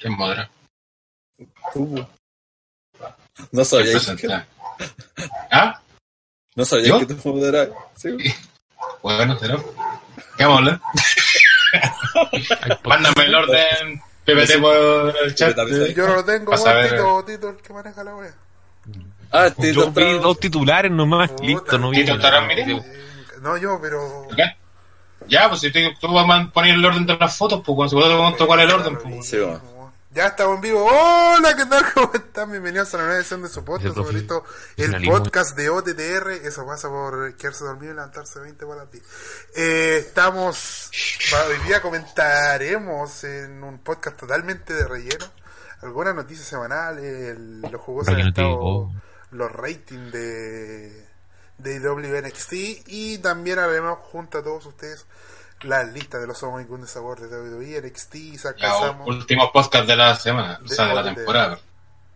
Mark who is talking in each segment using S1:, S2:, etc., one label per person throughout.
S1: ¿Quién modera?
S2: Tú. No sabía que,
S1: Representa. ¿Ah?
S2: no sabía
S1: ¿Yo?
S2: que tú moderabas. Sí.
S1: Bueno, será. ¿Qué vamos a hablar? Mándame el orden. PPT por el chat.
S2: Yo-
S3: Yo no lo tengo,
S1: Vas
S3: weón,
S1: a ver.
S3: Tito, Tito, el que maneja la wea.
S2: Ah, te
S4: Pues Yo vi dos titulares nomás,
S3: Puta,
S4: listo, no vi.
S1: Tito
S4: nada.
S1: Tarán, mire.
S3: Eh, No, yo, pero.
S1: ¿Acá? Ya, pues si tú, tú vas a poner el orden de las fotos, pues cuando se puede pregunto cuál es el orden, pues.
S2: Sí, weón.
S3: Ya estamos en vivo. Hola, ¿qué tal? ¿Cómo están? Bienvenidos a la nueva edición de su podcast,
S4: Eso fue-
S3: favorito,
S4: es
S3: el
S4: una limón.
S3: podcast de OTTR. Eso pasa por quedarse dormido y levantarse 20 para ti. Eh, estamos. va- Hoy día comentaremos en un podcast totalmente de relleno algunas noticias semanales, el- los jugosos
S4: Para que
S3: han
S4: no te
S3: estado,
S4: digo.
S3: los ratings de, de WNXT y también haremos junto a todos ustedes. La lista de los somos y de sabor de WWE, NXT,
S1: Ya,
S3: sacamos.
S1: último podcast de la semana, o sea, de la
S3: De-
S1: temporada.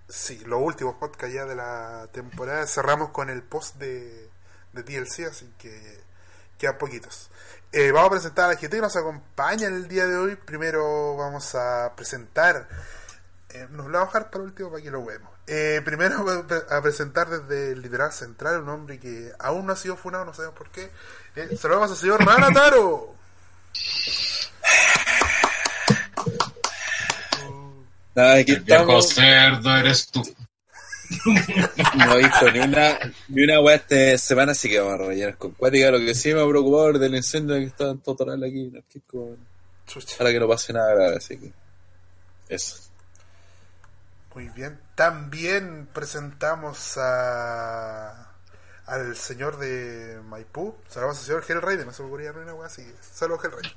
S3: Sí, los últimos podcasts ya de la temporada. Cerramos con el post de, de DLC, así que quedan poquitos. Eh, vamos a presentar a la gente que nos acompaña el día de hoy. Primero vamos a presentar. eh, nos lo voy a bajar para último para que lo veamos. Eh, primero voy a pre- a presentar desde el literal central un hombre que aún no ha sido funado, no sabemos por qué. Eh, saludamos al señor Rana Taro.
S2: Nada, aquí
S1: El viejo
S2: estamos.
S1: cerdo eres tú.
S2: No dijo ni una, ni una weá esta semana, así que vamos a rellenar con cuática. Lo que sí me ha preocupado es del incendio que está en Totoral aquí en Arquico.
S3: Chucha.
S2: Para que no pase nada grave, así que. Eso.
S3: Muy bien. También presentamos a al señor de Maipú. Saludamos al señor Hell Raiden. No se me ocurría una wea así. Saludos, Hell Raiden.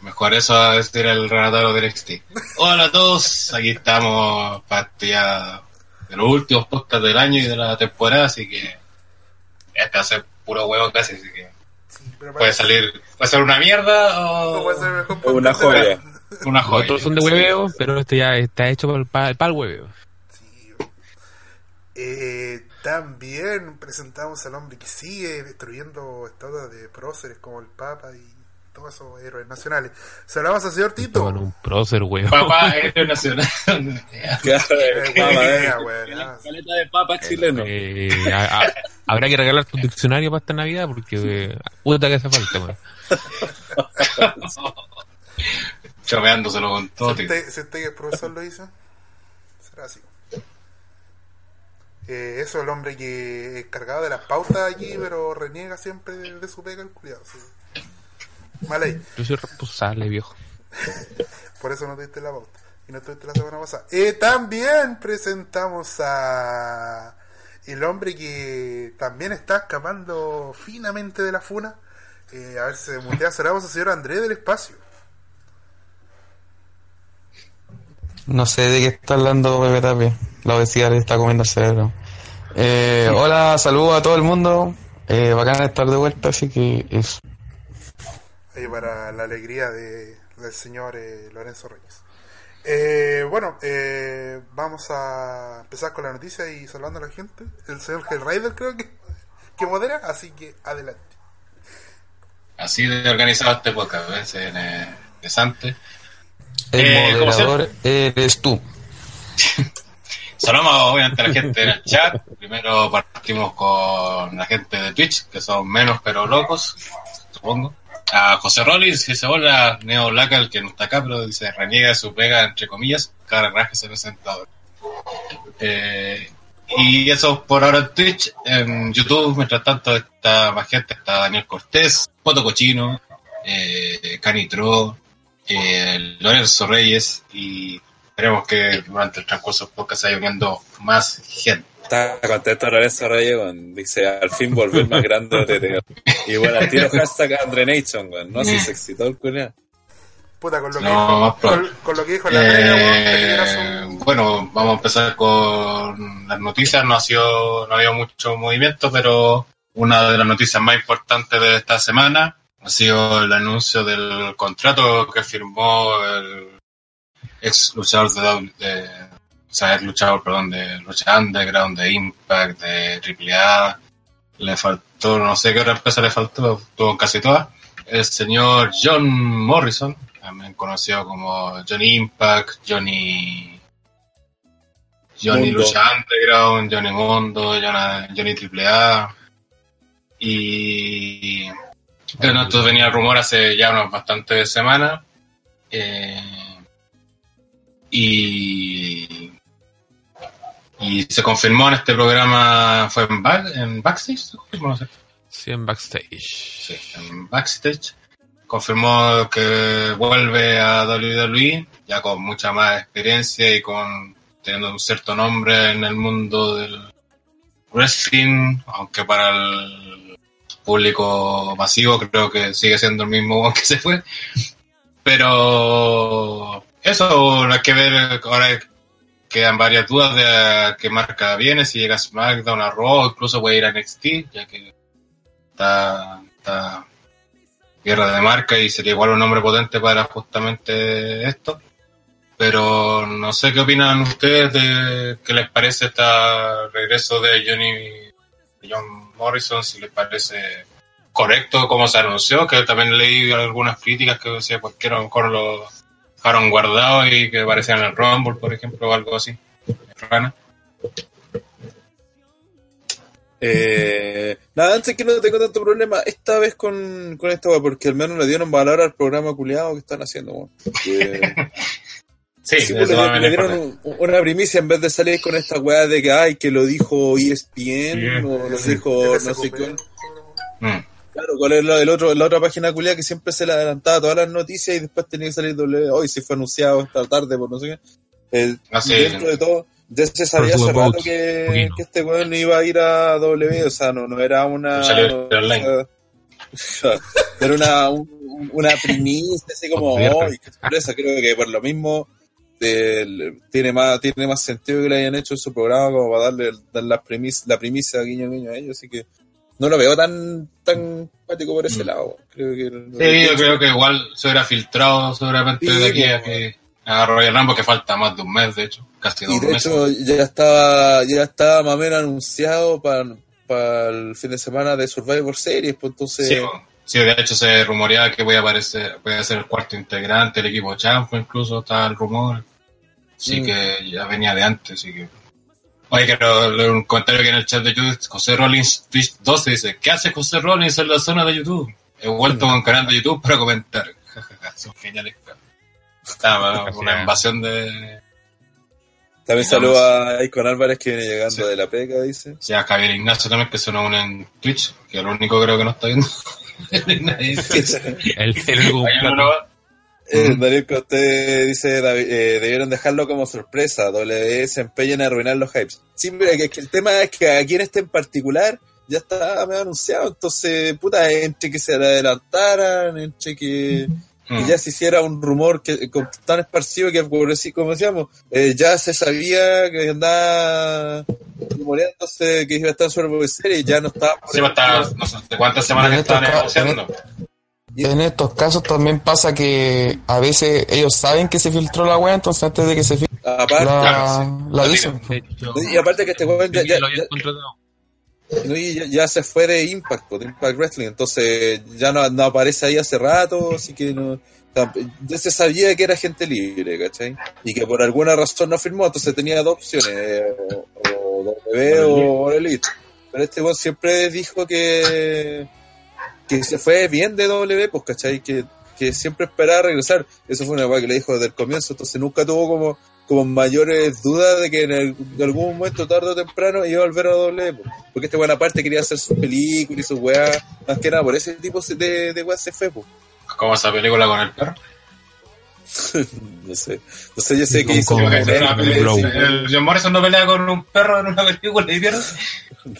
S1: Mejor eso es decir el relatado de NXT. Hola a todos, aquí estamos partida de los últimos podcasts del año y de la temporada, así que este va a ser puro huevo casi, así que
S3: Sí, pero
S1: puede salir, puede ser una mierda
S3: No
S1: o
S3: puede ser mejor
S2: Es una
S3: podcast de la-
S2: joya.
S1: una
S4: Los
S1: joya.
S4: Otros son de hueveo, pero este ya está hecho para el, pa- para el hueveo.
S3: Sí. Eh, también presentamos al hombre que sigue destruyendo estatuas de próceres como el Papa y todos esos héroes nacionales. Saludamos al señor Tito.
S4: Con un prócer, huevo.
S1: Papá héroe nacional. Ya,
S2: Claro,
S3: Eh,
S2: mamá, eh.
S3: wea, wea, wea.
S2: Caleta de papa chileno.
S4: Eh, a- a- habrá que regalar tu diccionario para esta Navidad porque eh, puta que hace falta, weón.
S1: Chomeándoselo con todo.
S3: Si
S1: tío.
S3: usted, si usted que es profesor lo hizo, será así. Eh, eso, el hombre que es cargado de las pautas aquí, pero reniega siempre de, de su pega el culiado. Mal ahí,
S4: Yo soy responsable, viejo.
S3: por eso no tuviste la pauta. Y no estuviste la semana pasada. Eh, también presentamos a el hombre que también está escapando finamente de la funa. Eh, a ver, se mutea, cerramos al señor Andrés del Espacio.
S5: No sé de qué está hablando Pepe Tapia. La obesidad le está comiendo el cerebro. Eh, hola, saludos a todo el mundo. Eh, bacán estar de vuelta, así que eso.
S3: Ahí para la alegría de, del señor eh, Lorenzo Reyes. Eh, bueno, eh, vamos a empezar con la noticia y saludando a la gente. El señor Hellraider creo que, que modera, así que adelante.
S1: Así de organizado este podcast, ¿ves? Eh, Interesante.
S5: El
S1: Eh, ¿cómo se-
S5: moderador eres tú.
S1: Saludamos obviamente a la gente del chat. Primero partimos con la gente de Twitch, que son menos pero locos, supongo. A José Rollins, que se hola, Neo Black, el que no está acá, pero dice reniega de su pega, entre comillas, cara rajes en el sentador. Eh, y eso por ahora en Twitch. En YouTube, mientras tanto, está más gente, está Daniel Cortés, Poto Cochino, eh, Canitro, eh, Lorenzo Reyes y esperemos que durante el transcurso del podcast se vaya uniendo más gente.
S2: Está contento Lorenzo Reyes, weón. Dice, al fin volver más grande de TTO. Y bueno, al tiro hashtag AndreNation, weón. No sé si se excitó el culiao.
S3: Puta, con lo, que,
S1: No, más
S3: dijo, con,
S1: pronto.
S3: con lo que dijo la reina,
S1: Eh, bueno, vamos a empezar con las noticias. No ha sido, no ha habido mucho movimiento, pero una de las noticias más importantes de esta semana ha sido el anuncio del contrato que firmó el ex luchador de, W- de- o sea, ex luchador, perdón, de lucha underground, de Impact, de AAA. Le faltó, no sé qué otra empresa le faltó, tuvo casi todas. El señor John Morrison, también conocido como Johnny Impact, Johnny. Johnny
S2: Mundo.
S1: Lucha Underground, Johnny Mundo, Johnny, Johnny AAA. Y. Bueno, esto venía el rumor hace ya unas bastantes semanas. Eh, y. Y se confirmó en este programa, fue en, Back- en Backstage, ¿se confirmó? No sé.
S4: Sí, en backstage.
S1: Sí, en Backstage. Confirmó que vuelve a WWE, ya con mucha más experiencia y con teniendo un cierto nombre en el mundo del wrestling, aunque para el público masivo creo que sigue siendo el mismo weón que se fue. Pero eso no hay que ver, ahora quedan varias dudas de qué marca viene, si llega a SmackDown, a Raw, incluso puede ir a NXT, ya que esta, esta guerra de marca y sería igual un nombre potente para justamente esto. Pero no sé qué opinan ustedes de qué les parece este regreso de Johnny John Morrison, si les parece correcto como se anunció, que también leí algunas críticas que decía por qué a lo mejor lo dejaron guardado y que parecían en el Rumble, por ejemplo, o algo así. Rana.
S2: Eh, nada, antes que no tengo tanto problema esta vez con, con esta weá, porque al menos le dieron valor al programa culiado que están haciendo, weón. Porque-
S1: Sí,
S2: Sí,
S1: de
S2: pues,
S1: todas
S2: le, le
S1: maneras,
S2: dieron un- una primicia en vez de salir con esta weá de que ay que lo dijo E ESPN
S1: Bien.
S2: o lo
S3: Sí.
S2: dijo no sé
S3: SQP.
S2: qué
S1: Mm.
S2: claro cuál es la, el otro, la otra página culiada que siempre se le adelantaba todas las noticias y después tenía que salir doble hoy se fue anunciado esta tarde por no sé qué El-
S1: Ah, sí.
S2: y dentro de todo ya se sabía
S4: Pero tuvo
S2: hace rato
S4: votos,
S2: que,
S4: poquito.
S2: que este weón iba a ir a W o sea no, no era una
S1: Salió online.
S2: era una, un- una primicia así como
S4: Abierta.
S2: "Ay, qué sorpresa", creo que por lo mismo del- tiene más tiene más sentido que le hayan hecho su programa como para darle dar la primicia, la primicia guiño guiño a ellos, así que no lo veo tan tan pático por ese
S1: Mm.
S2: lado. Creo que
S1: Sí, yo creo que igual se hubiera filtrado seguramente
S2: Sí,
S1: de aquí a
S2: pues.
S1: que agarró Royal Rumble, que falta más de un mes, de hecho, casi
S2: y
S1: dos
S2: de
S1: meses.
S2: hecho ya estaba ya estaba más o menos anunciado para el fin de semana de Survivor Series, pues entonces
S1: sí, pues. Sí, de hecho se rumoreaba que voy a aparecer, voy a ser el cuarto integrante del equipo Champions, incluso está el rumor. Así
S2: Mm.
S1: que ya venía de antes, así que. Oye, quiero leer un comentario que en el chat de YouTube, José Rollins Twitch 12 dice, ¿qué hace José Rollins en la zona de YouTube? He vuelto
S2: Mm.
S1: con canal de YouTube para comentar. Ja, ja, ja, Son geniales. cabrón. Estaba una invasión de,
S2: también saluda a Icon Álvarez que viene llegando
S1: Sí.
S2: de la peca, dice.
S1: Sí, a Javier Ignacio también, que se nos une en Twitch, que lo único creo que no está viendo. Nadie en Twitch.
S4: El, el único
S1: Hay uno
S4: plato.
S1: nuevo.
S2: Eh, Daniel Cortés dice, Davi- eh, debieron dejarlo como sorpresa, W se empeña en arruinar los hypes. Sí, pero es que el tema es que aquí en este en particular ya está medio anunciado, entonces, puta, entre que se le adelantaran, entre que, que
S1: Mm.
S2: ya se hiciera un rumor que con- tan esparcido que, por decir- como decíamos, eh, ya se sabía que andaba rumoreándose que iba a estar sobre serie y ya no estaba... por
S1: Sí, pues, está, no sé de cuántas semanas que
S5: Pero
S1: están
S5: esto acá-
S1: negociando.
S5: En estos casos también pasa que a veces ellos saben que se filtró la wea, entonces antes de que se filtre
S2: Aparte,
S5: la, la dicen.
S4: De hecho,
S2: y aparte que este weón ya-
S4: yo
S2: ya-
S4: lo habían
S2: ya,
S4: contratado.
S2: No, y ya, ya se fue de Impact, pues, de Impact Wrestling, entonces ya no, no aparece ahí hace rato, así que no. tam- Ya se sabía que era gente libre, ¿cachai? Y que por alguna razón no firmó, entonces tenía dos opciones, eh, o, o W o Elite. Pero este weón siempre dijo que, que se fue bien de W, pues, ¿cachai? Que, que siempre esperaba regresar. Eso fue una weá que le dijo desde el comienzo, entonces nunca tuvo como, como mayores dudas de que en, el- en algún momento, tarde o temprano, iba a volver a W. pues. Porque este weón aparte quería hacer sus películas y sus weas, más que nada, por ese tipo se- de, de weas se fue, pues.
S1: Como esa película con el perro.
S2: no sé. No sé, yo sé que
S4: Con-
S2: hizo
S4: con-
S2: como
S4: con-
S2: un
S4: con-
S2: héroe,
S4: con-
S2: sí,
S4: con-
S1: El John Morrison no pelea con un perro en una película y pierde.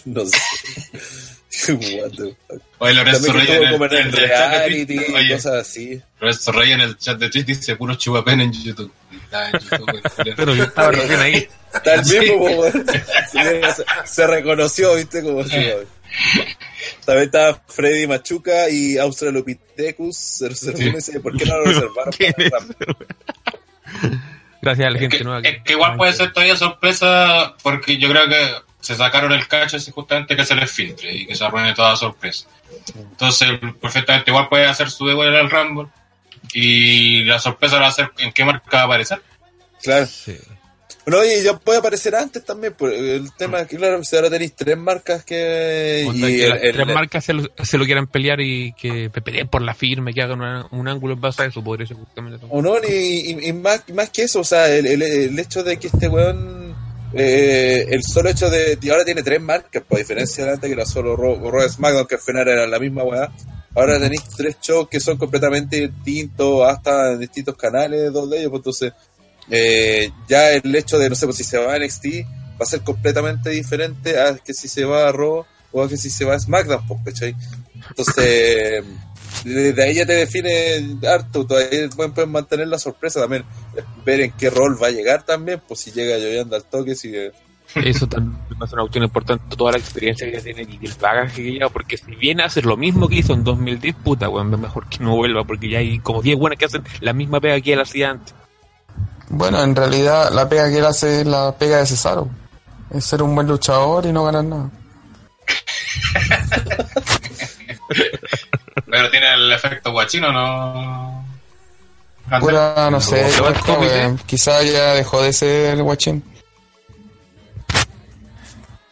S2: No sé. What the fuck.
S1: Oye, Lorenzo
S2: También que
S1: Reyes
S2: estuvo
S1: en
S2: como
S1: el,
S2: en el
S1: en el chat de
S2: reality
S1: Twitch.
S2: y
S1: Oye,
S2: cosas así.
S1: Lorenzo Reyes en el chat de Twitch dice puro chupapén en YouTube. Está en YouTube.
S4: Pero yo estaba recién ahí.
S2: Está el mismo, po, weón. Sí, se, se reconoció, viste, como yo. También está Freddy Machuca y Australopithecus 001 dice, ¿por qué no lo reservaron para Ram?
S4: Gracias a la
S1: Es
S4: gente
S1: que,
S4: nueva.
S1: es que igual puede ser todavía sorpresa porque yo creo que se sacaron el cacho así justamente que se les filtre y que se arruine toda sorpresa. Entonces, perfectamente igual puede hacer su debut en el Rumble Y la sorpresa va a ser en qué marca va a aparecer.
S2: Claro.
S6: Sí.
S2: Bueno, oye, ya puede aparecer antes también. por El tema es que, claro, si ahora tenéis tres marcas que.
S4: Onda
S2: Y
S4: que
S2: el-
S4: las
S2: el-
S4: tres marcas se lo, se lo quieran pelear y que pe- peleen por la firma y que hagan una- un ángulo en base a eso. Podría ser justamente eso.
S2: O no, y, y- y más, más que eso, o sea, el, el- el hecho de que este weón, eh, el solo hecho de, de ahora tiene tres marcas, por diferencia de antes que era solo Ro- Raw SmackDown, que al final era la misma weá, ahora tenéis tres shows que son completamente distintos, hasta en distintos canales, dos de ellos, pues entonces, eh, ya el hecho de, no sé, pues si se va a NXT, va a ser completamente diferente a que si se va a Raw o a que si se va a SmackDown, pues, ¿cachai? Entonces... desde ahí ya te define harto, todavía pueden, pueden mantener la sorpresa también, eh, ver en qué rol va a llegar también, pues si llega lloviendo al toque, si eh,
S4: Eso también es una cuestión importante, toda la experiencia que ya tiene y el bagaje que lleva, porque si viene a hacer lo mismo que hizo en 2010, puta, weón, mejor que no vuelva, porque ya hay como 10 buenas que hacen la misma pega que él hacía antes.
S5: Bueno, en realidad la pega que él hace es la pega de Cesaro. Es ser un buen luchador y no ganar nada.
S1: Pero tiene el efecto guachino, ¿no? Andrés?
S5: Pura, no sé,
S4: se va el
S5: esta
S4: cómic,
S5: wea.
S4: eh?
S5: quizá ya dejó de ser guachín.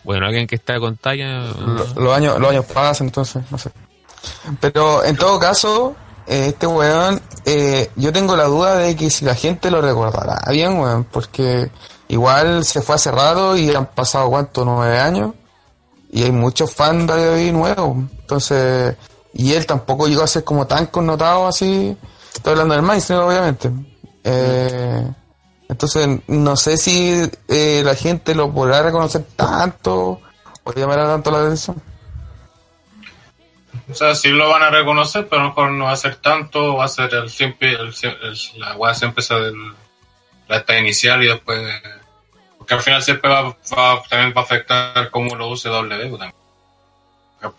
S4: Bueno, alguien que está con talla.
S5: Lo- los años los años pasan entonces no sé pero en todo caso eh, este weón eh, yo tengo la duda de que si la gente lo recordará bien weón porque igual se fue hace rato y han pasado cuánto nueve años y hay muchos fans de David nuevos entonces y él tampoco llegó a ser como tan connotado así estoy hablando del mainstream obviamente eh, entonces, no sé si eh, la gente lo podrá reconocer tanto o llamará tanto la atención.
S1: O sea, sí lo van a reconocer, pero a lo mejor no va a ser tanto, va a ser el siempre, el, el- la weá siempre es el- la etapa inicial y después... Porque al final siempre va, va- también va a afectar cómo lo use W también.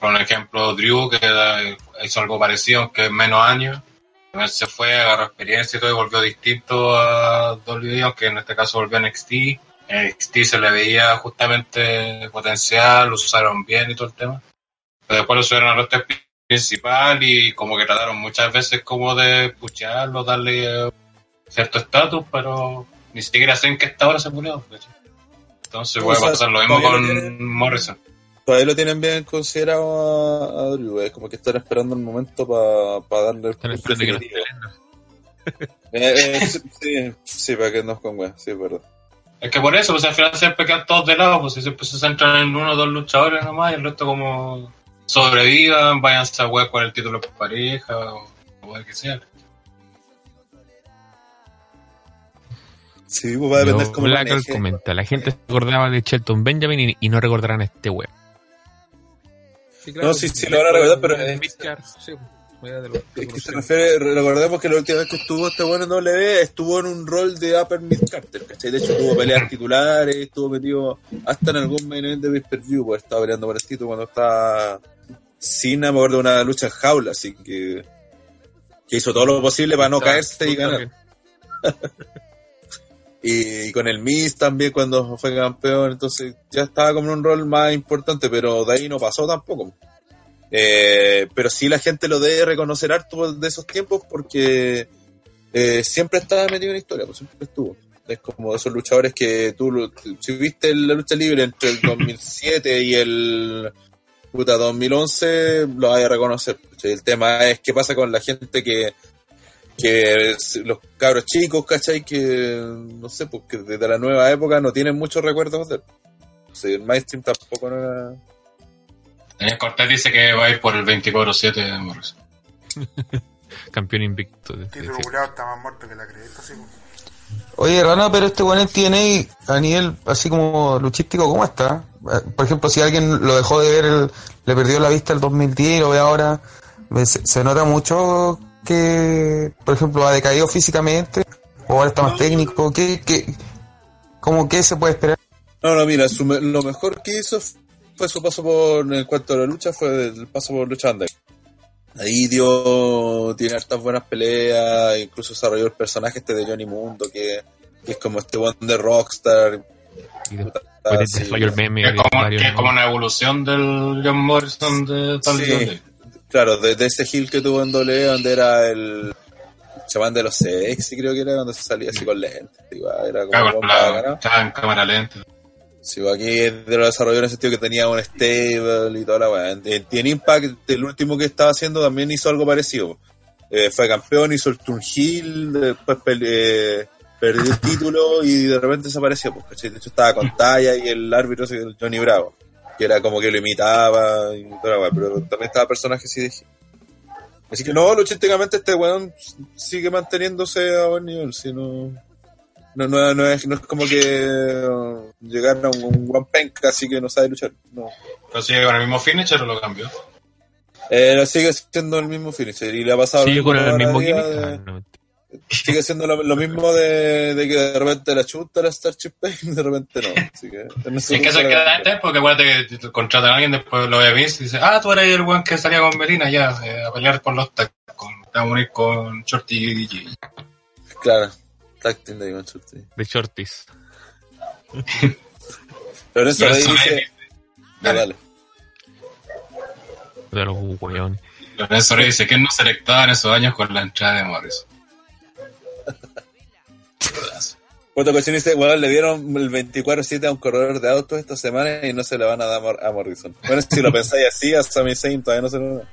S1: Por ejemplo, Drew, que da- hizo algo parecido, aunque en menos años. También se fue, agarró experiencia y todo, y volvió distinto a WWE, aunque en este caso volvió a NXT. En NXT se le veía justamente potencial, lo usaron bien y todo el tema pero después lo subieron al roster principal y como que trataron muchas veces como de pucharlo, darle eh, cierto estatus, pero ni siquiera sé en qué estado ahora se murió. ¿cachai? Entonces
S2: O
S1: puede
S2: sea,
S1: pasar lo mismo
S2: todavía
S1: con
S2: lo tienen.
S1: Morrison.
S2: todavía lo tienen bien considerado a, a Drew, es como que están esperando el momento para darle el
S4: Están
S2: push
S4: esperando que nos
S2: definitivo. Eh, eh, sí, sí, sí, para que nos con weá, sí, es verdad.
S1: Es que por eso, pues al final siempre quedan todos de lado, pues si siempre se centran en uno o dos luchadores nomás y el resto como sobrevivan, vayan a web con el título por pareja o, o lo que sea.
S2: Sí, pues va a depender
S4: Yo,
S2: cómo
S4: Black Girl
S2: maneje.
S4: comenta, la gente se acordaba de Shelton Benjamin y, y no recordarán a este web.
S2: claro. pues, No, sí, sí, lo van a pues, recordar, pero- Eh, Es que se refiere, recordemos que la última vez que estuvo este bueno en W estuvo en un rol de Upper Mid Carter, ¿cachai? De hecho, tuvo peleas titulares, estuvo metido hasta en algún main event de pay per view, pues estaba peleando por el título cuando estaba Cena, me acuerdo de una lucha en jaula, así que, que hizo todo lo posible para no caerse y ganar. Y, con el Miz también cuando fue campeón, entonces ya estaba como en un rol más importante, pero de ahí no pasó tampoco. Eh, pero sí la gente lo debe reconocer harto de esos tiempos porque eh, siempre estaba metido en historia, pues siempre estuvo. Es como esos luchadores que tú, lo- si viste la lucha libre entre el 2007 y el puta 2011, lo hay a reconocer. ¿cachai? El tema es qué pasa con la gente que que es- los cabros chicos, ¿cachai? Que no sé, porque desde la nueva época no tienen muchos recuerdos de él. O sea, el mainstream tampoco no era...
S1: Daniel Cortés dice que va a ir por el 24-7 de Morrison.
S4: Campeón invicto. de- de-
S3: Título
S4: de-
S3: culiao está más muerto que la cresta, sí.
S5: Oye, Rana, pero este weón en TNA, a nivel así como luchístico, ¿cómo está? Eh, Por ejemplo, si alguien lo dejó de ver, el- le perdió la vista el 2010 y lo ve ahora, eh, se, se nota mucho que, por ejemplo, ha decaído físicamente o ahora está más técnico. ¿Qué, qué, ¿Cómo que se puede esperar?
S2: No, no, mira, su me- lo mejor que hizo f- fue su paso por, en cuanto a la lucha, fue el paso por lucha under. Ahí dio, tiene hartas buenas peleas, incluso desarrolló el personaje este de Johnny Mundo, que, que es como este one de Rockstar.
S4: y de-
S2: Ah,
S4: Pues
S2: sí.
S4: de- soy el meme
S1: Que es
S4: de
S1: como,
S4: varios-
S1: que es como una evolución del John Morrison de tal
S2: Sí.
S1: día de hoy.
S2: Claro, desde ese heel que tuvo en doble, donde era el chamán de los sexy, creo que era cuando se salía así con lentes. igual, Era como
S1: Claro,
S2: bomba
S1: la-
S2: bacana.
S1: estaba en cámara lenta.
S2: Sí, pues aquí es de los desarrolladores en el sentido que tenía un stable y toda la weá. En, en Impact, el último que estaba haciendo también hizo algo parecido. Eh, fue campeón, hizo el Turn Hill, después pel- eh, perdió el título y de repente desapareció. Pues, ¿cachai? De hecho, estaba con Taya y el árbitro, ese, el Johnny Bravo, que era como que lo imitaba y toda la weá, pero también estaba personaje sí dije. Así que no, logísticamente este weón sigue manteniéndose a buen nivel, sino no, no, no, es, no es como que eh, llegar a un, un one penca así que no sabe luchar. No.
S1: Pero sigue con el mismo finisher o lo cambió.
S2: Eh, lo sigue siendo el mismo finisher y le ha pasado lo
S4: Sigue con el
S2: ahora
S4: mismo
S2: día
S4: gimmick.
S2: de-
S4: Ah, no,
S2: sigue siendo lo, lo mismo de, de que de repente la chuta la Starship Pain, de repente no. Así que, en ese
S1: Es que eso
S2: punto
S1: queda
S2: la-
S1: antes, porque acuérdate que te contratan a alguien, después lo ve Vince y dice, ah, tú eres el weón que salía con Melina ya, eh, a pelear por los tacos, con- te vas a unir con Shorty y Gigi".
S2: Claro. Tag team de Dimension, sí.
S4: de shorties.
S2: Lorenzo
S1: Pero
S2: Rey
S1: eso
S2: dice.
S1: es-
S2: Ya, dale.
S4: De los hueones.
S1: Lorenzo Rey dice que no se electaba en esos años con la entrada de Morris.
S2: Puerto Cochín dice, weón, le dieron el 24-7 a un corredor de autos esta semana y no se la van a dar a Mor- a Morrison. Bueno, si lo pensáis así, a Sami Zayn todavía no se lo dan.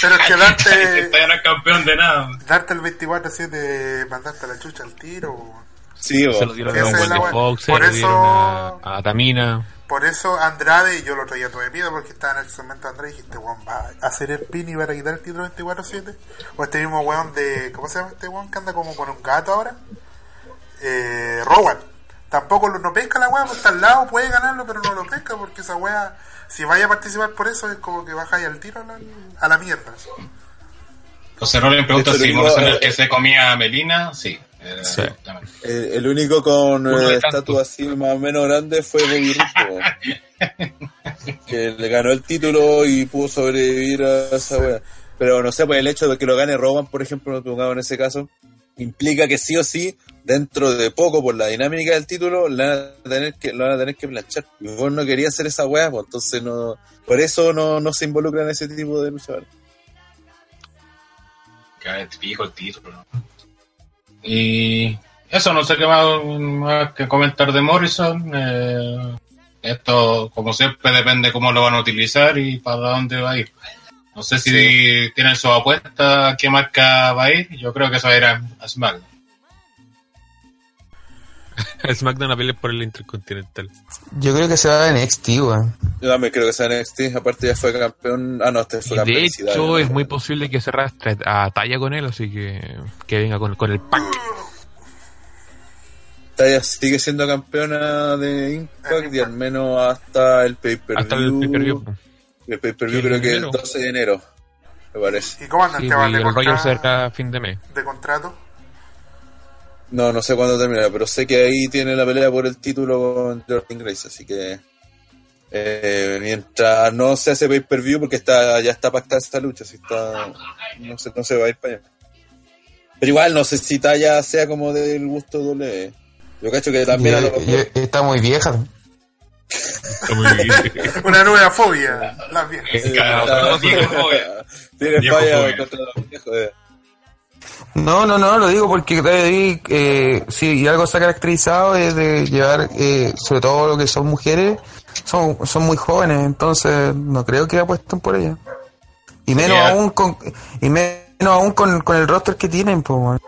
S3: Pero es que darte,
S1: Todavía no es campeón de nada.
S3: darte el 24-7, mandarte la chucha al tiro. weón.
S2: Sí,
S4: Se
S2: weón.
S4: lo dieron
S3: Esa
S4: a
S3: es la
S4: Wendy
S3: wea.
S4: Fox, se
S3: Por
S4: lo
S3: eso-
S4: dieron a, a Tamina.
S3: Por eso Andrade, yo lo traía todo de miedo porque estaba en el segmento de Andrade y dije, este weón va a hacer el pin y va a quitar el título 24-7. O este mismo weón de, ¿cómo se llama este weón que anda como con un gato ahora? Eh, Rowan. Tampoco lo, no pesca la weá, porque está al lado, puede ganarlo, pero no lo pesca porque esa weá, si vaya a participar por eso, es como que baja ahí al tiro a la, a la mierda.
S1: José Rollins pregunta
S2: Esto lo
S1: si
S2: digo,
S1: Morrison
S2: eh,
S1: es el que se comía a Melina, sí. era-
S4: Sí.
S1: exactamente.
S2: El, Eh, el único con
S4: Uno de
S2: eh,
S4: tantos.
S2: estatua así más o menos grande fue Bobby Roode, po. que le ganó el título y pudo sobrevivir a esa wea. Pero no sé, pues el hecho de que lo gane Roman, por ejemplo, pongamos en ese caso, implica que sí o sí, dentro de poco, por la dinámica del título, le van a tener que, lo van a tener que planchar. Y vos no quería hacer esa wea, pues entonces no. Por eso no, no se involucra en ese tipo de luchadores.
S1: Que te pico el título. ¿no? Y eso, no sé qué más, más que comentar de Morrison. eh, esto, como siempre, depende cómo lo van a utilizar y para dónde va a ir. No sé si tienen su apuesta a qué marca va a ir. Yo creo que eso era a SmackDown.
S4: SmackDown a pelear por el Intercontinental.
S5: Yo creo que se va a NXT, weón.
S2: Yo también creo que sea NXT, aparte ya fue campeón. Ah, no, este fue
S4: Y
S2: campeón.
S4: de
S2: sí, dale,
S4: hecho,
S2: no,
S4: es
S2: no.
S4: muy posible que se arrastre a talla con él, así que que venga con, con el pack.
S2: Taya sigue siendo campeona de Impact y al menos hasta el pay-per-view.
S4: Hasta el pay-per-view.
S2: El pay-per-view
S4: Sí,
S2: creo
S4: en
S2: que el
S4: enero.
S2: 12 de enero, me parece.
S3: ¿Y cómo andan?
S4: Sí, pues,
S3: ¿Te van
S4: y
S3: de,
S4: el Royal
S3: contra-
S4: cerca a fin de mes.
S3: de contrato?
S2: No, no sé cuándo terminará, pero sé que ahí tiene la pelea por el título con Jordan Grace, así que... eh, mientras no se hace pay-per-view, porque está, ya está pactada esta lucha, así está, no, se, no se va a ir para allá. Pero igual, no sé si Taya sea como del gusto doble. E. Yo cacho que también... a lo
S5: Yo-
S2: mejor-
S5: yo- está muy vieja.
S3: Una nueva fobia, las
S2: Eh,
S3: viejas.
S1: Claro,
S2: Claro,
S1: no, viejo, eh.
S2: Tiene
S1: Viejo
S2: falla
S1: fobia.
S2: contra los viejos, eh.
S5: No, no, no, lo digo porque ahí, eh, sí, y algo se ha caracterizado es de llevar, eh, sobre todo lo que son mujeres, son, son muy jóvenes, entonces no creo que apuesten por ellas. Y menos
S1: Yeah.
S5: aún con, y menos aún con, con el roster que tienen, pues, weón.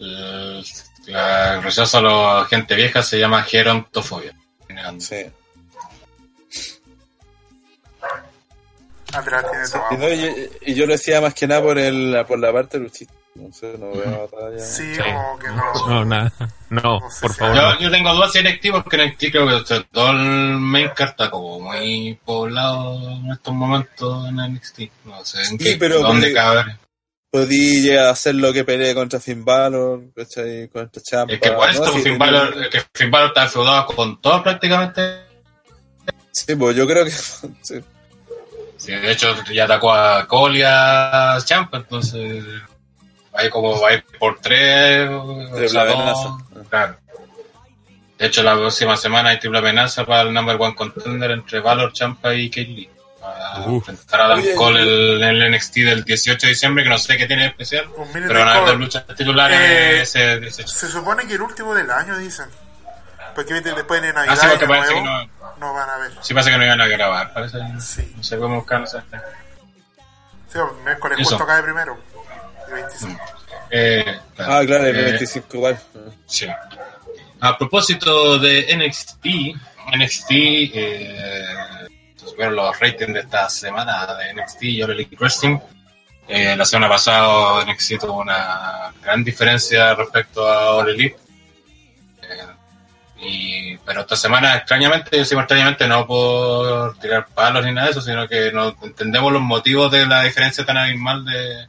S1: El, la- el rechazo a la gente vieja se llama gerontofobia.
S2: Sí.
S3: Andrade tiene todo.
S2: Y, no, y- y yo lo decía más que nada por el por la parte luchista. No sé, no veo batalla.
S3: Sí,
S4: Sí.
S3: como que no.
S4: No, nada. No,
S3: No sé
S4: por
S3: si
S4: favor.
S1: Yo,
S4: no.
S1: yo tengo dudas si NXT porque NXT creo que o sea, todo el main card está como muy poblado en estos momentos en NXT. No sé en
S2: Sí,
S1: qué,
S2: pero
S1: dónde
S2: porque-
S1: caber.
S2: Podí llegar a hacer lo que peleé contra Finn Balor, ¿cachai? Contra Champa.
S1: Es que por esto
S2: ¿no? Sí,
S1: Finn Balor- que Finn Balor está enfeudado con todo prácticamente.
S2: Sí, pues yo creo que. sí.
S1: Sí, de hecho ya atacó a Cole y a Champa, entonces va a ir como va a ir por tres. o
S2: Triple
S1: sea, dos.
S2: amenaza.
S1: Claro. De hecho la próxima semana hay triple amenaza para el number one contender entre Valor, Champa y Kaylee. a enfrentar a Adam
S2: Oye,
S1: Cole el, el NXT del 18 de diciembre, que no sé qué tiene de especial,
S3: Un mini
S1: pero van a haber
S3: takeover.
S1: dos luchas titulares
S3: Eh,
S1: de ese 18.
S3: Se supone que el último del año, dicen. Porque viste, después de
S1: Ah, sí,
S3: Navidad
S1: porque
S3: y de
S1: parece
S3: nuevo,
S1: que
S3: no... van a ver.
S1: Sí pasa que no iban a grabar, parece.
S3: Sí.
S1: No sé cómo buscarlo. o sea,
S3: Sí, el miércoles
S1: Eso.
S3: justo cae primero. El 25.
S1: Eh, claro.
S2: Ah, claro, el
S1: Eh,
S2: 25 igual.
S1: Sí. A propósito de NXT, NXT, eh, se subieron los ratings de esta semana de NXT y All Elite Wrestling. Eh, la semana pasada NXT tuvo una gran diferencia respecto a All Elite. Eh, y, pero esta semana, extrañamente, decimos extrañamente, no por tirar palos ni nada de eso, sino que no entendemos los motivos de la diferencia tan abismal de,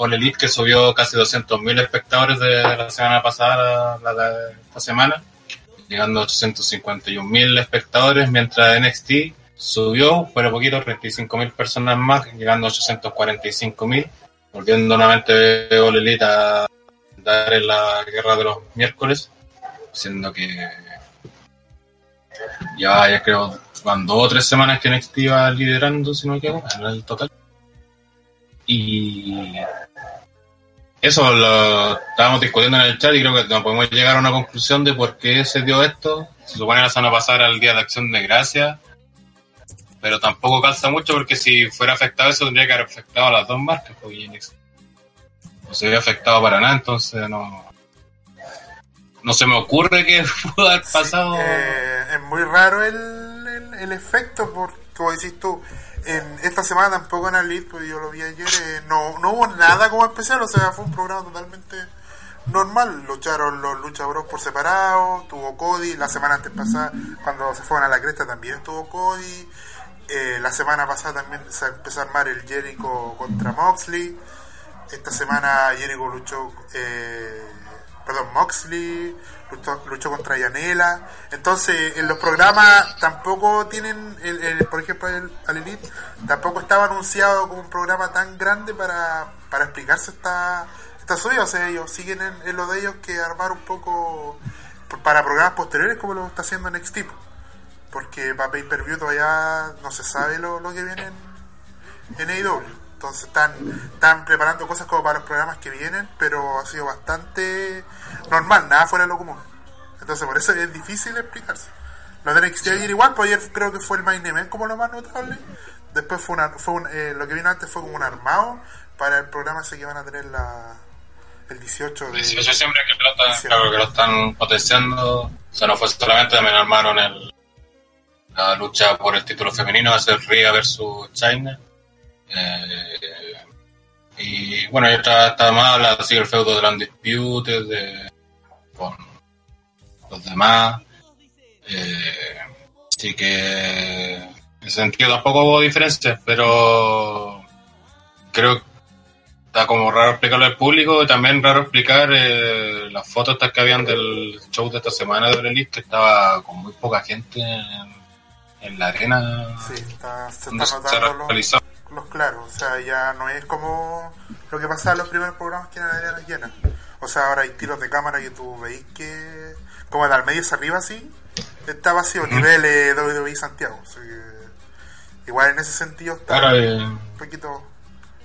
S1: All Elite que subió casi 200.000 espectadores de la semana pasada a la de esta semana, llegando a 851.000 espectadores, mientras NXT subió, pero poquito, 35.000 personas más, llegando a 845.000, volviendo nuevamente All Elite a dar en la guerra de los miércoles, siendo que ya, ya creo, van dos o tres semanas que NXT va liderando, si no me equivoco, en el total. Y eso lo estábamos discutiendo en el chat y creo que no podemos llegar a una conclusión de por qué se dio esto. Se supone que la semana pasada era el día de acción de gracia, pero tampoco calza mucho porque si fuera afectado eso tendría que haber afectado a las dos marcas. pues, y NXT No se había afectado para nada, entonces no. No se me ocurre que pudo haber pasado.
S3: Eh, es muy raro el, el, el efecto, porque como decís tú, en esta semana tampoco en Elite, pues yo lo vi ayer, eh, no, no hubo nada como especial, o sea, fue un programa totalmente normal. Lucharon los luchadores por separado, tuvo Cody, la semana antes pasada, cuando se fueron a la cresta también tuvo Cody. Eh, la semana pasada también se empezó a armar el Jericho contra Moxley. Esta semana Jericho luchó, eh, perdón, Moxley, luchó, luchó contra Yanela. Entonces, en los programas tampoco tienen, el, el- por ejemplo, el, al Elite, tampoco estaba anunciado como un programa tan grande para, para explicarse esta, esta subida. O sea, ellos siguen en, en lo de ellos que armar un poco p- para programas posteriores como lo está haciendo Next Tip. Porque para Pay Per View todavía no se sabe lo, lo que viene en- en AEW. Entonces están, están preparando cosas como para los programas que vienen, pero ha sido bastante normal, nada fuera de lo común. Entonces por eso es difícil explicarse. Lo de NXT ayer igual, pues ayer creo que fue el main event como lo más notable. Después fue, una, fue un- eh, lo que vino antes fue como un armado para el programa ese que van a tener la, el 18 de...
S1: 18 de diciembre que lo están, claro, que lo están potenciando. O sea, no fue solamente, también armaron el, la lucha por el título femenino, va a ser Ria versus China. Eh, y bueno, ya está, está más, la, sigue el feudo de la Undisputed, de, con los demás. Eh, así que en ese sentido tampoco hubo diferencias, pero creo que está como raro explicarlo al público y también raro explicar eh, las fotos estas que habían del show de esta semana de Brelis que estaba con muy poca gente en, en la arena
S3: Sí, está, se
S1: donde
S3: están
S1: se
S3: notando los-
S1: realizó
S3: los claros, o sea, ya no es como lo que pasaba en los primeros programas que eran arenas llenas. O sea, ahora hay tiros de cámara que tú veis que, como de al medio hacia arriba, así, está vacío, nivel eh, WWE Santiago. así que igual en ese sentido está
S1: Claro, eh,
S3: un poquito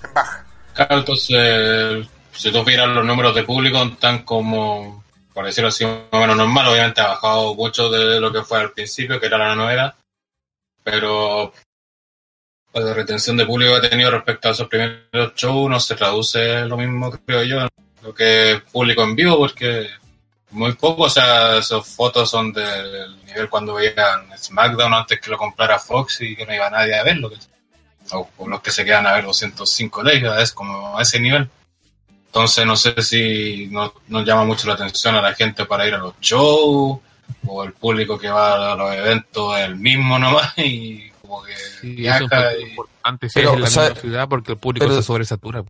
S3: en baja.
S1: Claro, entonces, si tú miras los números de público, están como, por decirlo así, más o menos normal. Obviamente ha bajado mucho de lo que fue al principio, que era la novedad, pero pues, la retención de público que ha tenido respecto a esos primeros shows no se traduce lo mismo, creo yo, en lo que es público en vivo, porque muy poco, o sea, esas fotos son del nivel cuando veían SmackDown antes que lo comprara Fox y que no iba nadie a verlo. que o, o los que se quedan a ver 205 ligas, es como a ese nivel. Entonces no sé si no, no llama mucho la atención a la gente para ir a los shows o el público que va a los eventos es el mismo nomás y como que
S4: Sí, eso
S1: viaja
S4: es un factor
S1: y
S4: importante si
S5: Pero,
S4: es en la
S5: o sea,
S4: misma ciudad porque el público
S5: pero-
S4: se sobresatura.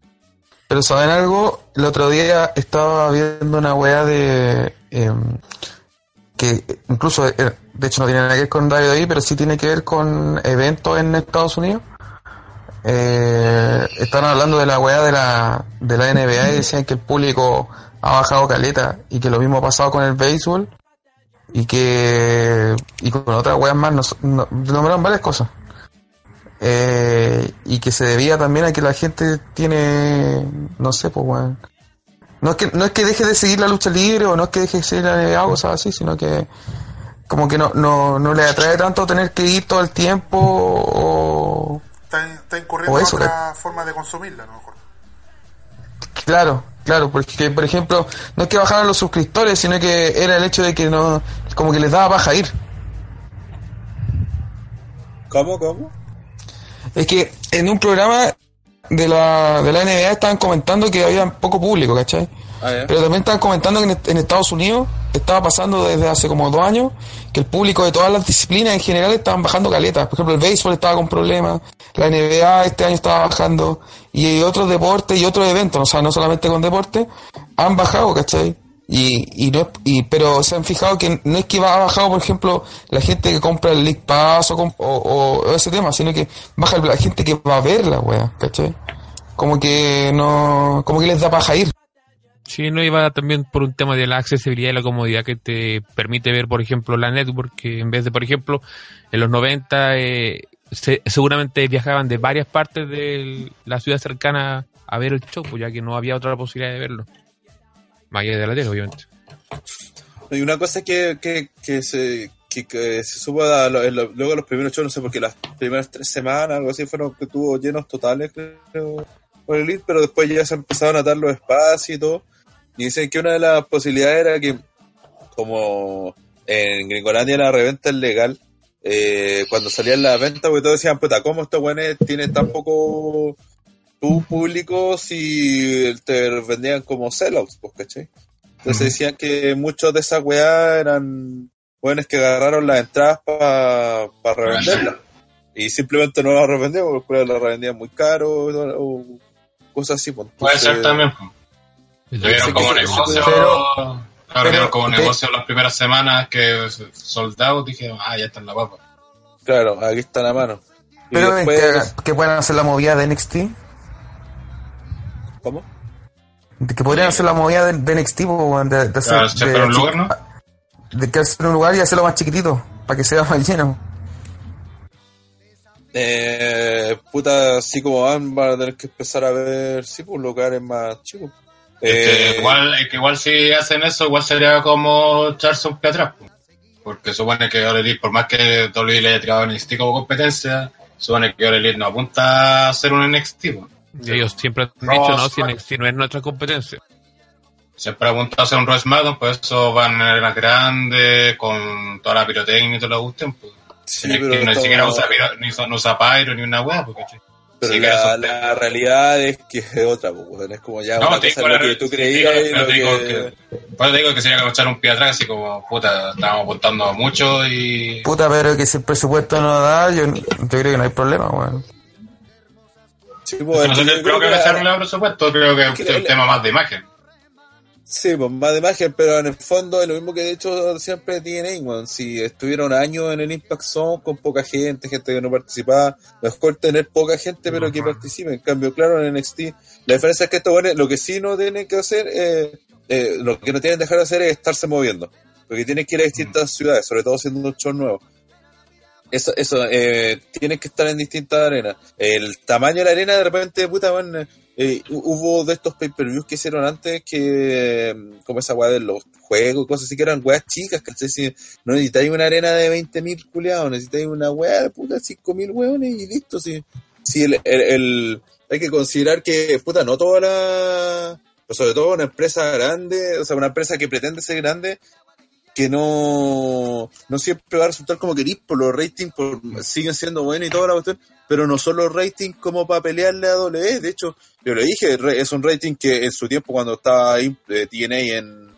S5: Pero ¿saben algo? El otro día estaba viendo una wea de... em, que incluso, eh, de hecho no tiene nada que ver con Radio ahí, pero sí tiene que ver con eventos en Estados Unidos. Eh, estaban hablando de la wea de la, de la NBA y decían que el público ha bajado caleta y que lo mismo ha pasado con el béisbol y que y con otras weas más nos, no- nombraron varias cosas eh, y que se debía también a que la gente tiene, no sé, pues, weón. No es, que, no es que deje de seguir la lucha libre o no es que deje de seguir la NBA o cosas así, sino que como que no, no, no le atrae tanto tener que ir todo el tiempo o...
S3: Está, está incurriendo
S5: O
S3: en
S5: eso,
S3: otra forma de consumirla, a lo mejor.
S5: Claro, claro, porque por ejemplo, no es que bajaran los suscriptores, sino que era el hecho de que no, como que les daba baja ir.
S2: ¿Cómo, cómo?
S5: Es que en un programa de la, de la NBA estaban comentando que había poco público, ¿cachai?
S2: Ah, ya.
S5: Pero también estaban comentando que en, en Estados Unidos estaba pasando desde hace como dos años que el público de todas las disciplinas en general estaban bajando caletas. Por ejemplo, el béisbol estaba con problemas, la NBA este año estaba bajando y otros deportes y otros eventos, o sea, no solamente con deporte, han bajado, ¿cachai? Y, y no es- y- pero se han fijado que no es que va- ha bajado, por ejemplo, la gente que compra el League Pass o, comp- o- o- o ese tema, sino que baja la gente que va a ver la wea, ¿cachai? Como que no, como que les da paja ir.
S4: Sí, no iba también por un tema de la accesibilidad y la comodidad que te permite ver, por ejemplo, la network, que en vez de, por ejemplo, en los 90 eh, se- seguramente viajaban de varias partes de la ciudad cercana a ver el show, pues, ya que no había otra posibilidad de verlo. Más allá de la tele, obviamente.
S2: Y una cosa que, que, que se, que, que se supo a lo- en lo- luego de los primeros shows, no sé, porque las primeras tres semanas, algo así, fueron que tuvo llenos totales, creo, por el Elite, pero después ya se empezaron a dar los espacios y todo. Y dicen que una de las posibilidades era que, como en Gringolandia la reventa es legal, eh, cuando salían las ventas, porque pues, todos decían, puta, ¿cómo este estos weones tienen tan poco tu público si te vendían como sellouts, pues, ¿cachai? Entonces decían que muchos de esas weas eran jóvenes que agarraron las entradas para revenderlas. Y simplemente no las revendían porque pues, las revendían muy caro o, o cosas así. pues.
S1: Puede
S2: Entonces,
S1: ser también. pues. Lo vieron
S5: Sí,
S1: como
S5: que-
S1: negocio.
S5: pero-
S1: lo vieron
S5: pero-
S1: como
S5: de-
S1: negocio las primeras semanas que soldados dijeron, ah, ya está en la papa.
S2: Claro, aquí está la mano. Y
S5: Pero este,
S2: después-
S5: que, que puedan hacer la movida de NXT.
S2: ¿Cómo?
S5: de Que podrían hacer la movida de, de NXT, po, weón, de, de hacer,
S1: Claro, se
S5: de-
S1: fueron Ah, un lugar, ¿no?
S5: de que hacer un lugar y hacerlo más chiquitito, para que sea más lleno.
S2: Eh, puta, así como van, van a tener que empezar a ver, sí, pues lugares más chicos.
S1: Es
S2: Eh,
S1: que igual, es que igual si hacen eso, igual sería como echarse un pie atrás. po. Porque supone que All Elite, por más que WWE le haya tirado NXT como competencia, supone que All Elite no apunta a ser un NXT. po.
S4: Y ellos siempre han
S1: No,
S4: dicho, no, si,
S1: suena.
S4: en- si no es nuestra competencia.
S1: Siempre apunta a ser un Royce SmackDown, por eso van a las grandes, con toda la pirotecnia y todo lo que gusten. po.
S2: sí,
S1: NXT
S2: pero
S1: no
S2: estamos-
S1: siquiera usa, piro- ni, usa- no usa pyro ni una wea. Porque,
S2: Pero
S1: sí,
S2: la,
S1: claro,
S2: la realidad es que es otra, pues, weón. es como ya
S1: No,
S2: una
S1: te
S2: cosa
S1: digo
S2: lo
S1: la-
S2: que tú creías
S1: te
S2: y
S1: digo-
S2: lo
S1: te digo
S2: que...
S1: que- Por eso te digo que sería como echar un pie atrás, así como, puta, estábamos apuntando mucho y
S5: Puta, pero que si el presupuesto no da, yo, yo creo que no hay problema, weón.
S2: Sí,
S1: O
S2: pues,
S1: sea, no sé,
S2: yo
S1: creo que
S2: la-
S1: dejaron por supuesto, creo que
S2: que
S1: es un
S2: la-
S1: tema más de imagen.
S2: Sí, pues más de imagen, pero en el fondo es lo mismo que de hecho siempre tiene weón. Si estuvieron años en el Impact Zone con poca gente, gente que no participaba, mejor tener poca gente pero que participe. En cambio, claro, en NXT, la diferencia es que estos weones lo que sí no tienen que hacer, eh, eh, lo que no tienen que dejar de hacer es estarse moviendo. Porque tienen que ir a distintas ciudades, sobre todo siendo un show nuevo. Eso, eso, eh, tienen que estar en distintas arenas. El tamaño de la arena de repente, puta, weón, eh, eh, hu- hubo de estos pay-per-views que hicieron antes que, eh, como esa weá de los juegos, cosas así que eran weas chicas, ¿cachai? Si no necesitáis una arena de 20.000 culiados, necesitáis una weá de puta 5.000 hueones y listo. Si, si el, el- el- hay que considerar que, puta, no toda la. pues sobre todo una empresa grande, o sea, una empresa que pretende ser grande, que no, no siempre va a resultar como querís, por los ratings por, siguen siendo buenos y toda la cuestión, pero no son los ratings como para pelearle a WWE. De hecho, yo le dije, re- es un rating que en su tiempo cuando estaba ahí, eh, TNA en.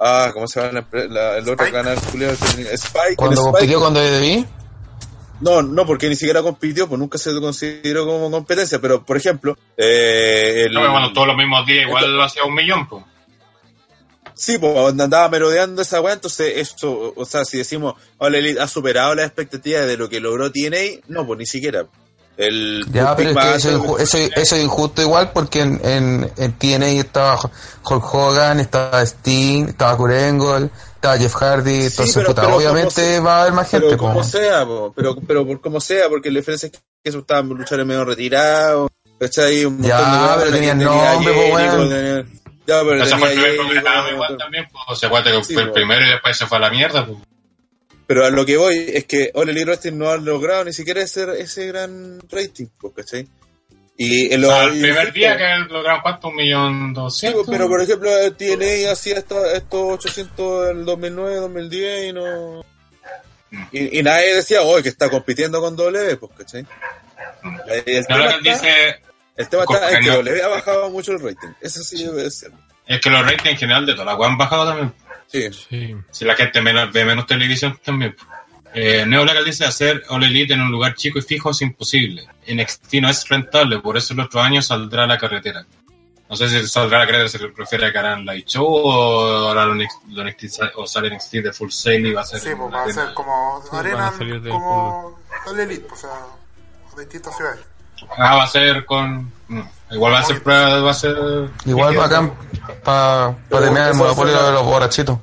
S2: Ah, ¿cómo se llama la empre- la- el otro
S3: Spike.
S2: canal? culiao? Spike. en
S5: Cuando
S2: Spike.
S5: compitió con E, WWE,
S2: No, no, porque ni siquiera compitió, pues nunca se consideró como competencia, pero por ejemplo, eh, el-
S1: No, pero bueno, todos los mismos días igual lo hacía un millón, pues.
S2: sí, pues andaba merodeando esa weá, entonces esto, "Oh, o sea, si decimos, All Elite ha superado las expectativas de lo que logró TNA, no, pues ni siquiera. El
S5: Ya,
S2: Big
S5: pero es
S2: Mac
S5: que eso, es
S2: Anthony-
S5: inju- eso- eso es injusto igual porque en, en, en TNA estaba Hulk Hogan, estaba Sting, estaba Kurengol, estaba Jeff Hardy, entonces
S2: pero-
S5: puta,
S2: pero
S5: obviamente
S2: como se-
S5: va a haber más gente. pues,
S2: pero
S5: po.
S2: como sea, po, pero, pero por como sea, porque la diferencia es que esos estaban luchadores medio retirados, ¿cachai? Un
S5: Ya,
S2: montón de weones
S5: pero
S2: que
S5: tenían
S2: tenía
S5: nombre, po,
S2: Jericho,
S5: weón.
S2: tenía- Ya, pero
S1: Ese
S2: tenía
S1: fue el primer
S2: Jericho,
S1: programa
S2: weón.
S1: igual también, pues, o sea, acuérdate que
S2: Sí,
S1: fue el
S2: po.
S1: primero y después se fue a la mierda, pues.
S2: Pero a lo que voy es que oh, All Elite Wrestling este no ha logrado ni siquiera ese, ese gran rating, pues, ¿cachai? Y en
S1: O
S2: los-
S1: sea, el
S2: y
S1: primer
S2: insisto,
S1: día que lograron cuánto, un millón
S2: sí, pues,
S1: doscientos.
S2: pero por ejemplo, TNA hacía esta- estos 800 en el 2009, 2010 y no. Y, y nadie decía, oye, que está compitiendo con W, pues, ¿cachai? El, el
S1: No,
S2: tema
S1: lo que
S2: está,
S1: Mm. dice
S2: el tema está en que
S1: Cocaña.
S2: W ha bajado mucho el rating. Eso sí debe ser.
S1: es que los ratings en general de toda la web han bajado también.
S2: Sí.
S4: Sí.
S1: Si la gente menos, ve menos televisión también. pues. Eh, Neo Black dice hacer All Elite en un lugar chico y fijo es imposible. NXT no es rentable, por eso el otro año saldrá a la carretera. No sé si saldrá a la carretera, se refiere a que harán Light Show o ahora lo NXT, lo NXT sa- o sale NXT de Full Sail y va a ser.
S3: Sí, pues
S1: una
S3: va a
S1: arena.
S3: ser como
S4: Sí,
S3: arena,
S4: van a salir del
S3: como el elite, o sea, distintas ciudades.
S1: Ah, va a ser con. mm, Igual va a ser prueba, va a ser.
S5: Igual para acá, para
S2: Pero
S5: terminar el
S2: eso
S5: monopolio
S2: será-
S5: de los borrachitos.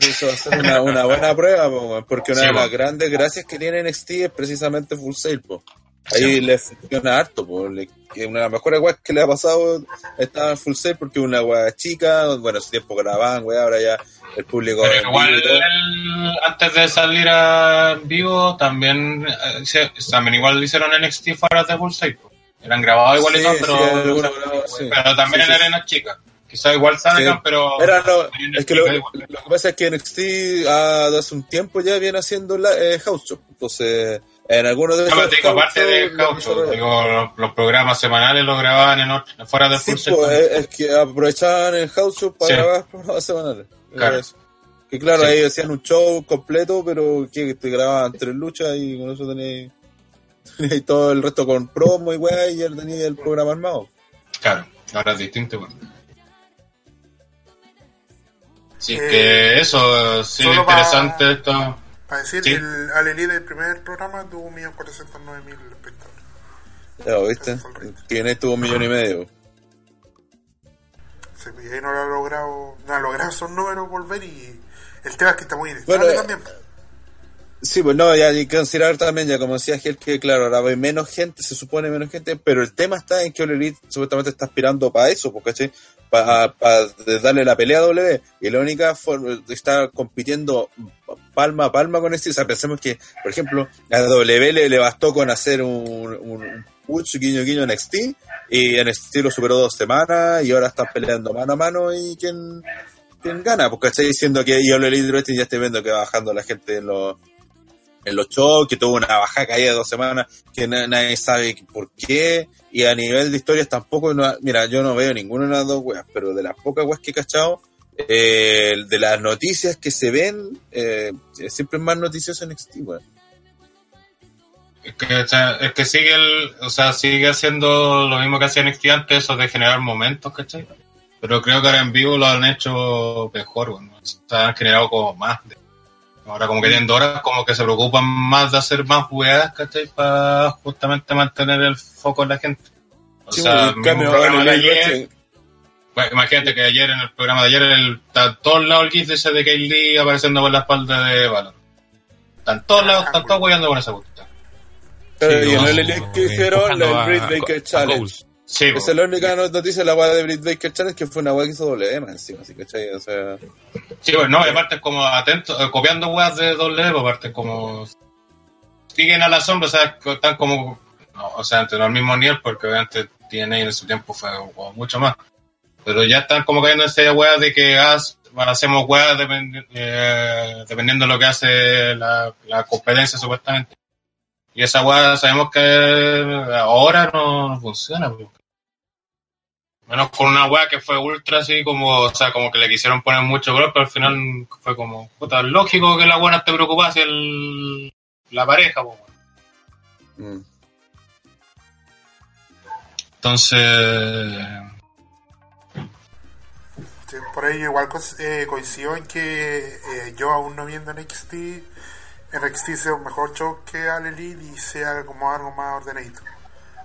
S2: Eso va a ser una, una buena prueba, po, weón, porque una
S1: Sí,
S2: de
S1: po.
S2: las grandes gracias que tiene NXT es precisamente Full Sail. po.
S1: Sí,
S2: Ahí le funciona harto, po, le- que una de las mejores weas que le ha pasado estaba en Full Sail porque una wea chica, bueno, su tiempo grababan, wea, ahora ya el público. es
S1: Pero igual
S2: libre y todo.
S1: el- antes de salir a en vivo también, eh, se- también igual hicieron NXT fuera de Full Sail. po. Eran grabados igual y
S2: Sí,
S1: todo,
S2: sí,
S1: pero,
S2: alguna grabada, sí.
S1: pero también
S2: Sí, sí,
S1: en
S2: sí.
S1: arenas chicas. Quizás igual salgan,
S2: Sí.
S1: pero
S2: Era, no,
S1: también
S2: es que lo,
S1: igual.
S2: lo que pasa es que NXT ah, hace un tiempo ya viene haciendo la, eh, House Show. Entonces, en algunos de
S1: No,
S2: esos.
S1: pero te digo,
S2: house
S1: aparte de
S2: shows, lo
S1: Caucho,
S2: empezó a-
S1: digo, los, los programas semanales los grababan en ot- fuera de
S2: Sí,
S1: Full Sail.
S2: pues,
S1: también.
S2: es, es que aprovechaban el house show para
S1: Sí.
S2: grabar programas semanales. Era
S1: Claro.
S2: eso. Que claro,
S1: Sí.
S2: ahí hacían un show completo, pero que te grababan tres luchas y con eso tenéis tenéis todo el resto con promo y weá, y ya tenéis el programa armado.
S1: Claro, ahora es distinto. pues. igual. Sí,
S3: Eh,
S1: que eso, eh, sí,
S3: solo pa-
S1: interesante esto.
S3: Para decir,
S1: Sí.
S3: el, al elite del primer programa tuvo 1.409.000 espectadores.
S2: Ya, ¿viste? Que en esto tuvo un millón y medio.
S3: Sí, y ahí no lo ha logrado, no ha logrado esos números volver y el tema es que está muy inestable
S2: Bueno, eh,
S3: también.
S2: Sí, pues no, ya hay que considerar también, ya como decía Gel, que claro, ahora hay menos gente, se supone menos gente, pero el tema está en que All Elite supuestamente está aspirando para eso, pues, ¿cachai? Para darle la pelea a W. Y la única forma está compitiendo palma a palma con este. O sea, pensemos que, por ejemplo, a W le, le bastó con hacer un, un, un push guiño guiño en NXT, y NXT lo superó dos semanas, y ahora están peleando mano a mano, y quien, quien gana, pues, ¿cachai? Diciendo que y All Elite Wrestling ya estoy viendo que va bajando la gente en los en los shows, que tuvo una baja caída de dos semanas, que na- nadie sabe por qué, y a nivel de historias tampoco, no ha- mira, yo no veo ninguna de las dos weas, pero de las pocas weas que he cachado, eh, de las noticias que se ven, eh, siempre es más noticioso en NXT, weón.
S1: Es que, o sea, es que sigue el, o sea, sigue haciendo lo mismo que hacía NXT antes, eso de generar momentos, ¿cachai? Pero creo que ahora en vivo lo han hecho mejor, bueno, o sea, han generado como más. de- ahora como que tienen horas, como que se preocupan más de hacer más jugadas, ¿cachai? Para justamente mantener el foco en la gente. O
S2: Sí,
S1: sea,
S2: weón, en
S1: mismo
S2: cambio,
S1: programa de
S2: ahora el
S1: ayer,
S2: Wrestling-
S1: bueno, imagínate que ayer en el programa de ayer el, está en todos lados el gif de ese de Kyle Lee apareciendo por la espalda de Valor. Están
S2: Ah,
S1: todos lados, están todos hueando con esa cuestión.
S2: pero y en
S4: no,
S2: el Elite que hicieron,
S4: empujando
S2: el
S4: a-
S2: Britt
S4: a-
S2: Baker
S4: a
S2: Challenge.
S4: Goals.
S1: Sí,
S2: Esa es la única no- noticia, la wea de Britt Baker Challenge, que fue una wea que hizo W, man, encima, así, ¿cachai? O sea,
S1: Sí, bueno, no, y aparte es como atento, eh, copiando weas de doble pues aparte es como siguen a la sombra, o sea, que están como, no, o sea, entre los mismos nivel, porque obviamente TNA en su tiempo fue como mucho más, pero ya están como cayendo en esa wea de que ah, bueno, hacemos weas dependi- eh, dependiendo de lo que hace la, la competencia supuestamente. Y esa wea sabemos que ahora no, no funciona. pues. Menos con una weá que fue ultra así como, o sea, como que le quisieron poner mucho color, pero al final fue como, puta, lógico que la weá no te preocupas si el, la pareja, po, weón.
S2: mm.
S1: Entonces,
S3: Sí, por ello igual cos- eh, coincido en que eh, yo aún no viendo NXT, NXT sea un mejor show que All Elite y sea como algo más ordenadito.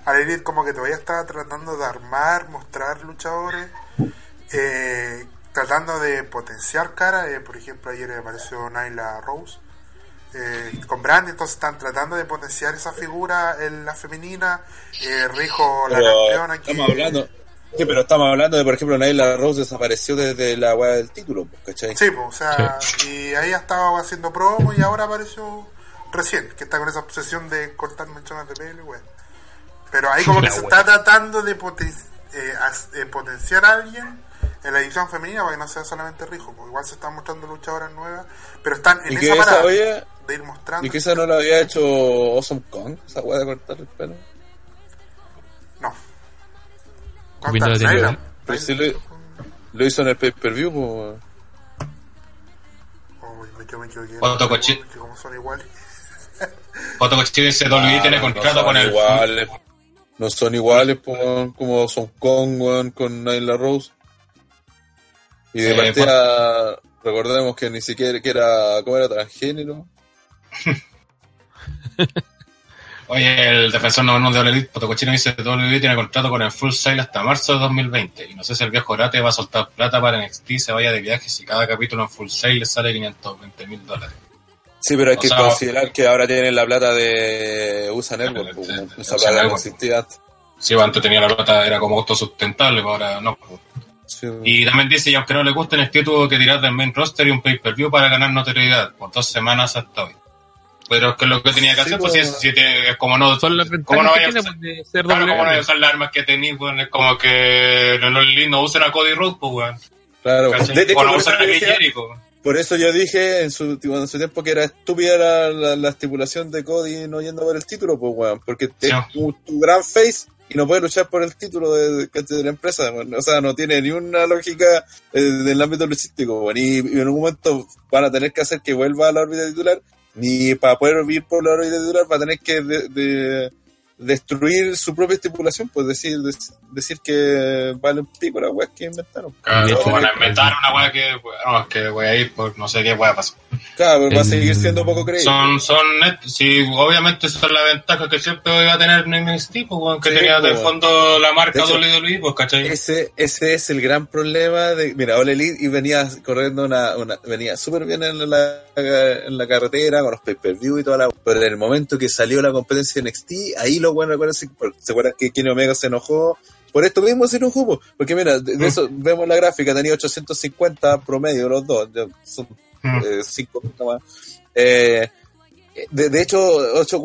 S3: a la Elite como que todavía estaba tratando de armar, mostrar luchadores, eh, tratando de potenciar cara. eh, por ejemplo, ayer apareció Nyla Rose eh, con Brandy, entonces están tratando de potenciar esa figura en la femenina. Eh, Rijo, la
S2: Pero
S3: campeona. que-
S2: estamos hablando. Sí, pero estamos hablando de, por ejemplo, Naila Rose desapareció desde la weá del título, pues, ¿cachai?
S3: Sí, pues, o sea, y ahí estaba haciendo promo y ahora apareció recién, que está con esa obsesión de cortar mechones de pelo, güey. Pero ahí como que
S4: La
S3: se
S4: wea.
S3: está tratando de poten- eh, as- eh, potenciar a alguien en la división femenina para que no sea solamente rijo, porque igual se están mostrando luchadoras nuevas, pero están en
S2: Y que
S3: esa
S2: esa
S3: parada
S2: oye,
S3: de ir mostrando.
S2: y que esa no la había hecho Awesome Kong, esa weá de cortar el pelo.
S3: No.
S4: Combinó
S3: ¿Cuántas?
S4: de
S3: Naila.
S4: nuevo.
S2: Pero
S3: Naila.
S2: si lo, lo hizo en el pay-per-view, pues.
S3: Uy, me- yo me equivoqué.
S1: ¿Cuánto coche?
S3: Que como son iguales.
S1: Foto que dice WWE tiene contrato
S2: Ah, no
S1: con
S2: son
S1: el.
S2: iguales. No son iguales, po, weón, como Awesome Kong, weón, con Naila Rose. Y de
S1: Eh,
S2: partida, recordemos que ni siquiera que era, ¿cómo era? Transgénero.
S1: Oye, el defensor número uno de All Elite, Potocochino, dice que WWE tiene contrato con el Full Sail hasta marzo de 2020. Y no sé si el viejo Rate va a soltar plata para NXT y se vaya de viaje si cada capítulo en Full Sail le sale 520 mil dólares.
S2: Sí, pero hay
S1: O
S2: que
S1: sea,
S2: considerar que ahora tienen la plata de USA Network.
S1: de-
S2: pues,
S1: de-
S2: weón.
S1: de USA
S2: Esa plata no
S1: Network.
S2: existía antes.
S1: Si pues, antes tenía la plata, era como autosustentable, pero ahora no. pues,
S2: Sí, weón.
S1: Y también dice, y aunque no le guste, NXT tuvo que tirar del main roster y un pay-per-view para ganar notoriedad, por dos semanas hasta hoy. Pero es que lo que tenía que
S2: Sí,
S1: hacer, pues,
S2: pues,
S1: es, si te- es como no...
S4: Son las
S1: como
S4: ventajas
S1: no
S4: que
S1: vaya a
S4: tiene
S1: usar-
S4: pues, de ser
S1: Claro, como no voy a
S4: doble.
S1: usar las armas que tenéis, weón. Es como que no, no, no usen a Cody Rhodes, pues, weón.
S2: Claro.
S1: ¿Cachai?
S2: De- de
S1: o
S2: hecho,
S1: no
S2: por eso
S1: usan a
S2: yo
S1: Chris
S2: decía-
S1: Jericho, weón.
S2: Por eso yo dije en su, en su tiempo que era estúpida la, la- la estipulación de Cody no yendo por el título, pues, weón. Porque te-
S1: Sí.
S2: tu, tu gran face y no puede luchar por el título de, de- de la empresa, weón. O sea, no tiene ni una lógica eh, del ámbito luchístico, weón. Y, y en algún momento van a tener que hacer que vuelva a la órbita titular. Ni para poder ir por la órbita titular va a tener que de- de- destruir su propia estipulación, pues decir, dec- decir que valen pico las weas que inventaron.
S1: Claro,
S4: hecho,
S1: van a
S4: es-
S1: inventar una weá que, no, es que voy a ir por no sé qué weá pasa.
S2: Claro, pero va a
S4: El-
S2: seguir siendo poco creíble.
S1: Son, son, net- sí, obviamente son las ventajas que siempre iba a tener NXT, pues, weón, que
S2: Sí,
S1: tenía de
S2: pues, weón.
S1: fondo la marca
S2: De hecho,
S1: WWE, pues, ¿cachai?
S2: Ese, ese es el gran problema de. Mira, Ole Elite y venía corriendo una. una- venía súper bien en la, en la carretera, con los pay-per-view y toda la. Pero en el momento que salió la competencia en NXT, ahí los buenos recuerdan. ¿Se se acuerdan que Kenny Omega se enojó? Por esto mismo se enojó. po. Porque mira, de, de eso vemos la gráfica, tenía 850 promedio los dos. ya Son
S1: Mm.
S2: 5 más. Eh, de, de hecho,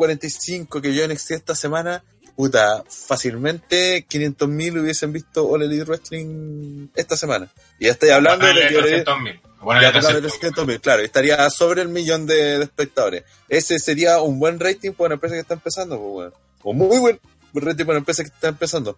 S2: 8.45 que yo NXT esta semana, puta, fácilmente 500.000 hubiesen visto All Elite Wrestling esta semana. Y ya estoy hablando de que All Elite-
S1: 300.000. Bueno,
S2: ya
S1: ya
S2: tocaron
S1: 300.000.
S2: 300.000, claro, estaría sobre el millón de, de espectadores. Ese sería un buen rating para una empresa que está empezando, pues, weón. O muy buen rating para una empresa que está empezando.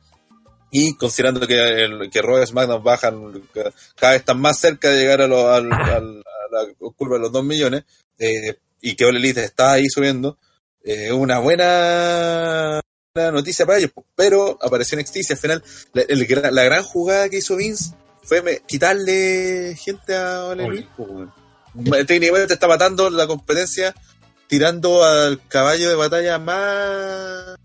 S2: Y considerando que, el, que Raw y SmackDown bajan, ca- cada vez están más cerca de llegar a, los- al- al- a la curva de los 2 millones, eh, y que All Elite está ahí subiendo, eh, es una buena buena noticia para ellos. Pero apareció NXT y al final la, el gra- la gran jugada que hizo Vince fue me- quitarle gente a Ole
S1: Ole.
S2: Miss, po, weón. Ma- Técnicamente está matando la competencia tirando al caballo de batalla más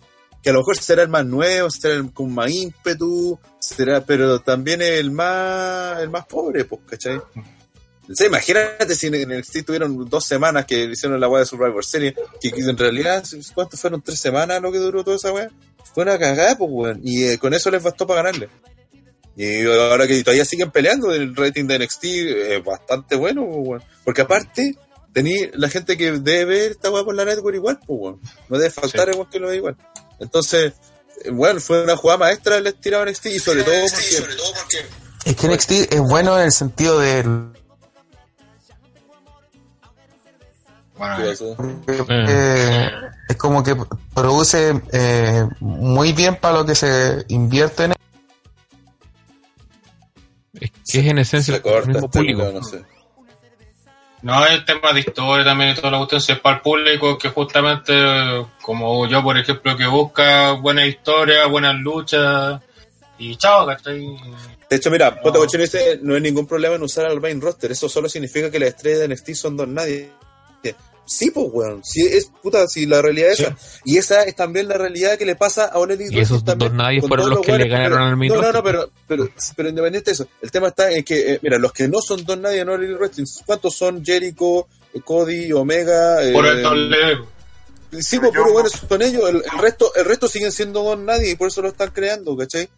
S2: que a lo mejor será el más nuevo, será el con más ímpetu, será, pero también el más el más pobre, pues, ¿cachai? O sea, imagínate si en el NXT tuvieron dos semanas que hicieron la weá de Survivor Series, que que en realidad, ¿cuánto fueron? ¿Tres semanas lo que duró toda esa weá? Fue una cagada, pues, weón. Y eh, con eso les bastó para ganarle. Y ahora que todavía siguen peleando, el rating de NXT es eh, bastante bueno, pues, weón. Porque aparte, tení la gente que debe ver esta weá por la network igual, pues, weón. No debe faltar el weón que lo ve igual. Entonces, eh, bueno, fue una jugada maestra les tirado NXT y sobre todo porque...
S5: Es que NXT es bueno en el sentido del
S1: Bueno,
S2: ¿Qué pasó?
S5: eh, es como que produce eh, muy bien para lo que se invierte en
S4: Es que es en esencia
S2: Se
S4: el
S2: corta
S4: mismo
S2: este
S4: público.
S2: weón, no sé.
S1: No, el tema de historia también y toda la cuestión, si es para el público que justamente, como yo, por ejemplo, que busca buenas historias, buenas luchas, y chao, ¿cachai?
S2: De hecho, mira, Poto
S1: No.
S2: Cochino dice, no hay ningún problema en usar al main roster, eso solo significa que las estrellas de NXT son dos nadie. Sí, pues, weón. Sí, es puta, si la realidad es esa. Y esa es también la realidad que le pasa a Oleg
S4: Y esos
S2: también
S4: dos nadie
S2: con
S4: fueron
S2: todos
S4: los que le
S2: weones,
S4: ganaron
S2: pero-
S4: al
S2: No, no,
S4: Minotauro.
S2: no, pero, pero, pero independiente de eso. El tema está en que, eh, mira, los que no son dos nadie en All Elite Wrestling, ¿cuántos son Jericho, Cody, Omega? eh,
S1: Por el doble.
S2: Sí, pues, puro bueno, son ellos. El, el resto, el resto siguen siendo Don Nadie y por eso lo están creando, ¿cachai?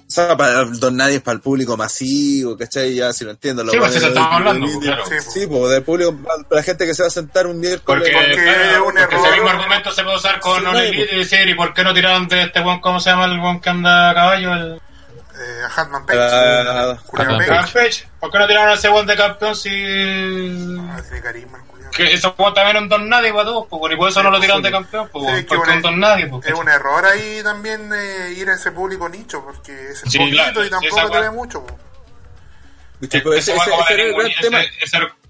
S2: O sea, para Don Nadie es para el público masivo, ¿cachai? Ya, si lo entiendo. lo
S1: Sí, pues,
S2: bueno,
S1: eso estamos
S2: eh,
S1: hablando,
S2: eh,
S1: claro.
S2: Sí, pues, de público, para la gente que se va a sentar un miércoles.
S1: Porque,
S3: Porque
S1: claro,
S3: es un
S1: porque
S3: error.
S1: ese mismo argumento se puede usar con
S2: Sí,
S1: All
S2: no, pues.
S1: Elite y decir, ¿y por qué no tiraron de este buen, cómo se llama el buen que anda a caballo? El
S3: Eh, a Hatman Page.
S2: Ah,
S3: Culeado
S4: Hatman
S3: Page.
S1: Rampage. ¿Por qué no tiraron a ese buen de campeón si
S3: Ah, tiene carisma, el culiao.
S1: Que eso fue también un don nadie para todos, pues, y por eso no lo tiraron de campeón, pues,
S3: Sí, que
S1: porque
S3: bueno,
S1: un don nadie, pues.
S3: Es un error ahí también eh, ir a ese público nicho, porque es
S1: Sí,
S3: poquito
S1: claro,
S3: y
S1: esa
S3: tampoco
S1: weá.
S3: te ve mucho. po.
S2: ¿cachai? Pero
S1: Ese
S2: pues, ese, ese- ese era el gran tema.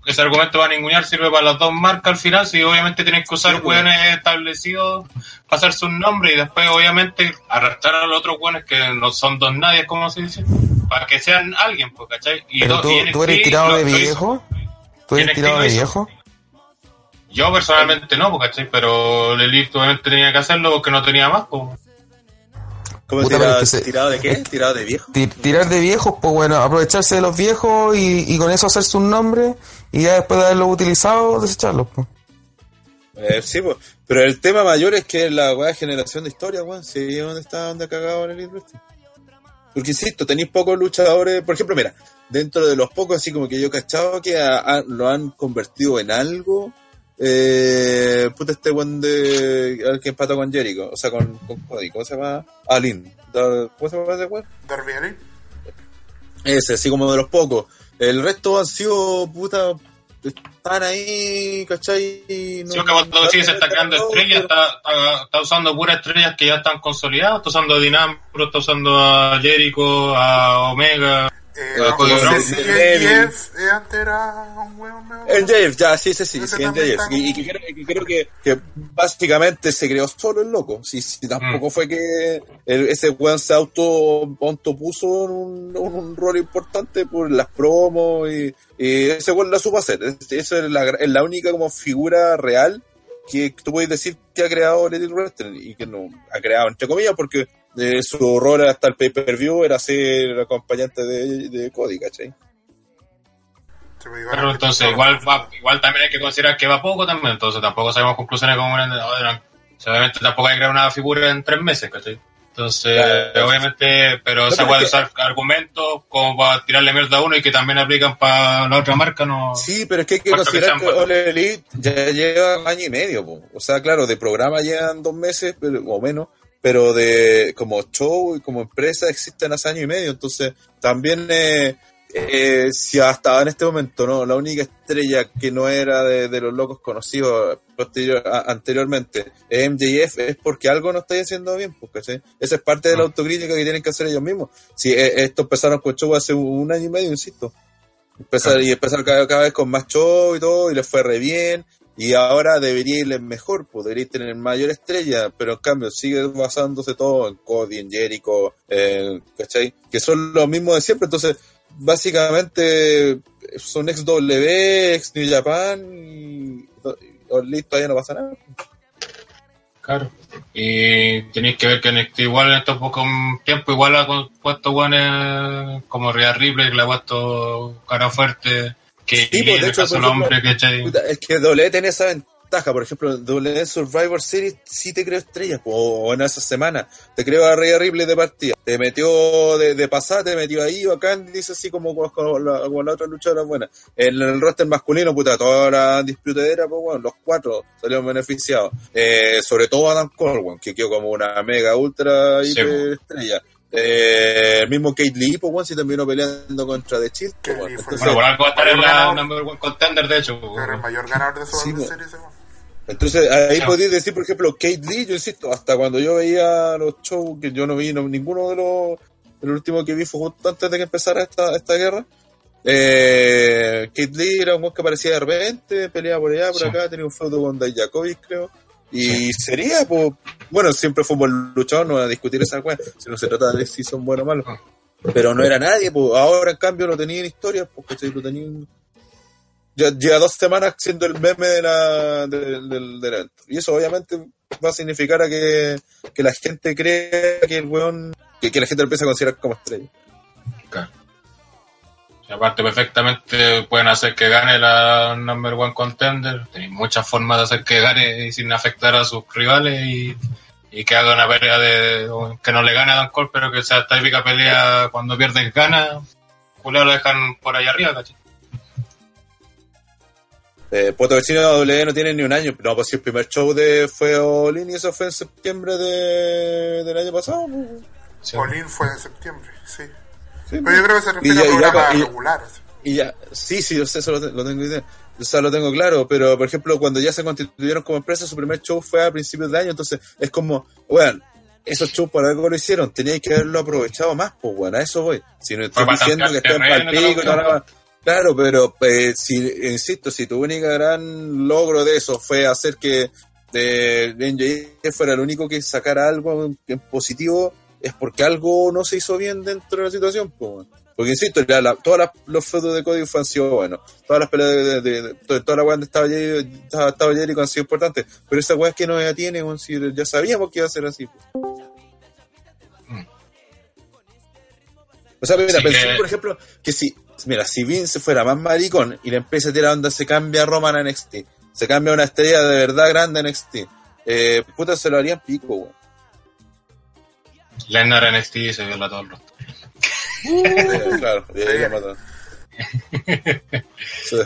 S1: ese argumento para ningunear sirve para las dos marcas al final, si obviamente tienen que usar
S2: Sí, pues.
S1: hueones establecidos, pasar sus nombres y después obviamente arrastrar a los otros hueones que no son dos nadie, como se dice, para que sean alguien, pues, ¿cachai? Y
S5: Pero
S1: no-
S5: tú,
S1: y NXT
S5: tú eres tirado
S1: lo-
S5: de
S1: lo hizo.
S5: viejo. ¿Tú
S1: NXT
S5: eres tirado
S1: lo
S5: de
S1: hizo.
S5: viejo?
S1: Yo personalmente no, pues, ¿cachai? Pero Lelith obviamente tenía que hacerlo porque no tenía más, pues.
S2: ¿Cómo
S5: Puta,
S2: tirado,
S5: pero es que se-
S2: ¿Tirado de qué? ¿Tirado de viejo?
S5: Ti- Tirar de viejos, pues bueno, aprovecharse de los viejos y, y con eso hacerse un nombre y ya después de haberlos utilizado, desecharlos, pues.
S2: Eh, sí, pues. Pero el tema mayor es que la weá generación de historia, weón. Sí, ¿dónde está? ¿Dónde ha cagado el Elite Wrestling? Porque insisto, tenéis pocos luchadores. Por ejemplo, mira, dentro de los pocos, así como que yo he cachado que a- a- lo han convertido en algo. Eh, puta, este weón de. Al que empató con Jericho, o sea, con, con Cody, ¿cómo se llama? Alin. Da- ¿Cómo se llama ese weón?
S3: Darby Allin.
S2: Ese, así como de los pocos. El resto han sido, puta, están ahí, ¿cachai? No-
S1: Sí, porque cuando decís se está creando
S2: no,
S1: estrellas,
S2: pero-
S1: está, está- está usando puras estrellas que ya están consolidadas. Está usando a Dinambro, está usando a Jericho, a Omega.
S3: Eh,
S2: Ah,
S3: no,
S2: Cody
S3: no sé
S2: Rhodes.
S3: si
S2: El
S3: el
S2: Devil.
S3: Jeff, eh, antes era un hueón medio-
S2: NJF, ya, sí, sí, sí,
S3: Ese
S2: sí,
S3: también
S2: NJF.
S3: Ah. está
S2: Y, y que creo, que, creo que- que básicamente se creó solo el loco. Sí, sí, tampoco fue que el- ese weón se auto, autopuso en un, un- un rol importante por las promos y, y ese weón la supo hacer. Es- Eso es la, gra- es la única como figura real que tú puedes decir que ha creado Little Wrestling y que no ha creado, entre comillas, porque eh, su rol hasta el pay-per-view era ser acompañante de, de Cody, ¿cachai?
S3: Se me dijo,
S1: Pero
S3: ah,
S1: entonces,
S3: no,
S1: igual,
S3: no,
S1: va- igual también hay que considerar que va poco también. Entonces, tampoco sabemos conclusiones como una. una- o sea, obviamente, tampoco hay que crear una figura en tres meses, ¿cachai? Entonces,
S2: Claro.
S1: obviamente, pero
S2: No,
S1: esa
S2: pero
S1: weá de
S2: es que-
S1: usar argumentos como para tirarle mierda a uno y que también aplican para la otra marca, no.
S2: Sí, pero es que hay que
S1: Cuatro
S2: considerar que
S1: que sean cuatro.
S2: All Elite ya lleva año y medio, po. o sea, claro, de programa llevan dos meses pero- o menos, pero de como show y como empresa existen hace año y medio, entonces también eh, eh, si hasta en este momento no, la única estrella que no era de, de los locos conocidos posterior- a- anteriormente es MJF es porque algo no estáis haciendo bien, pues, ¿cachai? Esa es parte de
S1: Ah.
S2: la autocrítica que tienen que hacer ellos mismos. Si eh, esto empezaron con show hace un año y medio, insisto. Empezar, y empezaron cada, cada vez con más show y todo, y les fue re bien. Y ahora debería irles mejor, pues, debería tener mayor estrella, pero en cambio sigue basándose todo en Cody, en Jericho, eh, ¿cachai? Que son los mismos de siempre, entonces básicamente son ex W, ex New Japan y, y todavía no pasa nada.
S1: Claro. Y tenéis que ver que NXT igual en estos pocos tiempo igual ha con- puesto guanes como Real Ripley, que le ha puesto cara fuerte, que
S2: Sí,
S1: Lee,
S2: pues, de
S1: en el
S2: hecho,
S1: caso
S2: por
S1: del hombre, que
S2: Puta, es que W tiene esa ventaja, por ejemplo, en W Survivor Series sí te creo estrellas, po, o en esa semana, te creo a Rhea Ripley de partida, te metió de, de pasada, te metió ahí, o acá dice así como con, con la, con la otra luchadora buena. En el roster masculino, puta, toda la disputadera, pues bueno, los cuatro salieron beneficiados, Eh, sobre todo Adam Corwin, que quedó como una mega ultra
S1: Sí,
S2: hiper estrella. Eh, el mismo Kate Lee, pues bueno, sí terminó peleando contra The pues, Chill.
S3: Kate Lee fue
S1: Bueno, por algo va a estar en la
S3: Ganador.
S1: number one contender, de hecho. pues,
S3: Era el mayor ganador de
S2: Sí,
S3: Survivor
S2: po.
S3: Series, ese weón.
S2: Entonces, ahí
S1: Ya.
S2: podéis decir, por ejemplo, Kate Lee, yo insisto, hasta cuando yo veía los shows, que yo no vi no- ninguno de los. El último que vi fue justo antes de que empezara esta, esta guerra. Eh, Kate Lee era un weón que aparecía de repente, peleaba por allá, por
S1: Sí.
S2: acá, tenía un feudo con Dijakovic, creo. Y sería, pues. Bueno, siempre fue un buen luchador, no voy a discutir esa weá, si no se trata de si son buenos o malos. pues, Pero no era nadie, pues. Ahora, en cambio, lo tenía en historias, porque lo tenía en ya lleva dos semanas siendo el meme de la, del- del- del evento. Y eso obviamente va a significar a que, que la gente crea que el weón, que, que la gente lo empieza a considerar como estrella.
S1: Claro. Y aparte, perfectamente pueden hacer que gane la number one contender. Tenéis muchas formas de hacer que gane y sin afectar a sus rivales y, y que haga una pelea de o que no le gane a Don Cole, pero que sea esta típica pelea cuando pierdes gana. Julio lo dejan por allá arriba, ¿cachai?
S2: Eh, Puerto Vecino W no tiene ni un año. No, pues si el primer show de fue Olin y eso fue en septiembre de, del año pasado. pues.
S1: Sí.
S3: Olin fue en septiembre, sí.
S2: Sí,
S3: Pero yo creo que se
S2: Y
S3: refiere
S2: ya- y ya
S3: a programas
S2: con- y-
S3: regulares.
S2: Y ya, sí, sí, yo sé, eso lo, te- lo tengo idea. O sea, lo tengo claro, pero por ejemplo, cuando ya se constituyeron como empresa, su primer show fue a principios de año, entonces es como, weón, esos shows por algo lo hicieron, teníais que haberlo aprovechado más, pues weón, a eso voy. Si no estoy
S1: para
S2: diciendo que
S1: tantear
S2: están para
S1: terreno,
S2: pico
S1: toda
S2: y toda
S1: la
S2: la va- Claro, pero eh, si, insisto, si tu única gran logro de eso fue hacer que eh, NJF fuera el único que sacara algo en- en positivo, es porque algo no se hizo bien dentro de la situación, pues weón. Porque insisto, ya la- todas las, los fotos de código han sido buenos. Todas las peleas de, de, de- to- toda la weá donde estaba Jericho estaba- estaba Jericho han sido importantes. Pero esa weá es que no la tiene, weón, si ya sabíamos que iba a ser así.
S1: Mm.
S2: O sea, mira,
S1: Sí,
S2: pensé,
S1: eh.
S2: por ejemplo, que si, mira, si Vince fuera más maricón y la empresa tirar onda se cambia a Roman a NXT, se cambia a una estrella de verdad grande a NXT, eh, puta, se lo harían pico, weón.
S1: Lennar en NXT y se viola todo el rostro.
S2: Eh, claro, de ahí lo mataron. Sí.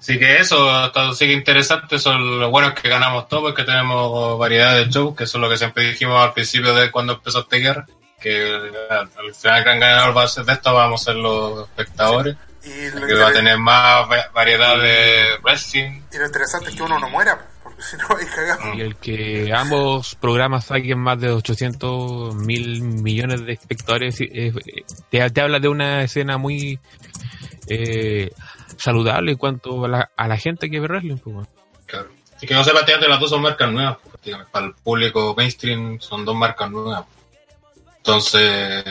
S1: Así que eso, está- sigue interesante. Son los buenos que ganamos todos porque tenemos variedad de shows, que eso es lo que siempre dijimos al principio de cuando empezó esta guerra. Que al al final el gran ganador va a ser de esto, vamos a ser los espectadores.
S3: Y lo,
S1: Que va a
S3: inter-
S1: tener más va- variedad de wrestling.
S3: y lo interesante es que uno no muera, porque si no, ahí cagamos.
S4: Y el que ambos programas saquen más de 800 mil millones de espectadores eh, te, te habla de una escena muy eh, saludable en cuanto a la, a la gente que ve wrestling. pues, bueno.
S1: Claro. Así que no sepa, teatro, las dos son marcas nuevas. pues, prácticamente. Para el público mainstream son dos marcas nuevas. Entonces,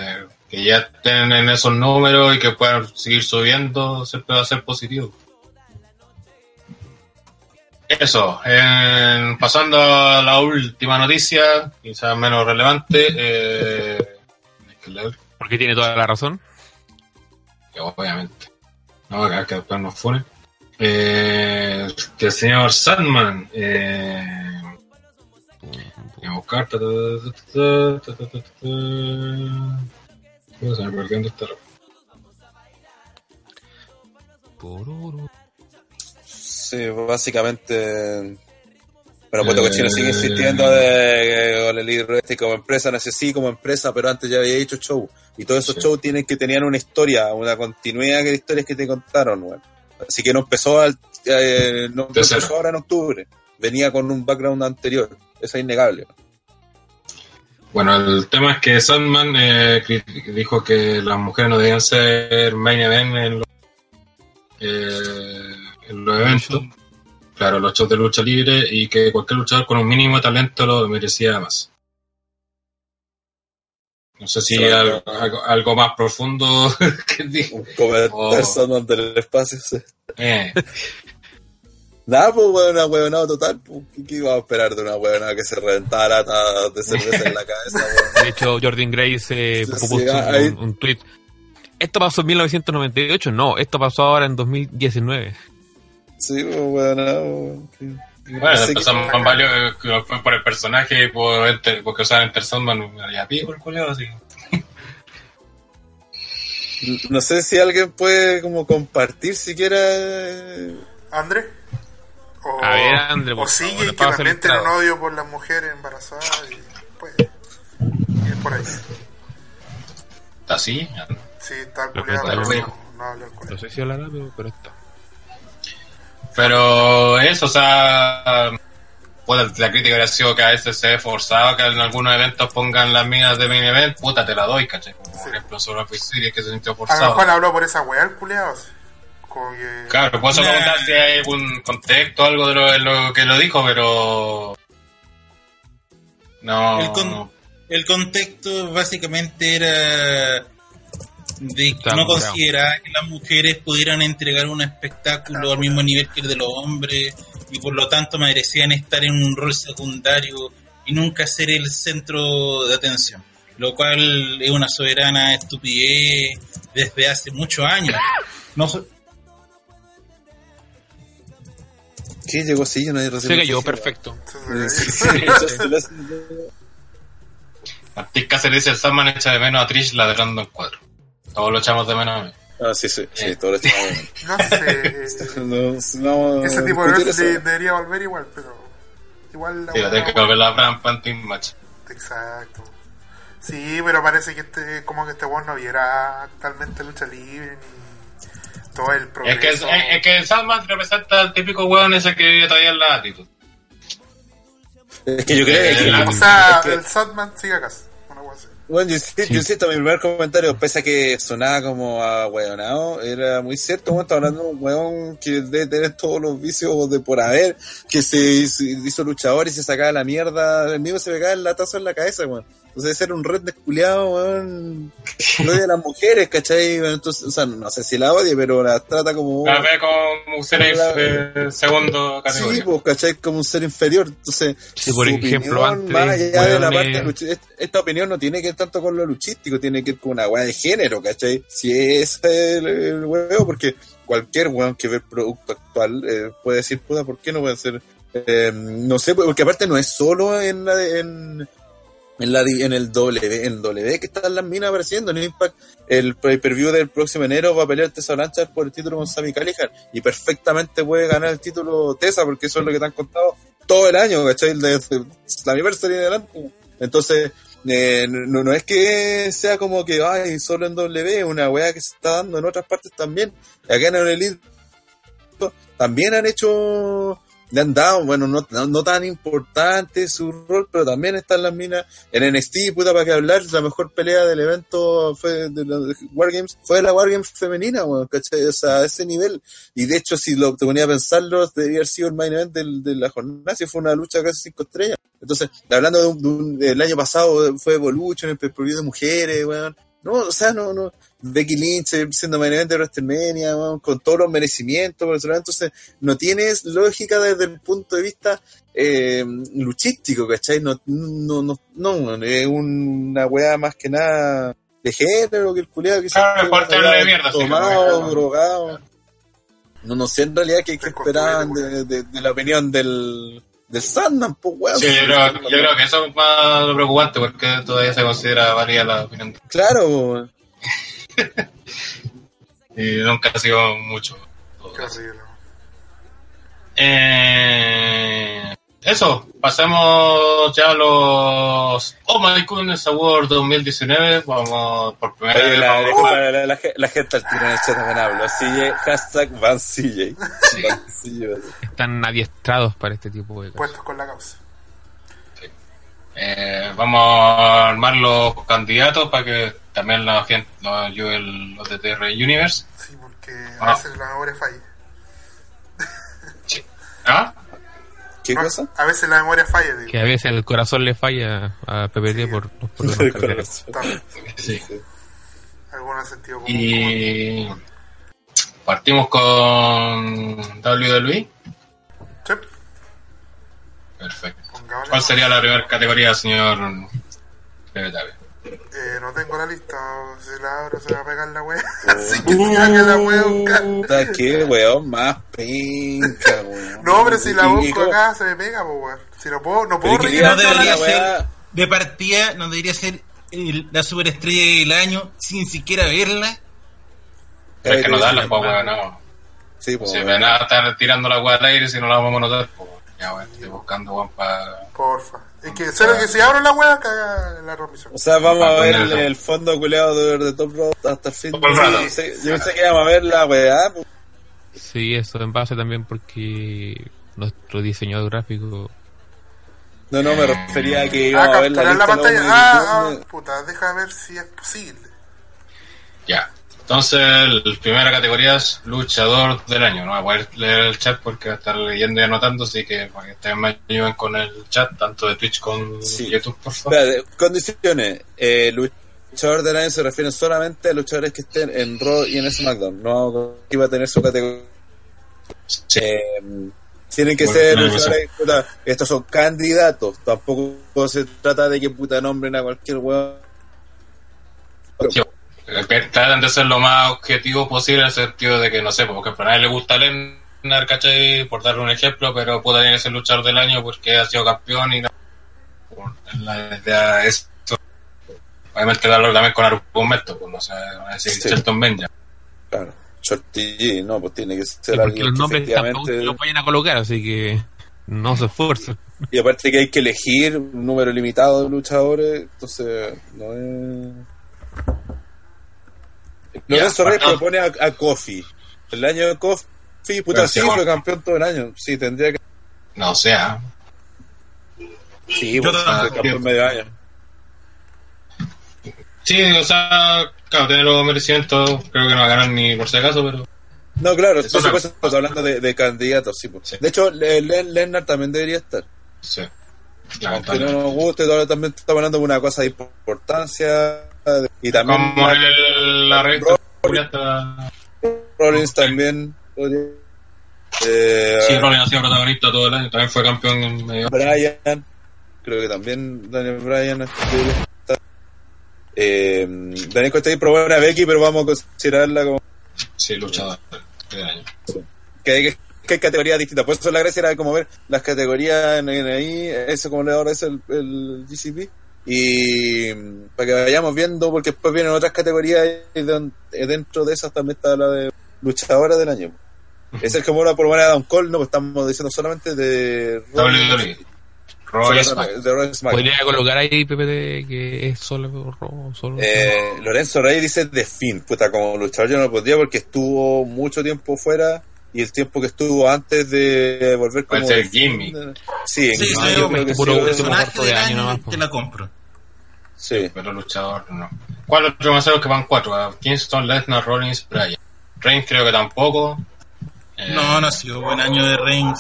S1: que ya estén en esos números y que puedan seguir subiendo, siempre va a ser positivo. Eso, en- pasando a la última noticia, quizás menos relevante, eh, es que leo,
S4: Porque tiene toda la razón.
S1: que obviamente, no, que- que después nos funen. Eh, que el señor Sandman eh, Voy a buscar. ta, ta, ta, ta, ta, ta, ta, ta, ta. Uy, se me perdió en esta-
S4: Pororo.
S2: Sí, básicamente. Pero Puerto
S1: Eh,
S2: Cochino sigue insistiendo de que con el libro este como empresa, no sé sí como empresa, pero antes ya había dicho show. Y todos esos
S1: Sí.
S2: shows tienen que tenían una historia, una continuidad de historias que te contaron, weón. Así que no empezó al, eh, no
S1: De cero.
S2: empezó ahora en octubre. Venía con un background anterior. Eso es innegable.
S1: Bueno, el tema es que Sandman eh, cri- dijo que las mujeres no debían ser main event en los, eh, en los eventos. Claro, los shows de lucha libre y que cualquier luchador con un mínimo de talento lo merecía más. No sé si
S2: Sí,
S1: al-
S2: no.
S1: algo, algo más profundo que dijo.
S2: Un comentario
S1: Oh.
S2: Sandman del espacio. sí.
S1: Eh,
S2: Nada, pues, weón, una huevonada total. Pues, ¿qué- ¿Qué iba a esperar de una huevonada que se reventara lata de cerveza en la cabeza, weón?
S4: De hecho, Jordan Grace eh,
S2: Sí,
S4: puso
S2: sí, ahí-
S4: un, un tweet. Esto pasó en 1998, no, esto pasó ahora en 2019.
S2: Sí, pues, weón, ah, weón, sí.
S1: Bueno,
S2: Así que-
S1: empezamos con varios, eh, que fue por el personaje y por Enter- porque usaban Enter Sandman y a pico el culiao, así.
S2: no sé si alguien puede como compartir siquiera eh,
S3: ¿André? O,
S4: A ver, André,
S3: o
S4: por
S3: sigue
S4: favor,
S3: y que
S4: pasa el
S3: también tiene un
S4: entrado.
S3: odio por las mujeres embarazadas y pues, y es por ahí.
S1: Así.
S3: Sí, está
S4: Lo
S3: culiado,
S4: que
S3: pero
S1: está
S3: no, no hablo con
S4: No
S3: él.
S4: sé si hablará, pero, pero está.
S1: Pero eso, o sea, puta, la crítica habría sido que a veces se ha forzado que en algunos eventos pongan las minas de mini event, puta, te la doy, caché. Como por ejemplo sobre Series que se sintió
S3: A lo
S1: forzado.
S4: Ah.
S3: mejor habló por esa weá, el culiado. Como que.
S1: Claro, puedo solo preguntar si hay algún contexto, algo de lo, de lo que lo dijo, pero... No,
S6: El con- El contexto básicamente era de que
S4: Claro,
S6: no consideraba que las mujeres pudieran entregar un espectáculo al mismo nivel que el de los hombres y por lo tanto merecían estar en un rol secundario y nunca ser el centro de atención, lo cual es una soberana estupidez desde hace muchos años. No, so-
S2: ¿Qué llegó así? Yo no he
S4: Se cayó, perfecto.
S1: Martín Cáceres dice, el Sandman echa de menos a Trish ladrando en cuadro. Todos lo echamos de menos a mí.
S2: Ah, sí, sí, sí, todo lo estamos
S3: No sé.
S2: viendo. No, no,
S3: Ese tipo de
S2: discutir
S3: verse
S2: eso.
S3: debería volver igual, pero. Igual la
S1: Sí, lo tengo que volver a Bran Pantin Match.
S3: Exacto. Sí, pero parece que este, como que este weón no viera actualmente lucha libre ni todo el
S1: Es que, es,
S3: progreso.
S1: es que el Sandman representa al típico weón ese que vive todavía en la actitud.
S2: Es que yo creo que.
S1: Eh, la-
S3: O sea,
S2: es que-
S3: el Sandman sigue acá. Una weá así.
S2: Bueno, yo insisto, yo insisto, mi primer comentario, pese a que sonaba como a hueonado, era muy cierto, bueno, está hablando de un hueón que debe tener todos los vicios de por haber, que se hizo, hizo luchador y se sacaba la mierda, el mismo se pegaba el latazo en la cabeza, weón. Entonces era un red desculiado, weón, que odia a las mujeres, ¿cachai? Bueno, entonces, o sea, no sé si la odia, pero la trata como...
S1: La ve como mujeres
S2: La-
S1: de segundo
S2: Sí,
S1: categoría.
S2: pues, ¿cachai? Como un ser inferior. Entonces,
S4: Sí, por
S2: su
S4: ejemplo,
S2: opinión,
S4: antes,
S2: más allá de la
S4: weones-
S2: parte luchi- est- esta opinión no tiene que ver tanto con lo luchístico, tiene que ver con una weá de género, ¿cachai? Si es el, el huevo, porque cualquier weón que ve el producto actual eh, puede decir, puta, ¿por qué no puede ser? Eh, no sé, porque aparte no es solo en la, de- en, en, la, di- en el W, en W que están las minas apareciendo, en Impact, el pay-per-view del próximo enero va a pelear Tessa Blanchard por el título con Sammy Callihan y perfectamente puede ganar el título Tessa porque eso es lo que te han contado todo el año, ¿cachai? Desde la anniversary en adelante. Entonces, eh, no, no es que sea como que, ay, solo en W, una weá que se está dando en otras partes también. Acá en el Elite también han hecho, le han dado, bueno, no, no, no tan importante su rol, pero también están las minas en NXT, puta, para qué hablar, la mejor pelea del evento fue de la de Wargames, fue la Wargames femenina, weón, ¿cachai? O sea, a ese nivel. Y de hecho, si lo, te ponía a pensarlo, debería haber sido el main event del- de la jornada, si fue una lucha casi cinco estrellas. Entonces, hablando de un, de un- del año pasado, fue Evolution, el pay-per-view de mujeres, weón. No, o sea, no, no. Becky Lynch siendo main event de WrestleMania, weón, con todos los merecimientos, por otro lado. entonces no tienes lógica desde el punto de vista eh, luchístico, ¿cachai? No, no, no, no, weón, es una weá más que nada de género que el culiado que
S1: Claro,
S2: se-
S1: por tenerle de mierda, sí,
S2: tomado,
S1: claro.
S2: drogado. No, no sé en realidad qué, qué
S3: Se
S2: esperaban
S3: construye,
S2: de, de- de la opinión del, del Sandman, pues, weón.
S1: Sí, yo creo, yo creo que eso es más lo preocupante porque todavía se considera válida la opinión.
S2: Claro, weón.
S1: Y nunca ha sido mucho.
S3: Qué horrible.
S1: Eh, eso, pasemos ya a los Oh My Goodness Award 2019. Vamos por primera
S2: Oye,
S1: vez.
S2: la,
S1: vamos
S2: disculpa,
S1: a-
S2: la- la- la ge- la gente al tiro en el chat también habló. CJ, eh, hashtag Van CJ. Van CJ.
S4: Están adiestrados para este tipo de cosas.
S3: Puestos con la causa.
S1: Eh, vamos a armar los candidatos para que también la gente nos ayude el OTTR Universe.
S3: Sí, porque
S1: Ah.
S3: a veces la memoria falla.
S1: ¿Ah?
S2: ¿Qué
S3: Ah,
S2: cosa?
S3: A veces la memoria falla, digo.
S4: Que a veces el corazón le falla a PPT por los
S2: El
S4: problemas cardíacos.
S2: corazón.
S3: Tal,
S1: Sí.
S3: Algún sentido común.
S1: Y partimos con WWE.
S3: común. Sí,
S1: Perfecto.
S3: pongámosle.
S1: ¿Cuál sería la primera categoría, señor Bebetabe?
S3: Eh, no tengo la lista. Si la abro, se va a pegar la wea.
S2: Oh.
S3: Así que si que la wea buscar.
S2: Puta, qué weón más penca, weón.
S3: No, pero si la
S2: Y- y
S3: busco
S2: cómo-
S3: acá se me pega, pues, weón. Si no puedo, no puedo
S2: Pero que
S3: rellenar
S2: diga
S6: no
S3: toda la
S6: debería
S2: la
S3: lista.
S2: weá.
S6: ser de partida, no debería ser el- la superestrella del año sin siquiera verla.
S1: Es que no da la
S2: Sí,
S1: pues, weón, no.
S2: Sí, pues,
S1: Si
S2: weón.
S1: me van a estar tirando la weá al aire si no la vamos a notar, pues, ya, weón, estoy buscando, weón, para.
S3: Porfa. Es que solo que si abro la wea, caga la transmisión.
S2: O sea, vamos a
S1: Ah,
S2: ver
S1: con
S2: el,
S1: eso.
S2: el fondo culeado de, de Top Road hasta el fin.
S1: Por el rato.
S2: Sí, sí, yo pensé que íbamos a ver la weá. pues.
S4: Sí, eso en base también porque nuestro diseñador gráfico
S2: No, no, me refería a que
S3: Ah,
S2: íbamos a ver la
S3: capturar la
S2: lista.
S3: pantalla.
S2: luego de
S3: Ah,
S2: YouTube.
S3: ah, puta, deja ver si es posible.
S1: Ya. Entonces, la primera categoría es luchador del año. No voy a poder leer el chat porque va a estar leyendo y anotando, así que para que ustedes me ayuden con el chat, tanto de Twitch como
S2: Sí.
S1: YouTube, por favor.
S2: Espérate, condiciones. Eh, luch- luchador de la se refieren solamente a luchadores que estén en Raw y en SmackDown. No iba a tener su categoría.
S1: Sí.
S2: Eh, tienen que
S1: Bueno,
S2: ser
S1: tiene
S2: luchadores, puta, estos son candidatos. Tampoco se trata de que puta nombren a cualquier weón.
S1: Que Tratan de ser lo más objetivo posible en el sentido de que, no sé, porque a nadie le gusta Lennar, ¿cachai? Por darle un ejemplo, pero puede tener ese luchador del año porque ha sido campeón y no. por- La idea es. Obviamente, darlo también con argumentos, pues, no sé, van a decir
S2: Sí.
S1: Shelton Benja.
S2: Claro, Shorty G, no, pues tiene que
S4: Sí,
S2: ser
S4: porque
S2: alguien
S4: los
S2: que
S4: nombres tampoco
S2: efectivamente-
S4: los vayan a colocar, así que no se esfuercen.
S2: Y aparte que hay que elegir un número limitado de luchadores, entonces no es... Lorenzo
S1: Ya,
S2: Rey
S1: bueno.
S2: propone a, a Kofi. El año de Kofi, puta,
S1: Pero
S2: sí,
S1: si vos-
S2: fue campeón todo el año. Sí, tendría que...
S1: No, ¿ah? o sea,
S2: Sí,
S6: Yo
S2: pues,
S6: también.
S2: fue campeón medio año.
S1: Sí, o sea, claro, tiene los merecimientos, creo que no va a ganar ni por si acaso, pero
S2: No, claro,
S1: Eso
S2: por
S1: no.
S2: supuesto, estamos hablando de, de candidatos, sí, pues.
S1: Sí.
S2: De hecho, Le- Le- Lennart también debería estar.
S1: sí.
S2: Aunque
S1: Lamentable.
S2: no nos guste, ahora también estamos hablando de una cosa de importancia. de- y también
S1: Como el, la revista está...
S2: Rollins también podría... Eh,
S1: Sí, Rollins ha sido protagonista todo el año, también fue campeón en medio.
S2: Bryan, creo que también Daniel Bryan está. Eh, Daniel Costello probó una Becky, pero vamos a considerarla como
S1: Sí, luchador del año.
S2: que hay, que hay categorías distintas. Por eso la gracia era como ver las categorías en, en ahí, eso como le ahora es el, el GCP. Y mm, para que vayamos viendo, porque después vienen otras categorías y don- eh, dentro de esas también está la de luchadora del año. Esa es como la por manera de Don Cole, no pues estamos diciendo solamente de
S1: WWE. Roy E, Smack.
S2: de Roy Smack.
S4: Podría colocar ahí, Pepe, que es solo robo, solo.
S2: Eh, Lorenzo Rey dice The Finn, puta, como luchador yo no lo podría porque estuvo mucho tiempo fuera y el tiempo que estuvo antes de volver
S1: Puede
S2: como
S1: ser
S2: The Fiend,
S1: Jimmy.
S2: Sí, en
S6: Sí,
S2: Jimmy
S6: sí,
S2: yo creo que
S4: puro
S2: sí,
S4: último
S6: personaje
S4: cuarto de
S6: del
S4: año
S6: año,
S4: nomás, po.
S6: te la compro.
S2: sí.
S1: Pero luchador no. ¿Cuál otro más que van cuatro? Ah, Kingston, Lesnar, Rollins, Bryan. Reigns creo que tampoco. Eh,
S6: No, no ha sido buen año de Reigns.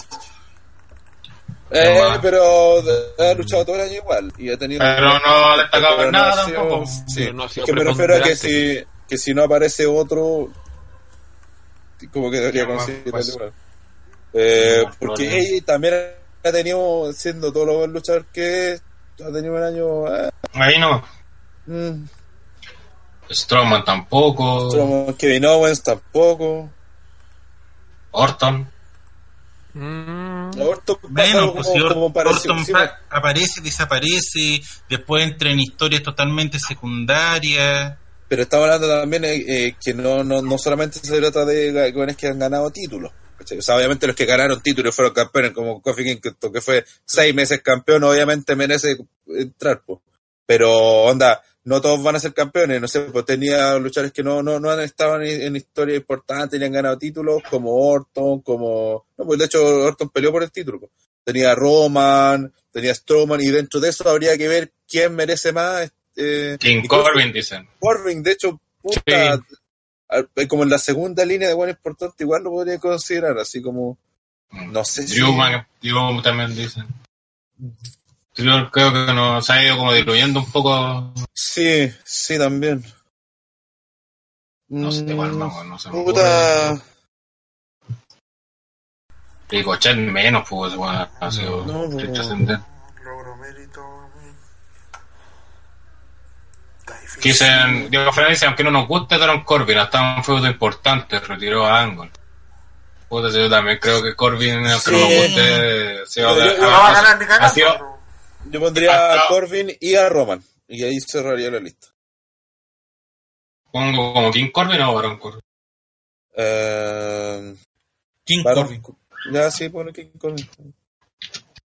S2: Eh, pero ha luchado todo el año igual y ha tenido
S1: Pero no ha destacado
S2: pero
S1: en
S2: no
S1: nada
S2: ha sido-
S1: tampoco.
S2: sí.
S4: No ha sido
S2: que me refiero a que si,
S4: preponderante.
S2: que si no aparece otro como que debería
S1: Ya, bueno,
S2: considerarlo
S1: pues.
S2: igual. Eh,
S1: No,
S2: porque
S1: no, no.
S2: ella también ha tenido siendo todo lo buen luchador que es, ha tenido un año eh,
S1: Ahí no.
S2: mm,
S1: Strowman tampoco.
S2: Como Kevin Owens tampoco.
S1: Orton.
S4: Mm,
S2: Orton pasa
S6: Bueno,
S2: algo
S6: pues
S2: como-
S6: si Or-
S2: como parecido,
S6: Orton
S2: sí,
S6: pa- aparece, desaparece, después entra en historias totalmente secundarias.
S2: pero estamos hablando también eh, eh, que no, no, no solamente se trata de ga- jóvenes que han ganado títulos. ¿cachai? O sea, obviamente los que ganaron títulos fueron campeones, como Kofi Kingston, que fue seis meses campeón, obviamente merece entrar. po. Pero, onda, no todos van a ser campeones. No sé, pues tenía luchadores que no, no, no han estado en, en historia importante ni han ganado títulos, como Orton, como. No, pues de hecho, Orton peleó por el título. po. Tenía a Roman, tenía a Strowman, y dentro de eso habría que ver quién merece más. eh,
S1: King
S2: incluso-
S1: Corbin dicen.
S2: Corbin, de hecho, puta, al- eh, como en la segunda línea de buen importante, igual lo podría considerar, así como, no sé si...
S1: Drew, Man- Drew también dicen. Drew creo que nos ha ido como diluyendo un poco.
S2: Sí, sí, también.
S1: No sé, igual no,
S2: Mm,
S1: no se me
S2: Puta,
S1: Ricochet menos, pues, bueno, ha sido
S2: No, no.
S1: trascendente.
S3: Logro mérito. mm. Está difícil.
S1: Dicen, Diego Fernández dice, aunque no nos guste Darren Corbin, hasta un feudo importante, retiró a Angle. Puta, yo también creo que Corbin, aunque no nos
S2: Sí.
S1: guste, se va a
S2: Pero yo-
S3: No va a ganar ni
S1: ha sido-
S3: cagando.
S2: yo pondría
S1: hasta-
S2: a Corbin y a Roman, y ahí cerraría la lista.
S1: Pongo como King Corbin o Baron Corbin.
S2: Eh,
S6: King
S2: Baron
S6: Corbin.
S2: Cor- Ya, sí, pone King Corbin.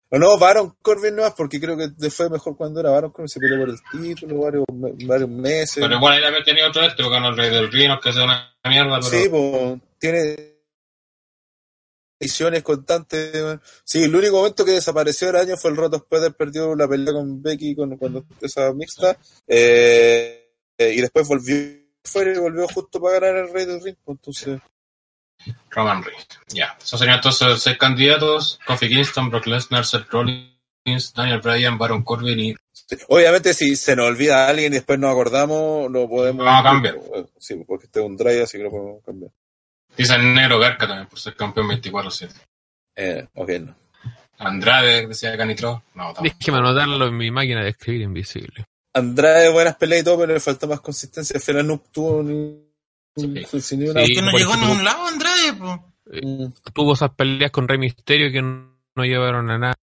S2: O no, Baron Corbin no es porque creo que le fue mejor cuando era Baron Corbin, se peleó por el título varios, me- varios meses.
S1: Pero igual ahí también tenía otro este, porque no el Rey del Rino, que es una mierda, pero...
S2: Sí, po, tiene ediciones constantes. weón. Sí, el único momento que desapareció el año fue el Roto después de perdió la pelea con Becky con, cuando esa mixta. eh, eh, y después volvió fuera y volvió justo para ganar el Rey del Ring. pues, Entonces,
S1: Roman Reigns. Ya. Esos serían entonces los seis candidatos: Kofi Kingston, Brock Lesnar, Seth Rollins, Daniel Bryan, Baron Corbin y
S2: Obviamente, si se nos olvida a alguien y después nos acordamos, lo podemos.
S1: Vamos a cambiar.
S2: Sí, porque este es un drive, así que lo podemos cambiar.
S1: Dice el negro Garca también por ser campeón 24-7.
S2: Eh, ok, no.
S1: Andrade, decía Canitro. No, tampoco.
S4: Déjeme anotarlo en mi máquina de escribir invisible.
S2: Andrade, buenas peleas y todo, pero le falta más consistencia. Al final no tuvo ni.
S1: Sí.
S2: ni una-
S4: Sí.
S6: Que no
S4: por
S6: llegó a
S4: ejemplo.
S6: ningún lado, Andrade, po.
S2: Mm.
S4: Tuvo esas peleas con Rey Misterio que no no llevaron a nada.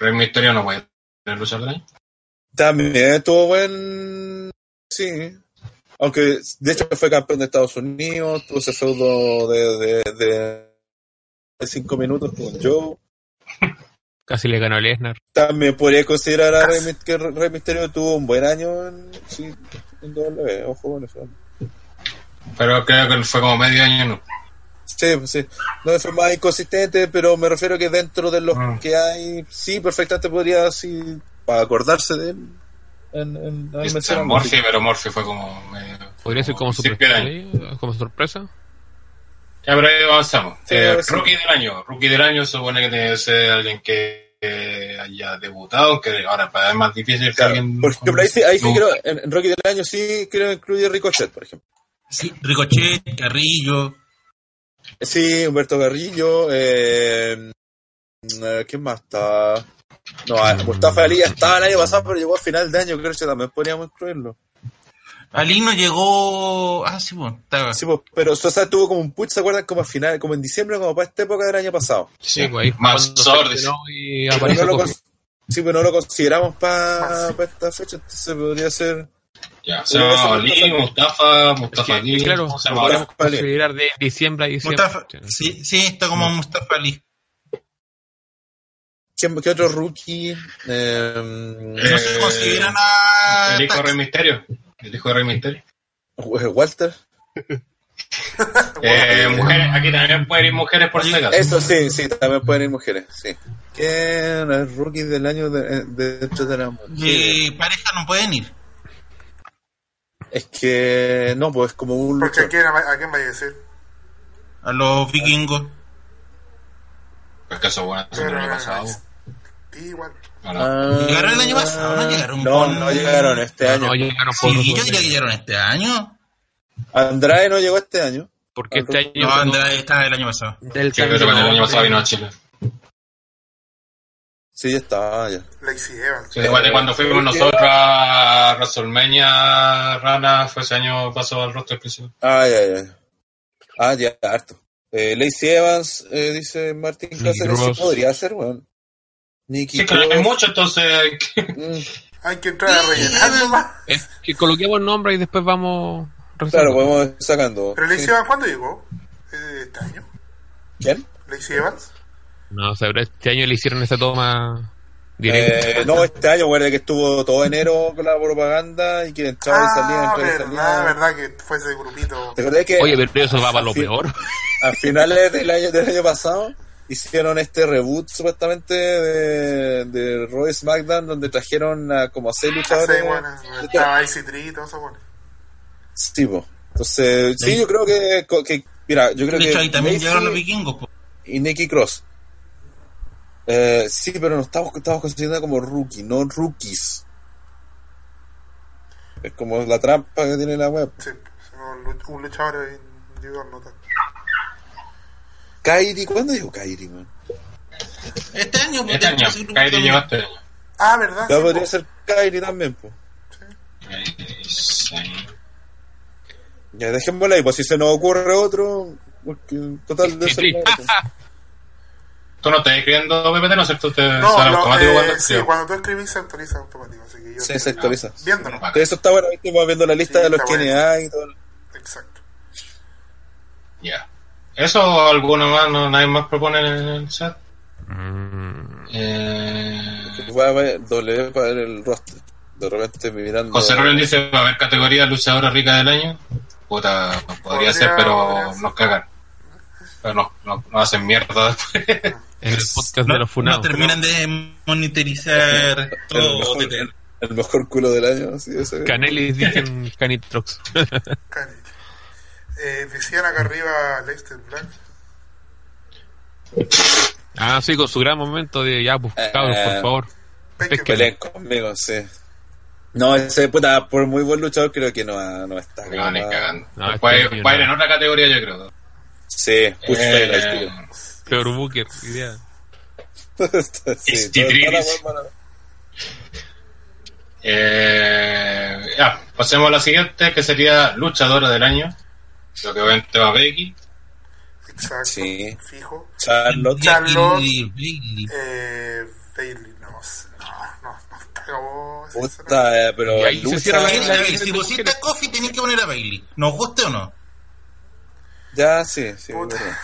S1: Rey Misterio no puede ser luchador del año.
S2: También tuvo buen. Sí. Aunque, de hecho, fue campeón de Estados Unidos, tuvo ese feudo de, de, de, de cinco minutos con Joe.
S4: Casi le ganó a Lesnar.
S2: También podría considerar a Rey, Mis- que Rey Misterio tuvo un buen año en, sí, en W, ojo con eso.
S1: Pero creo que fue como medio año. No.
S2: Sí, pues sí. No fue más inconsistente, pero me refiero que dentro de los
S1: Mm.
S2: que hay, sí, perfectamente podría, sí, para acordarse de él. En, en, al
S1: Dice
S2: mencionarlo.
S1: Morphy, pero Morphy fue como medio.
S4: Podría ser como
S1: principio
S4: sorpresa.
S1: del año.
S4: ¿eh? Como sorpresa.
S1: Ya, pero ahí avanzamos.
S2: Sí,
S1: Eh,
S2: avanzamos.
S1: rookie del año. Rookie del año supone que tiene que ser alguien que eh, haya debutado, que ahora para es más difícil que
S2: Claro,
S1: alguien.
S2: por ejemplo, ahí sí, ahí sí
S1: No.
S2: creo, en, en Rocky del Año sí creo que incluye Ricochet, por ejemplo.
S6: Sí, Ricochet, Carrillo,
S2: Sí, Humberto Garrillo, eh, eh, ¿quién más está? No, a ver, Mustafa Ali ya estaba el año pasado, pero llegó a final de año, creo que también podríamos incluirlo.
S6: Ali no llegó. Ah, sí, po, estaba.
S2: Sí, pues, pero Sosa tuvo como un push, ¿se acuerdan? Como a final, como en diciembre, como para esta época del año pasado.
S1: Sí,
S4: pues ahí
S1: más
S4: cuando se
S1: sordos.
S4: lesionó y
S2: Pero
S4: aparece
S2: no lo
S4: Kofi.
S2: cons- sí, pero no lo consideramos para
S3: Ah, sí.
S2: esta fecha, entonces podría ser...
S1: Ya, o sea,
S2: Eso
S1: Ali,
S2: Mustafa.
S1: Mustafa, Mustafa
S4: Que,
S1: Ali.
S4: claro,
S1: ¿cómo se llama ahora?
S4: podríamos
S2: Mustafa Ali.
S4: considerar de diciembre a diciembre.
S6: Mustafa- sí, sí, está como Mustafa Ali.
S2: ¿Qué, qué otro rookie? Eh,
S6: No se
S1: Eh,
S6: consideran a.
S1: El hijo de Rey Misterio. El hijo de Rey Misterio.
S2: Walter.
S1: Eh, mujeres, aquí también pueden ir mujeres por si acaso.
S2: Eso sí, sí, también pueden ir mujeres, sí. ¿Quién es rookie del año de, eh, de, dentro de las mujeres?
S6: Eh, pareja no pueden ir.
S2: Es que no, pues es como un
S3: Porque a
S2: luchador.
S3: quién, a quién vaya a decir.
S6: A los vikingos.
S1: Pues que eso bueno, eso no lo he pasado.
S3: Sí, igual.
S1: No, no.
S2: Ah,
S6: ¿Llegaron el año pasado? ¿No llegaron
S2: No,
S6: con-
S2: no llegaron este
S4: No,
S2: año.
S4: no llegaron por
S6: Sí, yo diría que llegaron este año.
S2: Andrade no llegó este año.
S4: porque este año
S6: No, Andrade estaba el año pasado.
S4: del
S1: Sí, pero el año pasado vino a Chile.
S2: Sí, ya estaba, ya.
S3: Lacey Evans.
S1: Sí, igual de cuando fuimos nosotros a WrestleMania, Rana, fue ese año pasó al roster principal.
S2: Ah, ya, ya. Ah, ya, harto. Eh, Lacey Evans, eh, dice Martín
S4: Nikki
S2: Cáceres, sí
S4: Cross.
S2: podría ser, weón. Nicky mm,
S1: Sí, que no hay mucho, entonces hay que-
S3: Hay que entrar a rellenar nomás.
S4: es que coloquemos nombres y después vamos
S2: Claro,
S4: rezando.
S2: podemos ir sacando.
S3: Pero Lacey
S2: Sí.
S3: Evans, ¿cuándo llegó? Eh, Este año.
S2: ¿Quién?
S3: Lacey Evans.
S4: No, o sea, pero este año le hicieron esa toma directa.
S2: Eh, no, este año, güey, que estuvo todo enero con la propaganda y que entraba y salía,
S3: Ah,
S2: entraba y
S3: verdad,
S2: salía.
S3: verdad que fue ese grupito.
S2: ¿Te acordás que
S4: Oye, pero eso va para lo
S2: Sí.
S4: peor.
S2: a finales del año, del año pasado hicieron este reboot supuestamente de, de Roy SmackDown donde trajeron a como a seis
S3: Ah, Sí,
S2: luchadores?
S3: bueno, estaba Icy Tree y todo eso, bueno.
S2: Sí, po. Entonces, sí, yo creo que, co- que- mira, yo creo
S6: De
S2: que
S6: hecho, ahí también
S2: Lacey
S6: llegaron los vikingos. po.
S2: y Nikki Cross. Eh, sí, pero nos estamos, estamos considerando como rookie, no rookies. Es como la trampa que tiene la web.
S3: Sí, son lu- un luchador individual, no tanto.
S2: Kairi, ¿cuándo dijo Kairi, man?
S6: Este año, po,
S1: Este año,
S6: este grupo
S1: Kairi
S6: también.
S1: llegó este año.
S3: Ah, verdad.
S2: Ya
S3: sí,
S2: podría
S3: po.
S2: ser Kairi también, pues.
S1: Eh, sí.
S2: Ya dejémosla ahí, pues si se nos ocurre otro, porque total de
S4: Sí,
S2: ser
S4: sí.
S1: Tú no estás escribiendo PPT, ¿no es cierto? Te
S3: No,
S1: sale
S3: lo-
S1: automático
S3: eh,
S1: cuando
S3: sí,
S1: escribo.
S3: cuando tú escribís se autoriza automático, así que yo
S2: Sí,
S3: estoy
S2: se actualiza.
S3: viéndolo.
S1: Vale.
S2: Eso está bueno, viste, vamos viendo la lista
S3: Sí,
S2: de los
S3: está
S2: quienes
S3: bueno.
S2: hay y todo.
S3: Exacto.
S1: Ya. ¿Eso o alguno más? No, ¿Nadie más propone en el chat?
S4: Mm,
S1: Eh,
S2: Voy a ver, doble para ver el roster. De repente me mirando.
S1: José Roland dice, va a haber categoría luchadora rica del año. Puta, podría,
S3: Podría,
S1: ser, pero
S3: podría ser.
S1: nos cagan. Pero nos, nos- nos hacen mierda después.
S4: en el podcast
S6: No,
S4: de los funados.
S6: no terminan de monitorizar
S2: El
S6: todo
S2: mejor.
S6: TTR.
S2: El mejor culo del año, así ese.
S4: Canelis dicen Canitrox.
S3: Cani. Eh, decían acá arriba Lester Black.
S4: ah, sí, con su gran momento de ya, pues, cabros,
S2: Eh.
S4: por favor.
S3: Peque,
S4: Es que-
S3: peque.
S2: Peleen conmigo, sí. No, ese puta, por muy buen luchador, creo que no, ha- no está.
S1: No, ni cagando.
S4: No, es
S1: puede,
S4: terrible.
S1: puede ir en otra categoría, yo creo.
S2: Sí, justo
S1: Eh,
S2: era el tío.
S4: Peor Booker, idea.
S2: sí, todo-
S1: Estitritis.
S2: toda la hueá mala.
S1: eh, ya, pasemos a la siguiente, que sería luchadora del año. Creo que obviamente va Becky.
S3: Exacto.
S2: Sí.
S3: Fijo.
S2: Charlotte.
S3: Charlotte.
S6: Y- y- y-
S3: Eh, Bailey, no, no, no, no cagó. esa- esa-
S2: Puta, eh, pero
S4: Y ahí se
S2: lucha-
S4: cierra la-
S6: Bailey,
S4: la-
S6: Bailey, si pusiste a Coffee tenés que poner a Bailey. ¿Nos guste o no?
S2: Ya, sí, sí.
S3: Puta.
S2: verdad.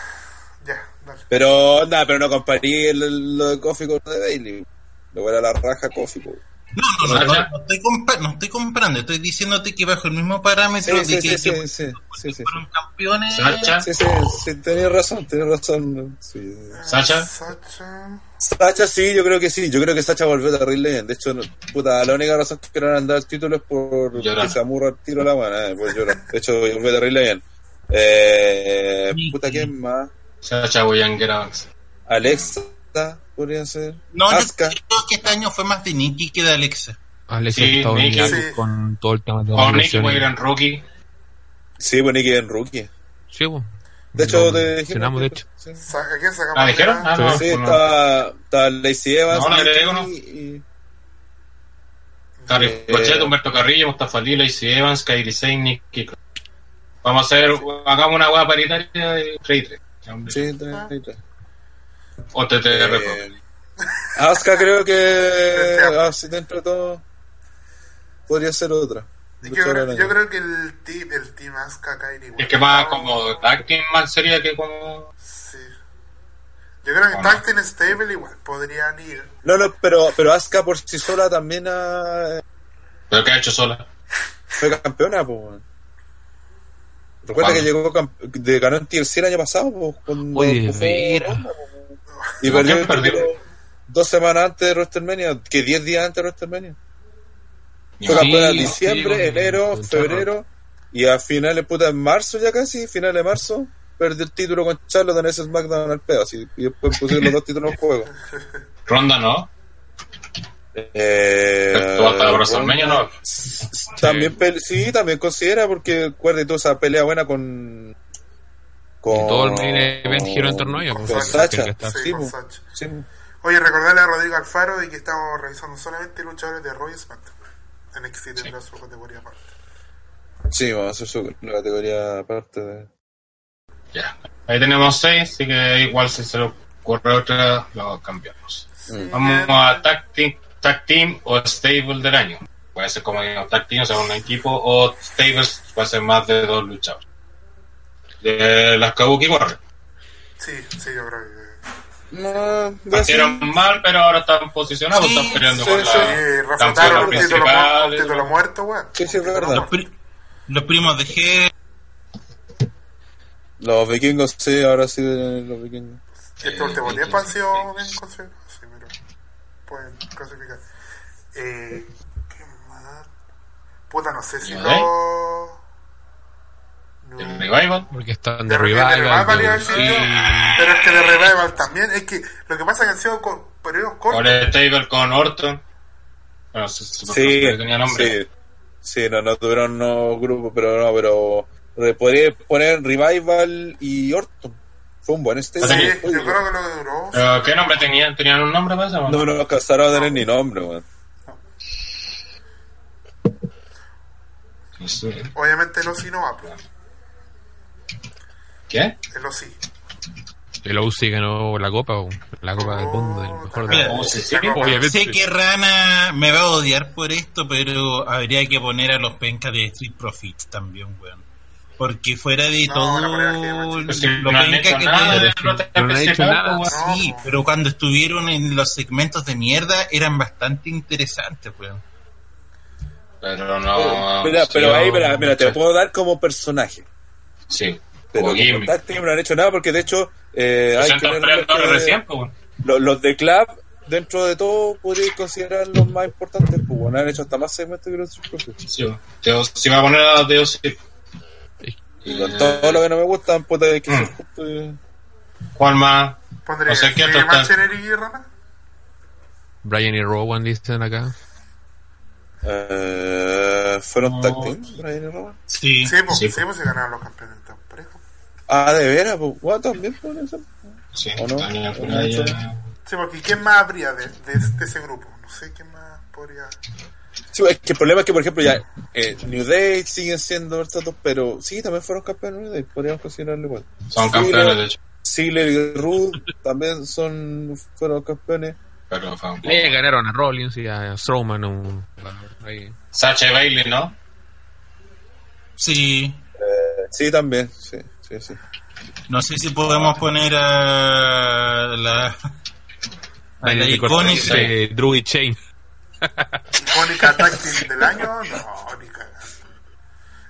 S3: Ya, dale.
S2: Pero, nada, pero no comparí el- el- lo de Coffee con lo de Bailey. Lo era la raja Coffee. po.
S6: No, no, no,
S1: Ah,
S6: no,
S1: ya.
S6: no estoy, compa- no estoy comprando, estoy diciéndote que bajo el mismo parámetro
S2: Sí,
S6: de
S2: sí,
S6: que,
S2: sí, sí,
S6: que
S2: sí, sí, sí.
S6: fueron campeones.
S1: Sacha.
S2: Sí, sí, sí, tenés razón, tenés razón. Sí.
S1: Sacha.
S3: Sacha.
S2: Sacha sí, yo creo que sí, yo creo que Sacha volvió terrible bien. De hecho, no- puta, la única razón que no le han dado el título es por
S1: Llorar.
S2: que se amurra el tiro a la mano, eh, pues llorar. De hecho, volvió terrible bien. Eh, puta, ¿quién más?
S1: Sacha Boyanguera Banks.
S2: Alexa, podría ser.
S6: No, yo
S2: Asuka.
S6: creo que este año fue más de Nikki que de Alexa.
S4: Alex
S1: Sí,
S4: está
S1: Nicky.
S4: obligado
S3: Sí.
S4: con todo el tema de
S1: O Nick,
S4: lesiones.
S1: muy gran rookie.
S2: Sí, bueno, y que en rookie.
S4: Sí, bo.
S2: De hecho,
S4: Lo
S2: te
S4: mencionamos, de hecho.
S2: Sí,
S3: Sa- ¿A quién sacamos?
S1: ¿La dijeron?
S3: primero?
S1: Ah, no,
S2: Sí,
S1: pues no.
S2: estaba, estaba Lacey Evans.
S1: No, la
S2: Nikki
S1: agrego, no.
S2: y-
S1: Carlos
S2: Eh,
S1: Cochet, Humberto Carrillo, Mustafa Lila, Lacey Evans, Kairi Sain, Nicky Cross. Vamos a hacer, hagamos una hueá paritaria y 3 y 3. Ah.
S2: sí, tres, tres, tres.
S1: O
S2: Eh,
S1: TTR.
S2: Asuka creo que
S3: Este,
S2: ah, si dentro de todo podría ser otra.
S3: Yo creo,
S2: Luchadora
S3: yo
S2: del año.
S3: creo que el team, el team Asuka Kairi.
S1: Es que más como tag team más sería que como...
S3: Ah, Sí. Yo creo que
S1: Bueno.
S3: Tag Team Stable igual podrían ir.
S2: No, no, pero, pero Asuka por sí sola también ah,
S1: Pero que ha hecho sola.
S2: fue campeona. po, weón. Recuerda
S1: ¿Cuándo?
S2: que llegó camp- de ganó en TLC el año pasado. po, cuando
S4: Oye,
S2: empujó
S4: mira.
S2: Ronda, po, weón. y
S1: ¿Con
S2: perdió,
S1: quién perdió?
S2: perdió dos semanas antes de WrestleMania, que diez días antes de WrestleMania.
S1: Ni
S2: Fue
S1: más.
S2: campeona en
S4: sí,
S2: diciembre,
S4: con-
S2: enero,
S4: con
S2: febrero y a finales, puta, en marzo ya casi, finales de marzo, perdió el título con Charlotte en ese SmackDown al pedo, así, y después pusieron los dos títulos en juego.
S1: Ronda no.
S2: Eh,
S1: Pero hasta la WrestleMania no.
S2: También, pel- sí, también considera, porque acuérdate toda esa pelea buena con... con
S4: Y todo el main event giró en torno a ella,
S2: Con,
S4: pues,
S2: con
S4: sí, que
S2: Sacha,
S4: está-
S2: sí,
S3: Sí, con
S2: po,
S3: Sacha.
S2: sí, po.
S3: Oye, recordarle a Rodrigo Alfaro de que estamos revisando solamente luchadores de Roy SmackDown. NXT tendrá su categoría aparte.
S2: Sí, vamos a hacer su la categoría aparte de...
S1: Ya. Ahí tenemos 6, así que igual si se le ocurre otra, lo cambiamos.
S3: Eh,
S1: Vamos a tag team, tag team o stable del año. Puede ser como digo, tag team, o sea, un equipo, o stables, puede ser más de dos luchadores. De las Kabuki Warriors.
S3: Sí, sí, yo creo que.
S2: No, voy a hacer-
S1: Partieron mal, pero ahora están posicionados, están peleando
S2: sí,
S1: con
S2: sí.
S3: Eh,
S1: la
S3: Rafa Taro,
S1: campeona
S3: un título, mu- un
S1: principal.
S3: título muerto, weón.
S2: Sí, sí, es
S3: Un título
S2: verdad.
S6: Los, pri- los primos de G.
S2: Los vikingos, sí, ahora sí, eh, los vikingos.
S3: Este último tiempo han sido bien clasificados, sí, pero pueden clasificar. Eh, ¿Qué más? Puta, no sé si
S1: ¿Eh?
S3: lo. No.
S1: El Revival.
S4: Porque están
S3: De
S4: de
S3: Re- de Revival, iba a
S4: rival.
S3: decir yo. Pero es que de Revival también. Es que lo que pasa es que han sido con periodos
S1: Con
S3: cortos.
S1: el stable con Orton. Bueno, se- se-
S2: Sí,
S1: tenía nombre.
S2: sí, sí, no, no tuvieron no grupos, pero no, pero re- podría poner Revival y Orton. Fue un buen este.
S1: Sí, Ah.
S3: Sí,
S2: Oye,
S3: yo creo que lo duró.
S1: Pero, ¿Qué nombre tenían? ¿Tenían un nombre para eso?
S2: No, no alcanzaron a tener ni nombre, weón.
S1: Sí.
S3: Obviamente el OSI no va, pues.
S1: ¿Qué?
S3: El OSI.
S4: El OC ganó la copa, bo. la copa del mundo, del mejor de
S6: Mira,
S4: la
S1: Oh, sí, sí.
S4: Obviamente.
S6: Sé que Rana me va a odiar por esto, pero habría que poner a los pencas de Street Profits también, weón. Porque fuera de
S3: No,
S6: todo,
S3: la verdad que, macho,
S1: Pues
S6: los
S1: si no han
S6: pencas
S1: hecho
S6: que
S1: nada de
S6: tienen-
S4: sí,
S1: la nota
S4: no han hecho
S1: especial,
S4: nada.
S1: pues, bueno.
S6: Sí, pero cuando estuvieron en los segmentos de mierda eran bastante interesantes, weón.
S1: Pero no.
S2: Mira,
S1: sí,
S2: pero ahí, mira, mira, te
S4: muchacho.
S2: lo puedo dar como personaje.
S1: Sí. Pero
S2: Pero como tag team no han hecho nada porque, de hecho, eh, hay que ver que-
S1: recién, pues, bueno.
S2: los, los de Club, dentro de todo, podría considerar los más importantes. Pues, bueno, han hecho hasta más segmentos que los Street Profits.
S1: Sí, bueno. Te- Si va a poner a Deus. sí. Eh,
S2: Y
S1: Mm.
S2: con todo lo que no me gustan, puta, hay que ser justo eh. y-
S1: Juan más.
S3: Pondría
S1: O sea, ¿qué
S3: Steve
S1: otro está?
S3: Manchery y Rana.
S4: Brian y Rowan dicen acá.
S2: Eh, ¿Fueron tag team, Brian y Rowan?
S6: Sí.
S3: Sí, pues,
S1: Sí.
S3: sí, pues, se ganaron los campeones del temporero.
S2: Ah, de veras, pues, guau, también pueden ser.
S1: Sí,
S2: ¿O no?
S1: también fue
S2: ¿O
S1: una de
S2: no?
S1: ellas.
S3: Sí, porque ¿quién más habría de, de- de ese grupo? No sé quién más podría.
S2: Sí, es que el problema es que, por ejemplo, ya eh, New Day siguen siendo versatos, pero sí, también fueron campeones de New Day, podríamos considerarlo igual.
S1: Son
S2: Sí,
S1: campeones,
S2: no.
S1: de hecho.
S2: Ziggler y Rude también son, fueron campeones.
S1: Pero fue un poco-
S4: Le ganaron a Rollins y a Strowman. un- ahí.
S1: Sacha Bailey, ¿no?
S6: Sí.
S2: Sí, también, sí, sí, sí.
S6: No sé si podemos poner a la, a la icónica.
S4: Eh, Drew y Shane.
S3: Icónica Tag Team del año. No, ni cagando.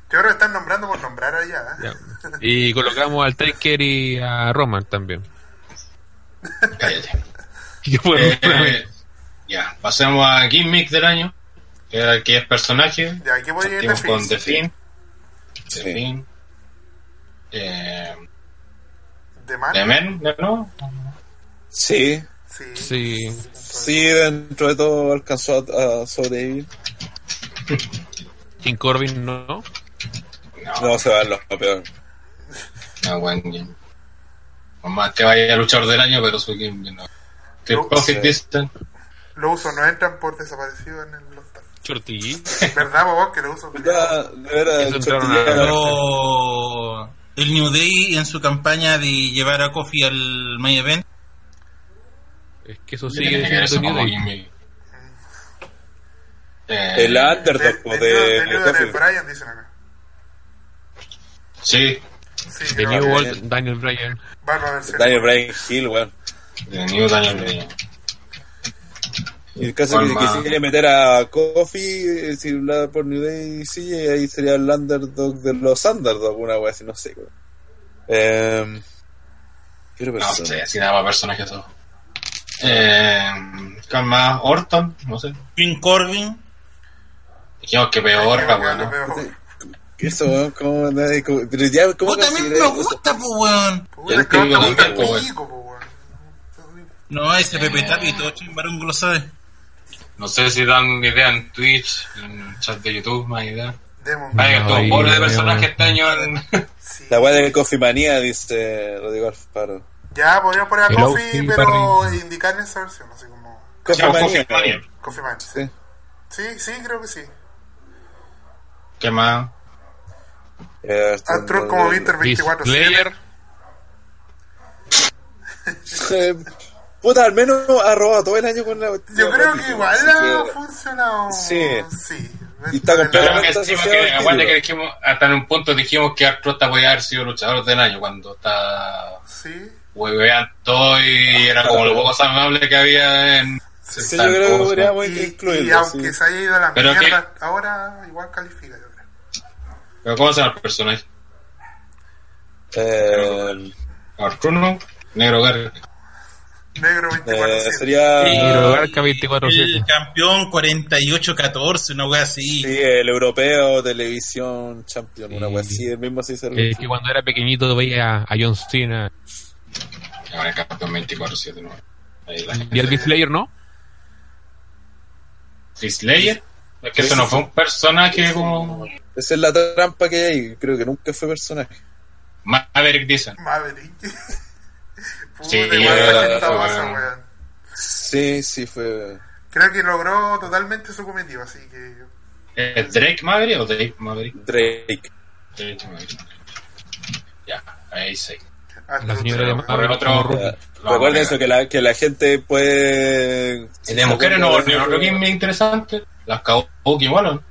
S3: Que ahora están nombrando por nombrar allá. ¿eh?
S4: Ya. Y colocamos al Taker y a Roman también.
S1: Cállate.
S4: Que
S1: Eh,
S4: fueron una vez.
S1: ya, pasemos a Gimmick del año, que era el que es personaje.
S3: Ya, aquí voy a ir
S1: Partimos
S3: de
S1: con
S3: Fizz.
S1: The Finn.
S2: Sí.
S1: The Finn. Eh,
S3: ¿De Man?
S1: The Men, ¿no?
S2: Sí,
S3: Sí.
S4: Sí.
S2: sí, dentro de todo alcanzó a, a sobrevivir.
S4: Jim Corbin no.
S2: No, se va a lo peor.
S1: No, buen Gimmick. Por más que vaya a luchador del año, pero su Gimmick no. Triple
S3: No,
S1: Profit
S2: sí.
S1: Distance.
S3: Los usos no entran por desaparecido en el local.
S4: Shorty.
S3: ¿Verdad, vos que los usos.
S2: Ya, de veras,
S4: Eso
S2: el
S4: entraron
S2: Chortillo
S4: a-
S2: era-
S6: Pero el New Day en su campaña de llevar a Kofi al main event,
S4: Es que eso
S1: Tiene que
S4: sigue
S1: ver eso
S4: siendo
S1: como
S4: New Day.
S1: Gimmick. Eh,
S2: El Underdog
S3: Del-
S2: pues,
S3: del- del
S2: de
S3: líder del
S2: Cofield.
S3: Brian, dicen acá.
S1: sí,
S3: Sí, eh,
S4: The
S3: que
S4: New
S3: va-
S4: World, Daniel Bryan.
S3: va a verse-
S2: Daniel Bryan Hill, weón.
S1: de New Daniel Bryan.
S2: Y en caso de que
S1: Palma.
S2: quisiera meter a Coffee, eh, si hablar por New Day y sí, ahí sería el underdog de los underdog, una wea así, no sé. weón. Eh, ¿Qué
S1: No
S2: persona?
S1: sé, si daba personaje eso. Eh, ¿Quién más? Orton, no sé.
S6: Jim Corbin,
S1: Dijimos que
S3: Ay,
S1: peor,
S3: que
S1: la
S3: va a
S1: weá,
S3: quedar
S1: ¿no?
S3: lo peor.
S2: Eso, weón, ¿cómo, nadie- cómo- pero ya, ¿cómo
S6: vos también me
S2: consideráis eso?
S6: gusta, pues weón.
S3: Puta,
S1: Yo
S3: es que va a
S1: escribo
S3: estar
S1: también,
S3: muy
S1: po, weón.
S3: rico, po, weón.
S6: No, ese Pepe Tapi, todo chimbarón que lo sabe.
S1: No sé si dan idea en Twitch, en chat de YouTube, más idea.
S3: Demon.
S1: Hay
S4: No,
S1: todo
S4: ahí,
S1: pobre de
S4: ahí,
S1: personaje
S4: ahí.
S1: este año en.
S3: Sí.
S2: La wea de Coffee Manía, dice Rodrigo Alfaro.
S3: Ya podríamos poner a
S4: Hello,
S3: Coffee,
S4: Phil
S3: pero indicar en esa versión, así como
S2: Coffee Manía.
S3: Coffee Man.
S2: Sí.
S3: Sí, sí, creo que sí.
S1: ¿Qué más?
S2: Eh,
S3: A Truth Ah, como Winter
S4: Heath
S3: 24
S4: Slayer.
S2: Eh, Puta, al menos ha robado todo el año con la.
S3: Yo creo que igual
S2: Así
S3: ha
S2: que-
S3: funcionado.
S2: Sí.
S3: Sí. este
S2: Y está
S1: Claro
S2: completamente-
S1: que
S2: está
S1: encima
S2: asociado
S1: que,
S2: al
S1: aguante
S2: título.
S1: que dijimos, hasta en un punto dijimos que Artrota podía haber sido luchador del año cuando está
S3: Sí.
S1: huevean todo y era como lo poco saludable que había en.
S2: Sí, yo creo que
S1: podríamos
S2: podríamos
S3: Y,
S2: incluirlo.
S3: y aunque
S2: sí.
S3: se haya ido a la
S1: Pero
S3: mierda, ahora igual califica, yo creo.
S1: Pero ¿cómo se llama el personaje?
S2: Eh,
S1: Artruno, Negro Garga.
S3: Negro
S2: eh,
S3: 24
S2: sería.
S4: Y Rogar
S6: El
S4: 24-7.
S6: campeón 48-14, una wea así.
S2: Sí, el europeo, televisión, champion, una
S4: Sí.
S2: wea así, el mismo así se lo-
S4: Eh, que cuando era pequeñito veía a John Cena
S1: Ahora el campeón 24-7. ¿no? Ahí la
S4: y
S1: gente.
S4: Elvis Slayer, ¿no?
S1: Chris Slayer. Es que eso no fue un personaje como.
S2: Esa es la trampa que hay, creo que nunca fue personaje.
S1: Maverick dicen.
S3: Maverick. Puta,
S1: Sí,
S3: igual
S2: eh,
S3: la gente
S1: eh,
S3: avanza,
S1: eh.
S3: weón.
S2: Sí, sí fue.
S3: Creo que logró totalmente su cometido, así que.
S1: ¿Es Drake Maverick o Drake Maverick?
S2: Drake.
S1: Drake Maverick. Ya, ahí sí.
S3: hasta
S4: La
S3: lo
S4: señora
S3: tenemos.
S4: de-
S1: Ahora el otro.
S2: Eh, Recuerden eso, que la, que la gente puede.
S1: Y de mujeres no volvió. Lo que es más interesante, las Kabuki, bueno.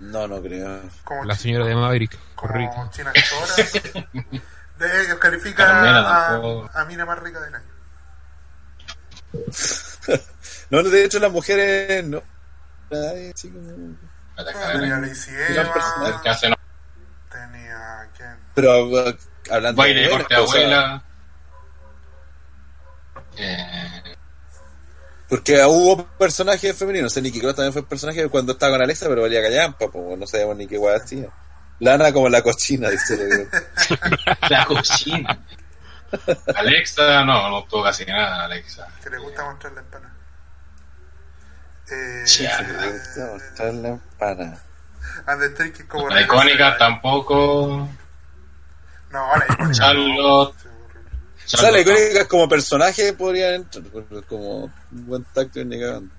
S2: No, no creo.
S3: como,
S4: La señora de Maverick. Correcto.
S3: como China Chora. De ellos califica
S1: Carmela
S3: a,
S1: tampoco.
S3: a Mina más rica del año.
S2: No, de hecho, las mujeres no. Ay, sí, como-
S3: Tenía a
S2: Gran
S1: Ah, El
S3: Lisieva,
S2: personaje.
S1: que hace no,
S3: tenía a quién.
S2: Pero eh, hablando
S1: baile de
S2: buenas
S1: corte
S2: cosas,
S1: abuela. Eh,
S2: Porque hubo personajes femeninos. O sea, Nicky Cross también fue personaje cuando estaba con Alexa, pero valía callampa, pues no sabíamos ni qué guay hacía. Lana como la cochina, dice.
S1: la cocina. Alexa, no, no tuvo casi nada, Alexa.
S3: Que le gusta mostrar la empana. Eh,
S1: Ya.
S2: mostrar la empanada.
S3: Undertaker que es como
S1: La icónica tampoco.
S3: No, la icónica. no.
S1: Charlotte.
S3: Sí, horrible.
S2: O sea, la
S1: Charlotte
S2: icónica como personaje podría entrar, como un buen tacto ni cagando.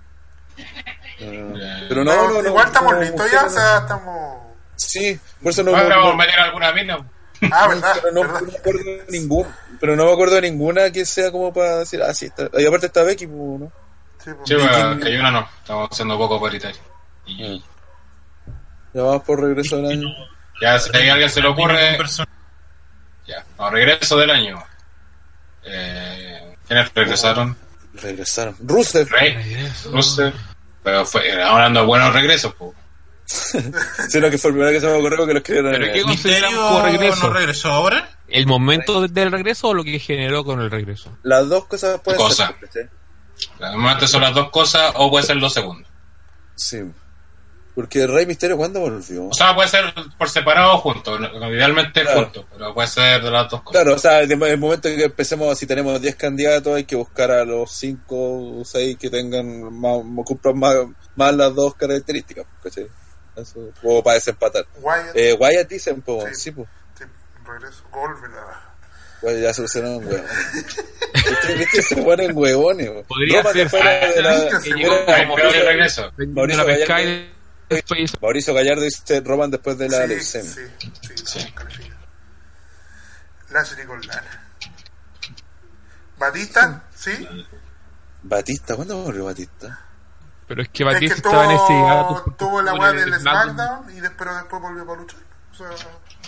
S2: Eh, Pero no,
S3: No,
S2: no, no.
S3: igual estamos
S2: como
S3: listos
S2: mujer,
S3: ya,
S2: no.
S3: o sea, estamos.
S2: Sí, por eso no.
S1: tampoco.
S2: no-
S1: Ah, Vamos a meter alguna mina.
S3: Ah,
S2: no,
S3: verdad.
S2: pero no,
S3: verdad.
S2: no me acuerdo de ningún, pero no me acuerdo de ninguna que sea como para decir, ah, sí, está. Y aparte está Becky, pues, ¿no?
S3: Sí, pues.
S1: Sí, bueno, que hay una no. Estamos haciendo poco paritario. Y
S2: Ya vamos por regreso del año.
S1: Ya, si a alguien se le ocurre.
S6: Un personaje
S1: Ya, a regreso del año. Eh, ¿Quiénes regresaron?
S2: Regresaron. Rusev.
S1: Rey, Rusev. Pero fue, eh, ahora ando a buenos regresos, po.
S2: Sino que fue el primero que se me ocurrió que lo escribieron
S4: Pero
S2: en
S4: qué
S2: el-
S4: consideramos
S6: misterio
S4: como regreso?
S6: no regresó ahora.
S4: ¿El momento del regreso o lo que generó con el regreso?
S2: Las dos cosas pueden
S1: Cosa.
S2: ser. ¿cachai?
S1: Normalmente son las dos cosas, o puede ser los segundos.
S2: Sí. Porque Rey Misterio, ¿cuándo volvió?
S1: O sea, puede ser por separado o junto, idealmente
S2: Claro.
S1: junto, pero puede ser de las dos cosas.
S2: Claro, o sea, en el momento en que empecemos, si tenemos 10 candidatos, hay que buscar a los 5 o 6 que tengan más, cumplan más, más las dos características, ¿cachai? Eso, o para desempatar.
S3: Wyatt,
S2: Eh, Wyatt dicen, po,
S3: Sí.
S2: sí, po.
S3: sí, regreso. Goldberg. ah.
S2: Wyatt ya solucionaron huevones. ¿Viste, viste? Se ponen huevones, po.
S4: Podría
S2: Roman
S4: ser.
S2: fuera de la-
S3: Ah,
S4: Que
S3: sí,
S4: llegó
S1: Hay
S4: como
S1: peor
S2: Mauricio-
S1: el regreso.
S4: de la
S2: Mauricio
S4: pesca
S2: Gallardo.
S4: y después
S2: Mauricio Gallardo dice Roman después de la
S3: Sí, sí,
S2: leucemia.
S3: sí,
S1: Sí.
S3: califica. Lashley Goldana. Batista, sí.
S2: Batista, ¿cuándo volvió Batista?
S4: Pero es que
S3: Es
S4: Batista
S3: que
S4: estaba en ese
S3: tuvo,
S4: gato
S3: tuvo la weá del SmackDown y después, pero después volvió para luchar. O sea,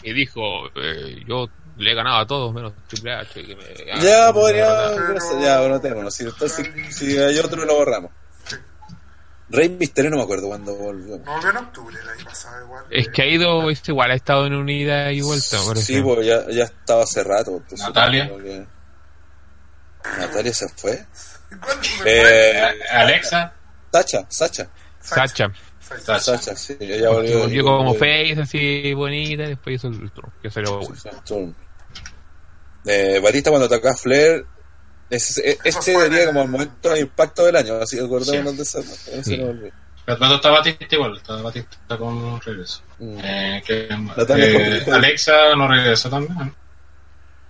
S4: Y dijo, eh, yo le he ganado a todos menos Triple H. Que me,
S2: ya,
S4: ah,
S2: podría.
S4: no, no, no.
S2: gracias, Ya, bueno, tenemos. Si, entonces, si hay otro, lo borramos. Rey Misterio, no me acuerdo cuándo volvió.
S3: no volvió en octubre el año pasado igual.
S4: Es que ha ido, es igual, ha estado en unida y vuelta. por
S2: Sí, pues.
S4: ejemplo.
S2: porque ya, ya estaba hace rato. entonces
S1: Natalia.
S2: supongo que- Natalia se fue.
S3: ¿Cuándo se fue?
S2: Eh,
S1: Alexa,
S2: Sacha, Sacha.
S4: Sacha.
S3: Sacha.
S1: Sasha.
S2: Sacha, sí, ella
S4: Que
S2: volvió.
S4: volvió
S2: pues.
S4: como face, así bonita, y después hizo el otro, que salió bueno.
S2: Storm. Eh, Batista cuando atacó a Flair. Ese, e-
S3: Eso
S2: ese
S3: fue
S2: sería
S3: en-
S2: como el momento de impacto del año, así acordémonos
S1: Sí.
S2: de esa. de ese
S4: Sí.
S2: nombre.
S1: pero tanto está Batista igual, está Batista con regreso.
S2: Mm.
S1: Eh, que,
S2: Natalia
S1: eh,
S2: Rodríguez.
S1: Alexa no regresó también.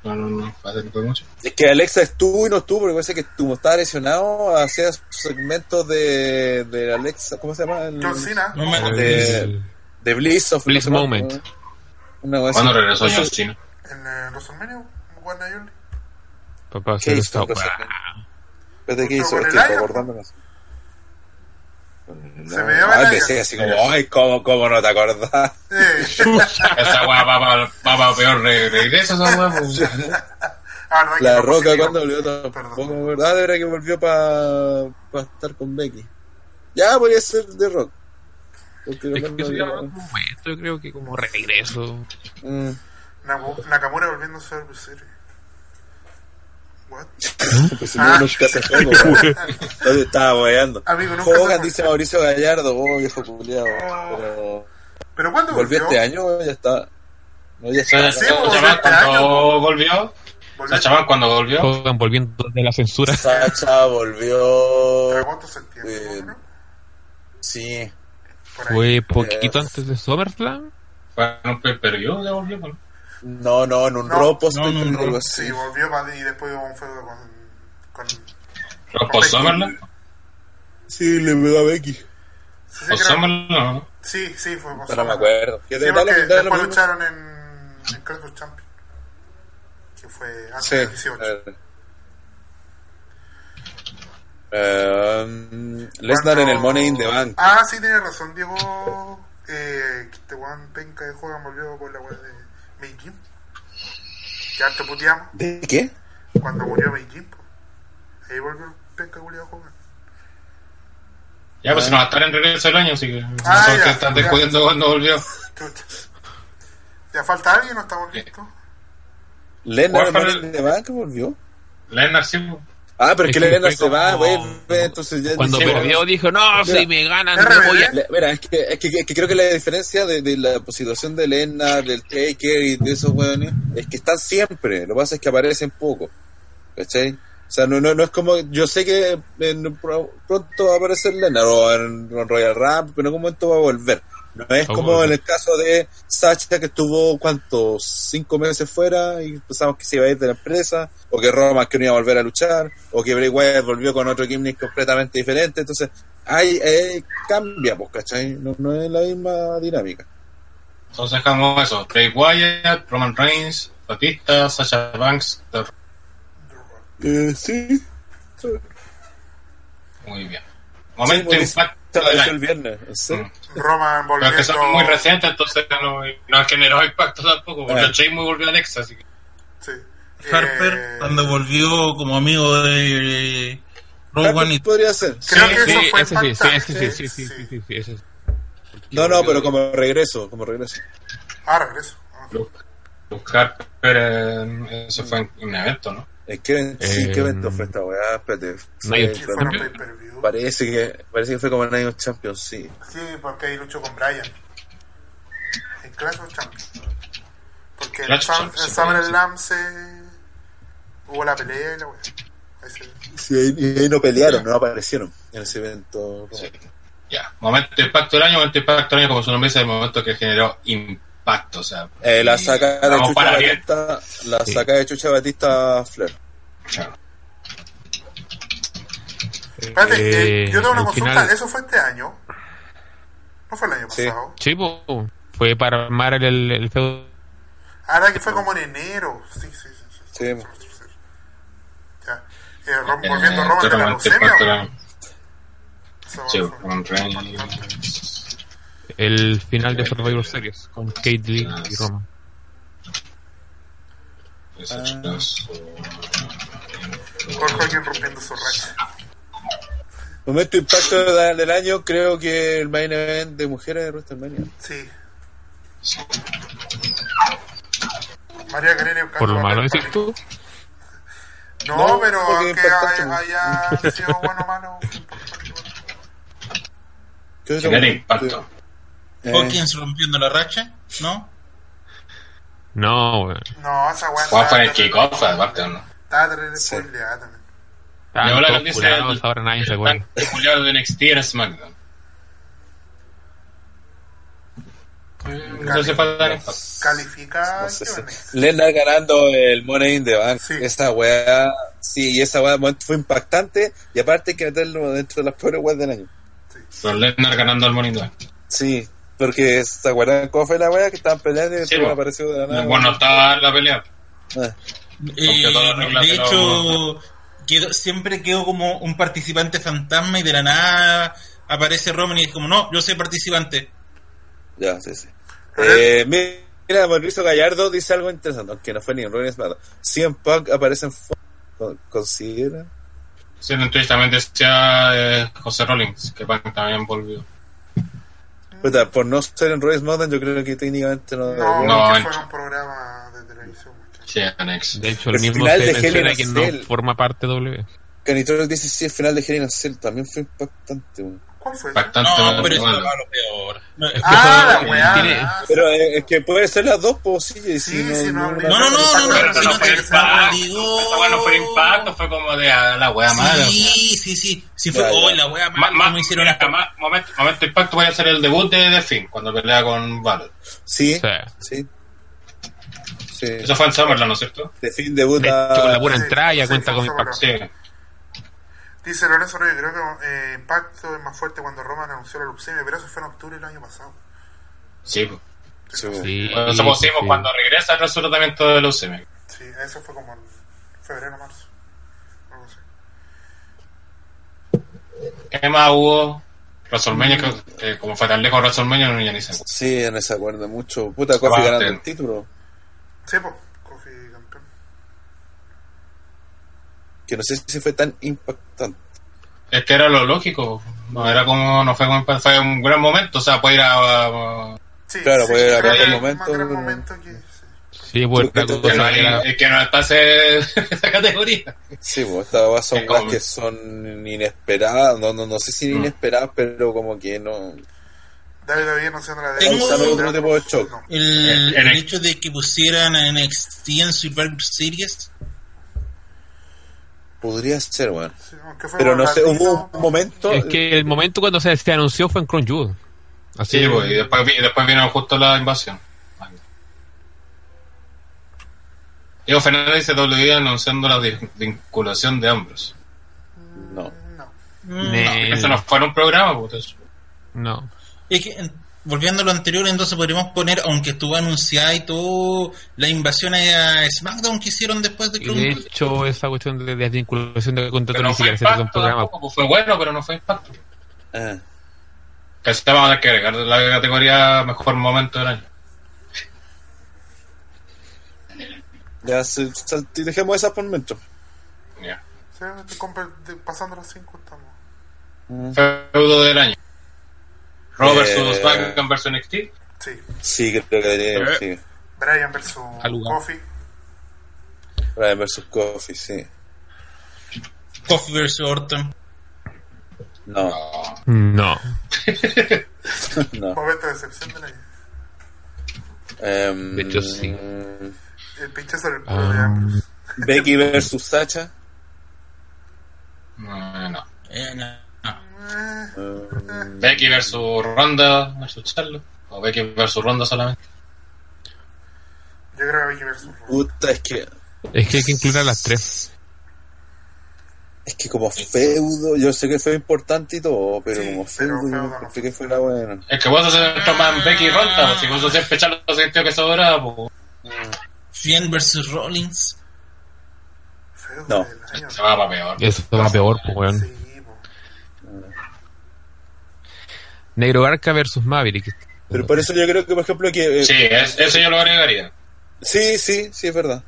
S1: No, no, no, hace que fue mucho.
S2: Es que Alexa estuvo y no estuvo, porque parece que como estaba lesionado, hacía segmentos de, de Alexa, ¿cómo se llama? El-
S3: John Cena.
S6: No me-
S2: de, de Bliss of
S4: Bliss
S2: no sé cuánto,
S4: Moment.
S2: ¿no? Una cosa
S1: ¿Cuándo
S2: así.
S1: regresó John
S2: Entonces,
S1: Cena?
S3: En eh, WrestleMania, Juan Ayoli.
S4: Papá,
S2: ¿Qué
S4: se
S2: hizo
S4: está-
S2: el Rosario? Espérate, ¿qué
S3: Junto
S2: hizo?
S3: con
S2: Hostia,
S3: el Iron.
S2: acordándome.
S3: Se me llama
S2: Ah,
S3: el
S2: empecé
S3: Iron.
S2: así como, ay, ¿cómo, cómo no te acordás?
S3: Eh,
S1: Esa weá va para va, pa' peor re- regreso, esa weá. pues.
S3: ah, verdad que
S2: La
S3: no
S2: Roca
S3: consiguió.
S2: cuando volvió
S3: Perdón.
S2: tampoco, ¿verdad? Ah, De verdad que volvió para estar con Becky. Ya, podría ser de Rock. Porque
S4: Es
S2: Roman
S4: que
S2: no
S4: eso ya
S2: había-
S4: va como momento, yo creo que como regreso.
S2: Mm.
S3: Ah. Namu- Nakamura volviendo a ser serio. What?
S2: Pues si no, nunca se fue, weón. Entonces estaba weando.
S3: Amigo, nunca se
S2: Hogan
S3: fue.
S2: dice Mauricio Gallardo, oh, viejo culiado. Pero
S3: ¿Pero cuándo
S2: volvió
S3: volvió?
S2: este año, weón, ya está. No, ya
S1: Sacha
S2: está.
S3: Sí, pues,
S1: Baron
S3: este año,
S1: cuando volvió.
S3: Volvió.
S1: Sacha Baron cuando
S3: Pues-
S1: volvió.
S4: Hogan volviendo de la censura.
S2: Sacha
S3: ¿Para
S2: volvió.
S3: cuánto se entiende?
S2: Eh,
S3: ¿No?
S2: Sí.
S3: Por ahí.
S4: Fue poquito antes de SummerSlam.
S1: Fue en un pay-per-view, ya volvió. pues.
S2: No, no, en un
S3: No,
S2: ropo.
S6: no, en un
S2: algo
S6: Raw,
S2: así.
S3: Sí, volvió para y después hubo un feudo con. con
S1: Pero por
S3: Pues,
S1: Summerland.
S2: Sí, le pegó a Becky.
S3: sí, sí,
S1: Por
S3: creo-
S1: Summerland, no.
S3: sí, sí, fue con
S2: Pero no me
S3: Summerland.
S2: acuerdo. Que
S3: Sí,
S2: de
S3: porque
S2: tal- de tal-
S3: después
S2: lo mismo.
S3: lucharon en, en Crossroads Champions. Que fue antes
S2: Sí.
S3: del 18.
S2: eh. Eh, Lesnar en el Money in the Bank.
S3: Ah, sí, tienes razón, Diego. Eh, que este weón penca de Hogan volvió por la weá de Beijing. Que harto puteamos
S2: ¿De qué?
S3: cuando murió Beijing. po. Ahí volvió el penca culiado Hogan.
S1: Ya, pues si nos va a estar en regreso el año, así que.
S3: Ah,
S1: son
S3: ya,
S1: que están
S3: ya.
S1: descubriendo cuando volvió.
S3: Chucha. ¿Ya falta alguien o estamos
S1: Eh.
S3: listos?
S2: Lesnar en el
S1: Warfare-
S2: Money in the Bank volvió.
S1: Lennart, sí. pues.
S2: Ah, pero es que
S4: Es que
S2: Lesnar
S4: fue
S2: se va,
S4: como-
S2: güey. Entonces ya
S4: Cuando
S2: dice-
S4: perdió dijo, no, si me ganan,
S3: RBD.
S4: me voy a...
S2: Le- Mira, es que, es que, es que creo que la diferencia de, de la situación de Elena, del Taker y de esos weones es que están siempre. Lo que pasa es que aparecen poco. ¿Cachai? O sea, no, no, no es como. Yo sé que en- pro- pronto va a aparecer Lennart o en, en Royal Rap, pero en algún momento va a volver. No es
S4: Oh,
S2: como
S4: bueno.
S2: en el caso de Sacha, que estuvo, ¿cuántos? Cinco meses fuera y pensamos que se iba a ir de la empresa, o que Roman que no iba a volver a luchar, o que Bray Wyatt volvió con otro gimmick completamente diferente. Entonces, hay, eh, cambia, pues, ¿cachai? No, no es la misma dinámica.
S1: Entonces dejamos eso. Bray Wyatt, Roman Reigns, Batista, Sasha Banks. The Rock.
S2: Eh, sí.
S1: Muy bien. Momento
S2: Sí, pues,
S1: impacto del
S2: Apareció el
S1: año.
S2: viernes, en serio. Ah,
S1: Mm.
S3: Roman
S1: Pero es que
S3: volviendo.
S1: son muy recientes, entonces no, no generó impacto tampoco. Porque
S2: Ah.
S1: el Sheamus volvió a Alexa, así que
S3: Sí.
S6: Harper,
S3: Eh,
S6: cuando volvió como amigo de Rowan y
S2: pues, podría ser.
S3: Creo que eso
S4: sí,
S3: fue
S4: ese sí, sí, ese sí, sí,
S3: impactante.
S4: sí, sí, sí, sí, ese sí.
S2: No, no, pero como regreso, como regreso.
S3: Ah, regreso. Ah.
S1: buscar, pero eh, eso fue en un evento, ¿no?
S2: Eh, ¿Qué, sí,
S4: Eh,
S2: ¿qué evento fue esta weá? Espérate. Fue-
S4: Night
S1: Eh,
S4: of
S3: Sí, fueron pay
S4: Champions.
S3: per view.
S2: parece, que, parece que fue como el año Champions, sí.
S3: Sí, porque ahí luchó con Brian. En Clash of Champions. Porque en,
S1: Clash of
S3: Sam,
S1: Champions,
S3: en Summer
S1: sí.
S3: Slam se... hubo la pelea y la wea. Ahí se-
S2: Sí, ahí- y ahí no pelearon, no aparecieron en ese evento.
S1: Sí. Ya. Momento impacto del año, momento impacto del año, como su nombre dice, el momento que generó impacto. O sea,
S2: Eh, la saca de
S1: Vamos
S2: Chucha
S1: para bien.
S2: Batista, la saca de Chucha Batista a Flair.
S1: claro.
S3: Espérate, eh,
S4: Eh,
S3: yo tengo una
S4: al
S3: consulta.
S4: final-
S3: ¿Eso fue este año? ¿No fue el año
S2: Sí.
S3: pasado?
S4: Sí, po, fue para armar el, el, el feudo.
S3: Ahora Ah, que fue como en enero. Sí, sí, sí. sí,
S2: Sí.
S3: Ya. Eh, Rom-
S1: Eh,
S3: volviendo a Roman de la
S1: momento impacto del
S3: leucemia.
S1: año.
S3: Eso-
S1: Sí,
S3: eso-
S1: Roman Reigns.
S4: El final de Survivor Series con Kate Lee y Roman.
S1: Esa chica es, eh,
S3: Con Hogan rompiendo su racha.
S2: Momento impacto de- del año, creo que el main event de mujeres de WrestleMania.
S3: Sí. María Grene
S4: Por lo malo, dices tú.
S3: No,
S2: No,
S3: pero
S2: porque
S3: aunque
S2: impactante,
S3: haya,
S2: ¿no?
S3: haya sido bueno o malo. fue impactante, bueno.
S2: ¿Qué otro
S1: Genera
S2: momento?
S1: impacto.
S2: Eh,
S6: Hawkins rompiendo la racha, ¿no?
S4: No, weón.
S3: No, esa weá
S1: Juan pues, fue en el
S3: estaba-
S1: kickoff, aparte, ¿o ¿no?
S3: Estaba terrible
S2: Sí.
S3: spoileada también.
S1: Y
S4: Estaban
S1: ahora
S4: todos
S1: dice
S4: curados,
S1: el-
S4: ahora nadie se acuerda.
S1: Tan culiado de NXT era SmackDown. Eh,
S3: Mm,
S1: No hace falta el impacto.
S3: Califica.
S2: No sé si-
S3: Jones.
S2: Lennart Eh, ganando el Money in the Bank.
S3: Sí.
S2: Esa weá, sí, y esa weá momento fue impactante. Y aparte hay que meterlo dentro de las peores weas del año.
S1: Pero Lesnar ganando al monitor.
S2: Sí, porque se acuerdan cómo fue la weá que estaban peleando
S1: Sí,
S2: y después
S1: bueno.
S2: apareció de la nada.
S1: Bueno, estaba en la pelea.
S2: Ah,
S1: Aunque
S6: Eh,
S1: todas las reglas
S6: de
S1: de la
S6: hecho, quedó- siempre quedó como un participante fantasma y de la nada aparece Roman y es como, no, yo soy participante.
S2: ya, sí, sí.
S3: ¿Eh?
S2: Eh, mira, Mauricio Gallardo dice algo interesante, aunque no fue ni en Ruin Espada. 100 Punk aparece en. fo- con- ¿Considera?
S1: Sí, en Twitch también decía eh, José Rollins, que Punk también volvió.
S3: Ah.
S2: Puta, por no ser en Royce Mountain, yo creo que técnicamente no.
S3: No,
S1: No,
S3: porque
S1: en-
S3: fue un programa de televisión. muchachos.
S1: Sí, en X.
S4: De hecho, el
S2: El
S4: mismo
S2: final
S4: se
S2: de Hell in
S4: menciona
S2: a
S4: que no
S2: Cell.
S4: forma parte de W.
S2: Canitronic dice: Sí, el final de Hell in a Cell también fue impactante. weón.
S4: Ah,
S3: ¿Cuál fue? ese?
S1: Bastante
S6: No, pero eso
S1: bueno.
S6: es lo peor. No,
S3: Ah,
S1: Eso-
S3: la weá.
S1: tiene-
S3: ah,
S2: Pero eh, es que puede ser las dos, pues sí, y
S3: Sí, sí, no hablemos.
S6: No, no, no, no,
S1: Pero
S6: no,
S1: eso
S6: si
S1: no
S6: no
S1: fue
S6: te
S1: impacto.
S6: digo.
S1: Esa weá no fue impacto, fue como de ah, la wea mala.
S6: Sí, sí, sí. Sí fue,
S2: Ya, ya.
S6: oh, la wea
S1: Más,
S6: mala,
S1: más,
S6: ¿cómo hicieron las camas?
S1: más- momento, momento impacto voy a hacer el debut de The Finn cuando pelea con Valor.
S2: Sí,
S4: O sea,
S2: sí. Sí.
S1: Eso fue en Summerland, ¿no es cierto?
S2: De fin debuta.
S4: de hecho, la pura
S3: sí,
S4: entrada ya
S3: sí,
S4: cuenta
S3: sí,
S4: con
S3: sí,
S4: impacto.
S1: Sí.
S3: Dice Lorenzo Reyes, creo que eh, impacto es más fuerte cuando Roman anunció la leucemia, pero eso fue en octubre del año pasado.
S1: Sí, pues.
S2: Sí, bueno.
S4: Sí,
S1: Bueno, eso pusimos
S4: sí.
S1: cuando regresa el resultamiento de leucemia.
S3: Sí, eso fue como en febrero, marzo. Algo así.
S1: ¿Qué más hubo? WrestleMania, que, que como fue tan lejos WrestleMania, no, ya ni se
S2: Sí, en esa cuerda mucho. Puta, Kofi
S1: Aparte.
S2: ganando el título.
S3: Sí, pues, Kofi campeón.
S2: Que no sé si fue tan impactante.
S1: Es que Este era lo lógico. No era como, no fue, como- fue un gran momento. O sea, puede ir a. a-
S3: Sí,
S2: Claro,
S3: sí,
S2: pues, era
S3: creo que
S1: gran
S3: es
S2: momento,
S3: Más gran
S2: pero-
S3: momento que, sí.
S4: Sí, pues,
S2: Creo que
S1: que
S4: la cosa
S1: no hay-
S4: era-
S1: es que no está ese- esa categoría.
S2: Sí, pues estas weas son
S1: Es
S2: weas
S1: como-
S2: que son inesperadas. No, no, no sé si
S1: Mm.
S2: inesperadas, pero como que no.
S3: David David no siendo la de
S6: Tengo-
S2: Saludos, no te puedo choc.
S3: No.
S6: El,
S1: Eh, en
S6: el
S1: el-
S6: hecho de que pusieran a NXT en Survivor Series
S2: Podría ser, weón.
S3: Sí, aunque fue
S2: Pero
S3: con
S2: no sé,
S3: Latino,
S2: hubo un momento.
S4: Es que el momento cuando se, se anunció fue en Crown Jewel. Así
S1: Sí, pues, y después, vi- y después vino justo la invasión. Diego Fernández dice WWE anunciando la di- vinculación de ambos.
S2: No.
S3: No.
S6: mm,
S4: Ne-
S1: Eso no fue en un programa, pues. eso.
S4: no.
S6: Es que, en- volviendo a lo anterior, entonces podríamos poner, aunque estuvo anunciada y todo, la invasión a SmackDown que hicieron después de
S4: Y
S6: Crown
S4: de
S6: Jewel.
S4: hecho, esa cuestión de desvinculación de contrato
S1: Pero
S4: ni
S1: no fue
S4: siquiera se hizo un
S1: impacto,
S4: programa.
S1: tampoco, pues, fue bueno, pero no fue impacto.
S2: Ah.
S1: Que se vamos a tener que agregar de la categoría mejor momento del año.
S2: Ya se- sal- dejemos esa por un momento.
S1: Ya.
S3: Sí, estoy compa- de- pasando los 5 estamos.
S1: Feudo del año. Raw
S2: Eh.
S1: versus SmackDown versus NXT.
S3: Sí.
S2: Sí, creo que debería. Sí.
S4: Eh.
S3: Brian versus
S4: Al lugar.
S3: Coffee.
S2: Ryan versus Coffee, sí.
S6: Kofi vs Orton.
S2: No, no.
S4: No.
S3: Momento de excepción de la
S2: Em,
S4: De hecho, sí.
S3: El pues, pinchazo del culo de
S4: Ah,
S3: Ambrose.
S2: Becky versus Sacha.
S1: No, no.
S6: Eh, no, no.
S2: Em,
S1: Becky versus Ronda versus Charlotte. O Becky versus Ronda solamente.
S3: Yo creo que Becky versus Roman.
S2: puta, es que.
S4: Es que hay que incluir a las tres.
S2: Es que como feudo, yo sé que fue importante y todo, pero
S3: Sí,
S2: como
S3: pero
S2: feudo, yo
S3: feudo
S2: no
S3: no.
S2: pensé que fuera bueno.
S1: Es que vos se toman Becky y Ronda, pues, si vos siempre Charlotte sintió que sobraba, pues.
S6: Fien vs Rollins.
S3: Feudo
S2: No.
S3: del año.
S1: Se va para peor.
S4: Eso va peor, pues, weón.
S3: Sí, po.
S4: Negro Garca versus Maverick.
S2: Pero por eso yo creo que, por ejemplo, que. eh,
S1: Sí, es- eso yo lo agregaría.
S2: Sí, sí, sí, es verdad.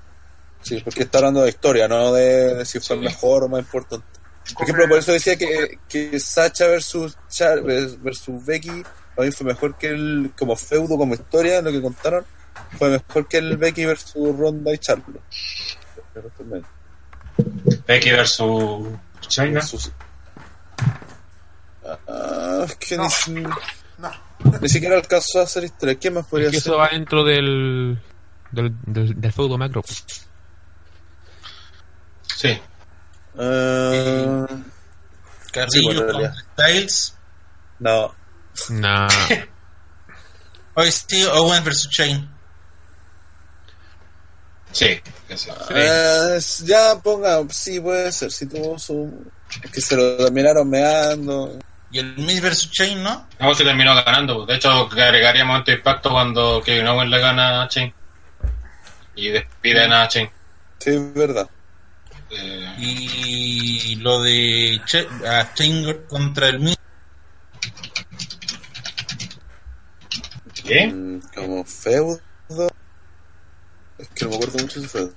S2: Sí, porque está hablando de historia, no de, de si fue mejor o más importante. Por ejemplo, por eso decía que, que Sacha versus, Char- versus Becky a mí fue mejor que el, como feudo, como historia, lo que contaron, fue mejor que el Becky versus Ronda y Charlotte.
S1: Becky versus China.
S2: Versus- Ah, es que
S3: No.
S2: ni,
S3: No.
S2: ni siquiera alcanzó a hacer historia. ¿Qué más podría
S4: Es que
S2: hacer?
S4: eso va dentro del, del, del, del feudo macro.
S1: Sí.
S2: Ah,
S6: Carrillo
S2: bueno, en
S6: contra
S2: realidad.
S6: Styles.
S2: no,
S4: Nah.
S6: Hoy sí, Owen vs Shane.
S1: Sí. que sí.
S2: Ah, es- ya ponga, sí puede ser, si tuvo su... es que se lo terminaron meando.
S6: Y el Miz vs Shane, ¿no?
S1: No, se terminó ganando. pues. De hecho, agregaría momento de impacto cuando Kevin Owens le gana a Chain. Y despiden a Chain.
S2: Sí, es verdad.
S1: Eh,
S6: Y lo de Ch- a Shane contra el Miz.
S1: ¿Qué?
S2: Mm, Como feudo. Es que no me acuerdo mucho de feudo.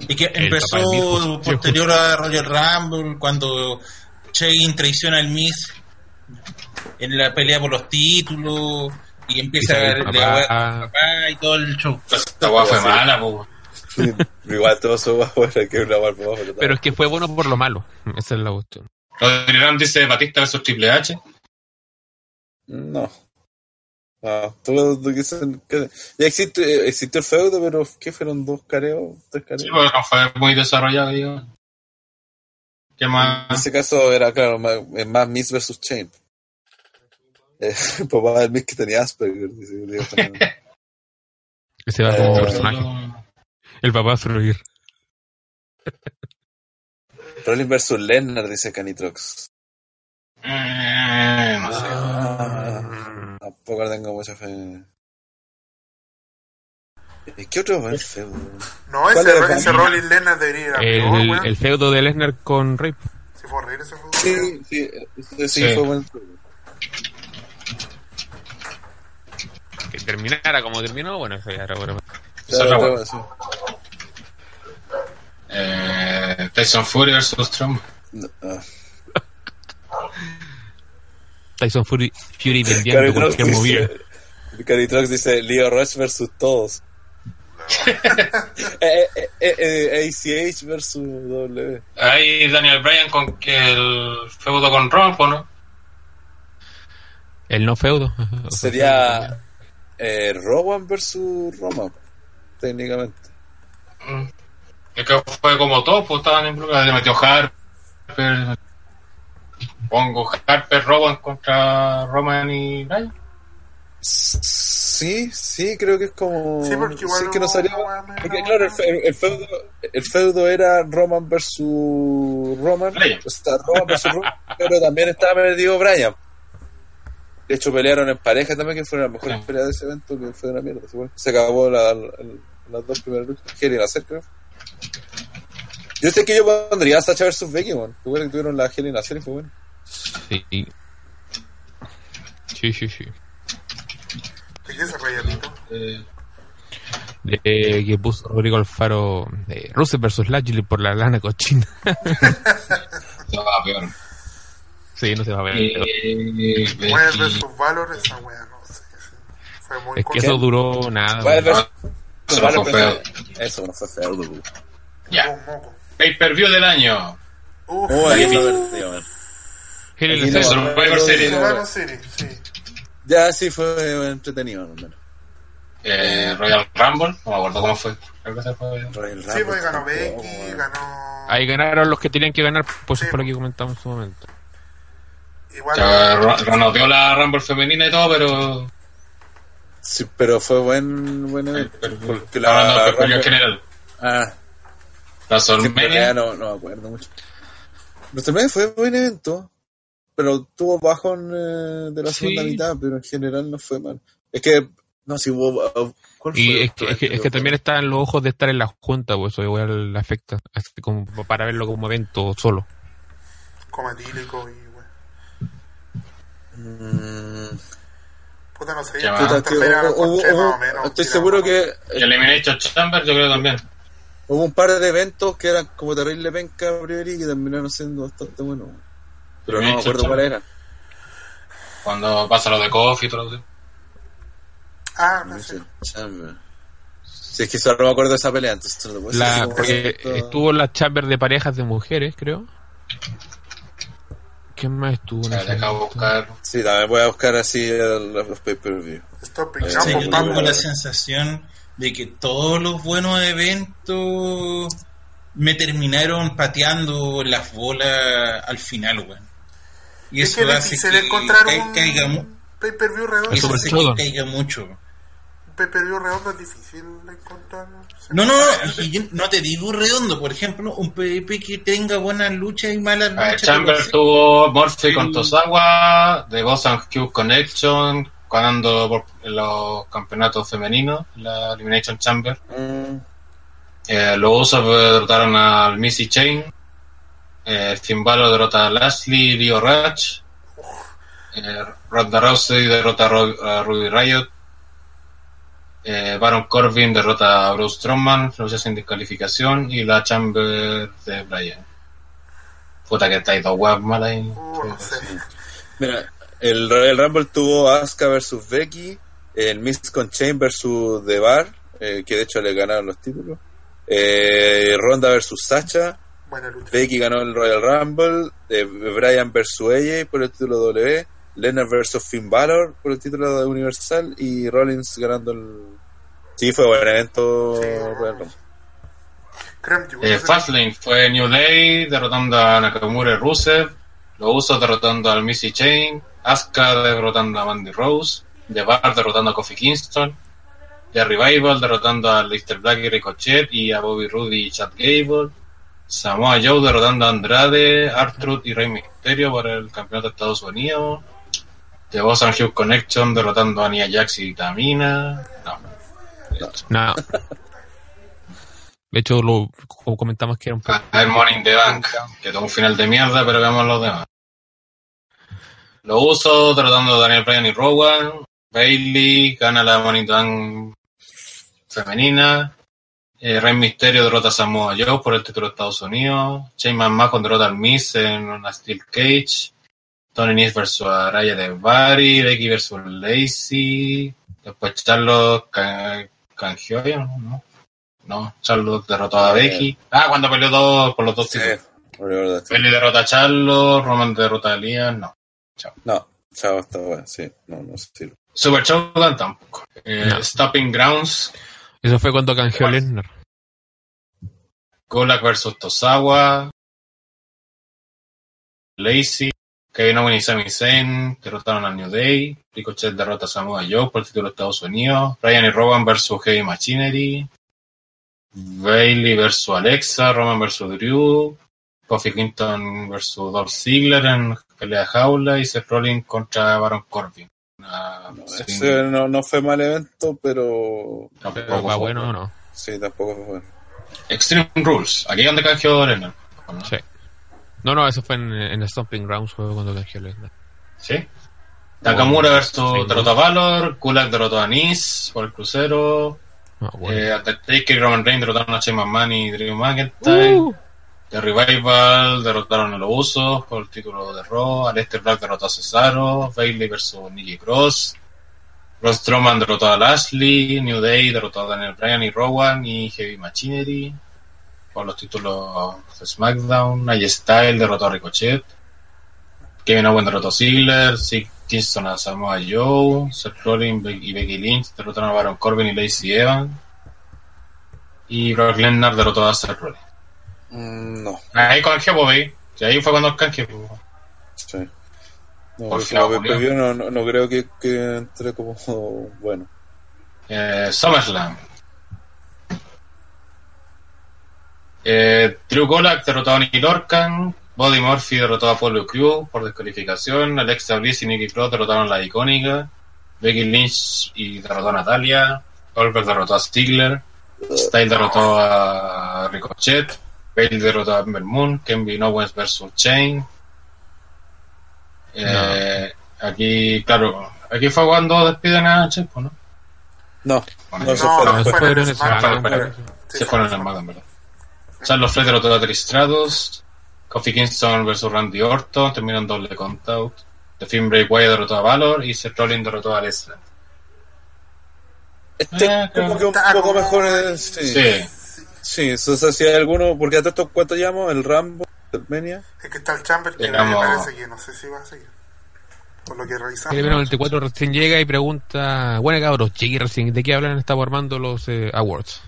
S6: Y que
S4: papá del Miz,
S6: empezó
S4: justo.
S6: posterior a Royal Rumble cuando Shane traiciona al Miz en la pelea por los títulos y empieza
S4: Y
S6: a
S4: sale el
S6: le-
S4: papá.
S6: le- papá y todo el show.
S1: Esta guapa fue mala, pues.
S2: Sí, Igual todo eso va bueno, que una mal pero está
S4: Pero
S2: bien.
S4: es que fue bueno por lo malo. Esa es la cuestión.
S1: Rodri Ram dice Batista versus Triple H.
S2: No. Ah, todo lo que son- que- ya existe, eh, existe el feudo, pero ¿qué fueron dos careos? ¿Tres careos?
S1: Sí, porque no fue muy desarrollado, digo. ¿Qué
S2: En
S1: más?
S2: ese caso era, claro, más, eh, más Miss versus Chain. Eh, papá del Miss que tenía Asperger. dice Diego Fernández.
S4: Ese va a ser
S2: Oh.
S4: nuestro personaje. El papá va a sobrevivir.
S2: Rollins versus Lennart, dice Canitrox.
S1: Eh, no sé.
S2: Ah, tampoco le tengo mucha fe. Eh, ¿Qué otro buen feudo?
S3: No,
S2: ¿Cuál
S3: ese,
S2: era
S3: ese
S2: el-
S3: Rollins Lennon debería ir a peor,
S4: El,
S3: Ah, weón.
S4: el feudo de Lesnar con Rey. pues,
S3: Si fue horrible ese juego.
S2: Sí, sí, sí,
S1: Sí.
S2: fue buen feudo.
S4: Que terminara como terminó. Bueno, eso ya era bueno.
S1: Esa era buena.
S2: sí.
S1: Eh, Tyson Fury versus Trump.
S2: No, ah.
S4: Tyson Fury, Fury vendiendo
S2: Canitrox
S4: cualquier movida.
S2: dice, Canitrox dice Leo Rush versus todos. Eh, eh, eh, eh, ACH versus W.
S1: Ahí Daniel Bryan con que el feudo con Rompo, ¿no?
S4: El no feudo.
S2: Sería eh, Rowan versus Roman, técnicamente.
S1: Es que fue como todo, pues estaban en Brooklyn, le metió Harper, pongo Harper, Roman contra Roman y Bryan.
S2: Sí, sí, creo que es como.
S3: Sí, porque igual
S2: sí, es que no
S3: no-
S2: salió.
S3: no-
S2: Porque, claro, el, fe- el feudo, el feudo era Roman versus Roman.
S1: Bryan.
S2: O sea, Roman versus Roman. Pero también estaba perdido Bryan. De hecho, pelearon en pareja también, que fue la mejor
S1: Sí.
S2: pelea de ese evento, que fue una mierda. igual. Se acabó la- la- las dos primeras luchas. Hell in a Cell, creo. Yo sé que yo pondría a Sacha versus Becky, weón. Tú que tuvieron la Hell in a Cell y fue bueno.
S4: Sí. Sí, sí, sí.
S3: ¿De qué se reía, Tito?
S1: Eh,
S4: De que puso Rodrigo Alfaro de Russell versus Lashley por la lana cochina.
S1: se va peor.
S4: Sí, no se va a ver.
S1: Eh,
S3: Wyatt
S1: Becky-
S3: versus Valor, esa wea, no sé. sí. Fue muy
S4: es que eso duró nada.
S2: Vale,
S4: güey.
S2: pero-
S1: Ah, Eso no fue feo.
S2: Eso no fue feudo, weón.
S1: Ya.
S3: Un moco.
S1: Pay per view del año.
S3: Uf,
S2: Oh, ahí
S3: sí.
S2: está perdido, weón.
S4: Hell in a
S2: Ahí
S4: Cell.
S2: no,
S1: Survivor
S2: no,
S1: Series.
S2: no, no.
S3: Survivor City, sí.
S2: Ya sí fue entretenido, hermano.
S1: Eh, Royal Rumble, no me acuerdo cómo fue. Creo que se fue.
S2: Royal
S3: Sí,
S2: Rumble
S3: pues ganó
S2: tampoco,
S3: Becky,
S2: weón.
S3: ganó.
S1: Ah,
S4: Ahí ganaron los que tenían que ganar, pues
S3: Sí.
S4: es por lo que comentamos en su momento.
S1: Ya,
S3: Igual.
S1: ro- Ronaldo la Rumble femenina y todo, pero.
S2: Sí, pero fue buen, buen evento. Porque la,
S1: Hablando
S2: la
S1: de Rumble en
S2: Rumble-
S1: general.
S2: Ah,
S1: La
S2: sí, en
S1: Solmenia.
S2: realidad no, no me acuerdo mucho. WrestleMania fue buen evento, pero tuvo bajón eh, de la
S4: Sí.
S2: segunda mitad, pero en general no fue mal. Es que, no, si hubo... ah, oh, ¿cuál
S4: Y
S2: fue?
S4: es que, es, que, es que también está en los ojos de estar en la junta, pues eso igual le afecta. Así como para verlo como evento solo.
S3: Como etílico y wea.
S2: Mm,
S3: Puta, no sé.
S1: Ya,
S3: yo
S1: puta,
S3: antes
S2: puta, que
S3: era
S2: hubo-
S3: con
S2: hubo-
S3: Che, más
S2: hubo-
S3: o menos,
S2: estoy
S3: tirando.
S2: seguro que
S1: Y Elimination Chamber, yo creo también.
S2: Hubo un par de eventos que eran como terrible penca priori y que terminaron siendo bastante buenos. Pero no me acuerdo cuáles eran.
S1: Cuando pasa lo de Coffee y todo lo que.
S3: Ah, no
S2: No
S3: sé.
S2: sé, chamba. Si es que solo me acuerdo de esa pelea, entonces no te puedo decir
S4: La,
S2: como
S4: porque
S2: esto.
S4: estuvo la chamber de parejas de mujeres, creo. ¿Quién más estuvo? en
S1: Se
S4: ese
S1: deja
S4: evento?
S1: buscar.
S2: Sí, también voy a buscar así el- los pay-per-view.
S3: Stop it,
S2: Sí, sí,
S3: no, pues,
S2: muy
S6: yo tengo
S2: bueno.
S6: la sensación de que todos los buenos eventos me terminaron pateando las bolas al final, weón. Y
S3: Es
S6: eso
S3: que es
S6: hace
S3: difícil
S6: que
S3: encontrar
S6: ca-
S3: un
S6: caiga, mu-
S3: pay-per-view redondo.
S4: Es
S6: eso
S4: Super
S6: hace que
S4: Showdown.
S6: caiga mucho.
S3: Un pay-per-view redondo es difícil de encontrar.
S6: No, no, no, y yo no te digo redondo, por ejemplo, un PvP que tenga buenas luchas y malas
S1: Eh,
S6: luchas. pero
S1: Chamber
S6: sí.
S1: tuvo Morphy con Tosawa, The Boss and Cube Connection, ganando por los campeonatos femeninos, la Elimination Chamber.
S2: Mm,
S1: Eh, los Usos eh, derrotaron al Missy Chain. Eh, Finn Balor derrota a Lashley, Leo Ratch. Eh, Ronda Rousey derrota a, Ro- a Ruby Riot. Eh, Baron Corbin derrota a Bruce Strowman, lucha sin descalificación. Y la Chamber de Bryan. Puta que está ahí dos webs malas ahí.
S3: Uh, no sé.
S2: Mira, el Royal Rumble tuvo Asuka versus Becky, el Miss con Chain versus The Bar, eh, que de hecho le ganaron los títulos, eh, Ronda versus Sacha,
S3: Buena lucha.
S2: Becky ganó el Royal Rumble, eh, Brian versus AJ por el título W, Leonard versus Finn Balor por el título de Universal y Rollins ganando el... Sí, fue buen evento
S3: Sí.
S2: Royal Rumble.
S3: Crem, yo,
S1: Eh,
S3: no sé.
S1: Fastlane fue New Day derrotando a Nakamura y Rusev. Los Usos derrotando al Missy Chain. Asuka derrotando a Mandy Rose. The Bar derrotando a Kofi Kingston. The Revival derrotando a Lister Black y Ricochet. Y a Bobby Rudy y Chad Gable. Samoa Joe derrotando a Andrade, Artruth y Rey Mysterio por el campeonato de Estados Unidos. The Boss and Hugh Connection derrotando a Nia Jax y Tamina. No.
S4: No. De hecho, lo, como comentamos que era un poco.
S1: el Morning the Bank, que tuvo un final de mierda, pero veamos los demás. Lo uso tratando de Daniel Bryan y Rowan. Bailey gana la Morning the Bank femenina. Eh, Rey Misterio derrota a Samoa Joe por el título de Estados Unidos. Shane McMahon derrota al Miss en una Steel Cage. Tony Nese versus Araya de Barry. Becky versus Lacey. Después Charlotte can- canjeó, ¿no? No, Charlotte derrotó a
S2: Eh.
S1: Becky. Ah, cuando peleó dos por los dos
S2: Sí,
S1: títulos.
S2: por la verdad.
S1: Bailey derrota a Charlotte, Roman derrota a Elias, no.
S2: No, chao, está bueno, sí, no, no sirve.
S1: Super Showdown tampoco. Eh,
S4: No.
S1: Stopping Grounds,
S4: Eso fue cuando canjeó Lesnar.
S1: Golak versus Tosawa, Lacey, Kevin Owens y Sami Zayn derrotaron a New Day, Ricochet derrota a Samoa Joe por el título de Estados Unidos, Ryan y Rowan versus Heavy Machinery, Bailey versus Alexa, Roman versus Drew, Kofi Clinton versus Dolph Ziggler en pelea de jaula y Seth Rollins contra Baron Corbin. Ah, Una-
S2: Ese no, no fue mal evento, pero.
S1: Tampoco
S4: Pero va
S1: fue-
S4: Ah, bueno o no.
S2: Sí, tampoco fue bueno.
S1: Extreme Rules, aquí es donde canjeó Arena.
S4: Sí. No, no, eso fue en, en Stomping Grounds, fue cuando canjeó la isla.
S1: ¿Sí? Nakamura
S4: Sí.
S1: versus derrotó a Valor, Kulak derrotó a Nice por el crucero,
S4: No, Ah, bueno.
S1: eh, Undertaker y Roman Reigns derrotaron a Shane McMahon y Drew McIntyre,
S4: Uh.
S1: The Revival derrotaron a los Usos por el título de Raw, Aleister Black derrotó a Cesaro, Bailey versus Nikki Cross, Ross Strowman derrotó a Lashley, New Day derrotó a Daniel Bryan y Rowan y Heavy Machinery por los títulos de SmackDown, Nia Style derrotó a Ricochet, Kevin Owens derrotó a Ziggler, Sid Kingston a Samoa Joe, Seth Rollins y Becky Lynch derrotaron a Baron Corbin y Lacey Evans y Brock Lesnar derrotó a Seth Rollins.
S2: Mm, no.
S1: Ahí canjeó, pues, ahí. Sí, ahí fue cuando canjeó. pues.
S2: Sí. No,
S1: Por
S2: porque
S1: favor,
S2: lo que previo no, no, no creo que, que entre como bueno.
S1: Eh, SummerSlam. Eh, Drew Golak derrotó a Nicky Lorcan. Body Murphy derrotó a Polo Crew por descalificación. Alexa Bliss y Nicky Cross derrotaron a la icónica. Becky Lynch y derrotó a Natalia. Goldberg derrotó a Stigler. Style derrotó a Ricochet. Bailey derrotó a Ember Moon. Kevin Owens versus Chain. Eh, Aquí, claro, aquí fue cuando despiden a Chain, pues, ¿no?
S2: No, no se
S3: No,
S2: fue.
S4: No, eso fue
S3: fueron
S4: en
S3: en
S4: el
S3: SmackDown,
S4: Smackdown.
S1: se fueron en Madden, ¿verdad? Charles Flair derrotó a Tristratos, Kofi Kingston versus Randy Orton, terminó en doble count-out. The Finn Bray Wyatt derrotó a Valor y Seth Rollins derrotó a Lesnar.
S2: Este
S1: Ah,
S2: como que un
S3: claro.
S2: poco mejor. eh, sí,
S1: Sí,
S2: sí. eso es así alguno. Porque a tanto cuánto llamo, el Rambo, Armenia.
S3: Es que está el Chamber que me
S1: Digamos-
S3: parece que no sé si va a seguir. Por lo que revisamos.
S4: El 94 recién llega y pregunta, bueno cabros, llegué recién, ¿de qué hablan? Estamos armando los eh, awards.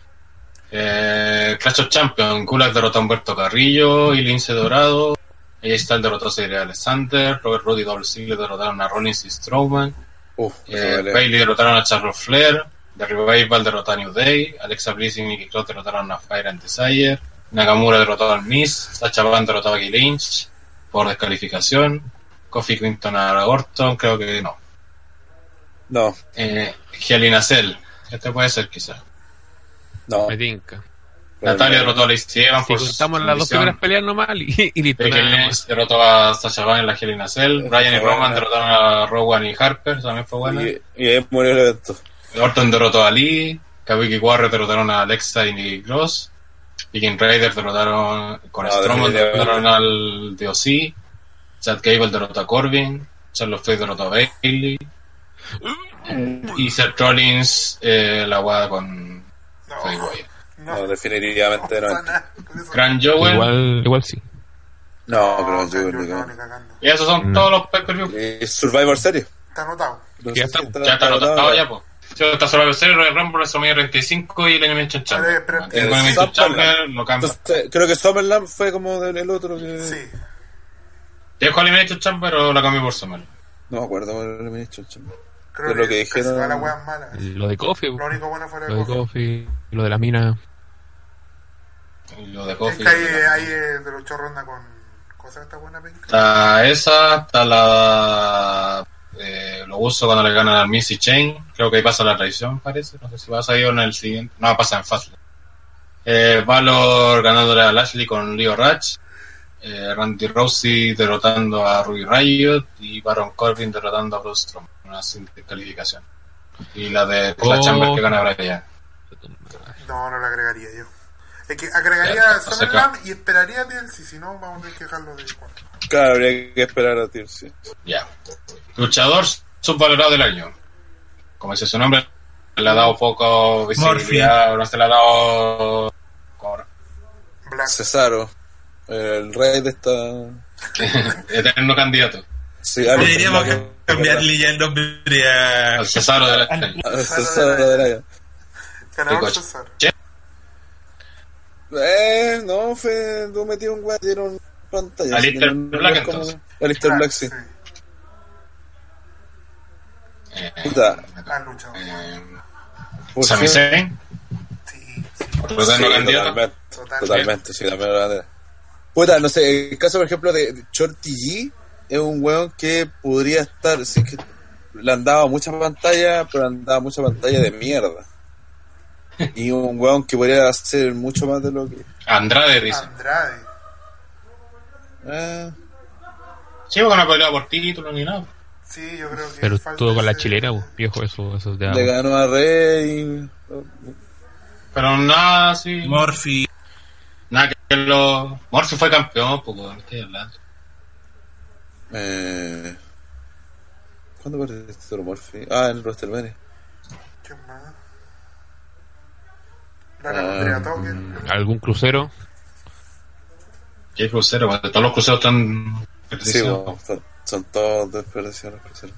S1: Eh, Clash of Champions, Kulak derrotó a Humberto Carrillo y Lince Dorado. Ella Styles derrotó a Cedric Alexander, Robert Rudy y Double Ziggler derrotaron a Rollins y Strowman.
S2: Uf, eso
S1: Eh,
S2: vale.
S1: Bailey derrotaron a Charles Flair, The Revival derrotó a New Day, Alexa Bliss y Nikki Cross derrotaron a Fire and Desire, Nakamura derrotó al Miz, Sacha Van derrotó a Becky Lynch por descalificación, Kofi Clinton a Orton, creo que no.
S2: No,
S1: Eh, Gialina Cell, este puede ser quizás.
S2: no.
S4: Me tinca.
S1: Natalia derrotó a Lacey Evans
S4: Si
S1: Ah, por
S4: contamos las dos
S1: sumisión.
S4: primeras peleas nomás y, y listo.
S1: Becky
S4: nada más.
S1: Lynch derrotó a Sacha Van en la Gialina Cell, Ryan y
S2: Fue buena.
S1: Roman derrotaron a Rowan y Harper, también fue buena.
S2: Y, y ahí murió el evento.
S1: Orton derrotó a Lee, Kabuki Warrior derrotaron a Alexa y Nikki Cross, Viking Raiders derrotaron con
S2: No,
S1: Strowman,
S2: definitivamente.
S1: derrotaron al DOC, Chad Gable derrotó a Corbin, Charles Flair derrotó a Bailey, y Seth Rollins eh, la guada con
S3: No,
S1: Faye Wyatt.
S3: no,
S2: No, definitivamente no.
S3: pasa nada con eso.
S1: Gran Joel,
S4: Igual, igual sí.
S2: No,
S3: No,
S2: Ah, pero
S3: Gran
S2: yo
S3: Joel, Ah, no,
S2: creo
S3: ni cagando.
S1: y esos son
S4: No.
S1: todos los pay-per-view.
S2: que- Eh, Survivor Series.
S3: Está anotado.
S2: No
S4: Ya
S2: sé si
S4: está,
S1: Ya está
S2: anotado,
S1: anotado ya, pues. Sí, Está solo el serio, Royal Rumble, WrestleMania 35 y el Elimination Chamber.
S3: Pero, pero,
S1: El Elimination
S2: Zappa-
S1: Chamber lo cambia.
S2: Entonces, creo que Summerland fue como del, el otro que...
S3: Sí.
S1: ¿Dejo el Elimination Chamber o la cambio por Summer?
S2: No me acuerdo cuál era el ministro, chamo.
S3: Creo
S2: De lo que
S3: que casi
S2: dijeron-
S3: todas las weas malas.
S4: Lo de Coffee,
S3: Lo único bueno fue
S4: lo
S3: el
S4: de Coffee, lo de las minas.
S1: Y Lo de
S3: Es
S1: Kofi.
S3: que ahí, ahí eh, de los chorronda con cosas esta buena penca.
S1: Está esa, está la. eh, lo uso cuando le ganan al Missy Chain. Creo que ahí pasa la traición, parece. No sé si va a salir en el siguiente. No, pasa en fácil. Eh, Valor ganándole a Lashley con Leo Ratch. Eh, Randy Rousey derrotando a Ruby Riot. Y Baron Corbin derrotando a Bruce Strowman. Una simple calificación. Y la de la
S4: Oh.
S1: Chamber que gana Brian.
S3: No, no lo agregaría yo. Es que
S1: Ya,
S3: agregaría
S1: o sea,
S3: SummerLam y esperaría DLC, si no vamos a tener que dejarlo de igual.
S2: Claro, habría que esperar a ti, sí.
S1: Ya. Luchador subvalorado del año. Como dice su nombre, le ha dado poco visibilidad, no se le ha dado. cor-
S3: Black.
S2: Cesaro, el rey de esta...
S1: Eterno candidato.
S2: Sí, ah,
S6: Deberíamos
S2: no, que-
S6: cambiarle ya el nombre a.
S1: Al Cesaro de la estrella.
S2: Ah, Cesaro de la...
S3: Ganador
S1: Ricochet.
S3: César.
S2: Eh, no, fue. No metieron un weón, dieron pantalla. así que
S1: Alistair
S2: no- no
S1: Black,
S2: es como-
S1: entonces.
S2: Alistair
S3: Ah,
S2: Black, sí.
S3: sí.
S1: Eh,
S2: Puta.
S3: Ah, luchado.
S1: eh,
S2: Por
S1: Sami
S2: fin.
S1: Zayn,
S3: Sí, sí,
S1: por lo
S2: Sí,
S1: tanto, candidato.
S2: totalmente,
S3: totalmente.
S2: totalmente, sí, la primera bandera. Puta, no sé, el caso, por ejemplo, de de Shorty G es un weón que podría estar, sí que le han dado mucha pantalla, pero han dado mucha pantalla de mierda. Y un weón que podría hacer mucho más de lo que...
S1: Andrade dice.
S3: Andrade.
S2: eh,
S1: Sí, porque no ha peleado por título ni nada.
S3: Sí, yo creo que.
S4: Pero
S3: falta
S4: todo con la
S3: ese-
S4: chilera, pues, viejo, eso, eso es de
S2: le
S4: agua.
S2: ganó a Rey.
S1: Pero nada, sí.
S6: Morphy,
S1: Nada que lo. Morphy fue campeón, poco, no estoy hablando.
S2: Eh, ¿Cuándo perdió este título Morphy? Ah, en WrestleMania.
S3: ¿Quién más? Lana
S2: Ah,
S3: Andrea
S2: mm.
S3: Tucker.
S4: ¿Algún crucero?
S1: ¿Qué crucero? Bueno, todos los cruceros están.
S2: Sí,
S1: desperdiciados.
S2: bueno, son, son todos desperdiciados los cruceros.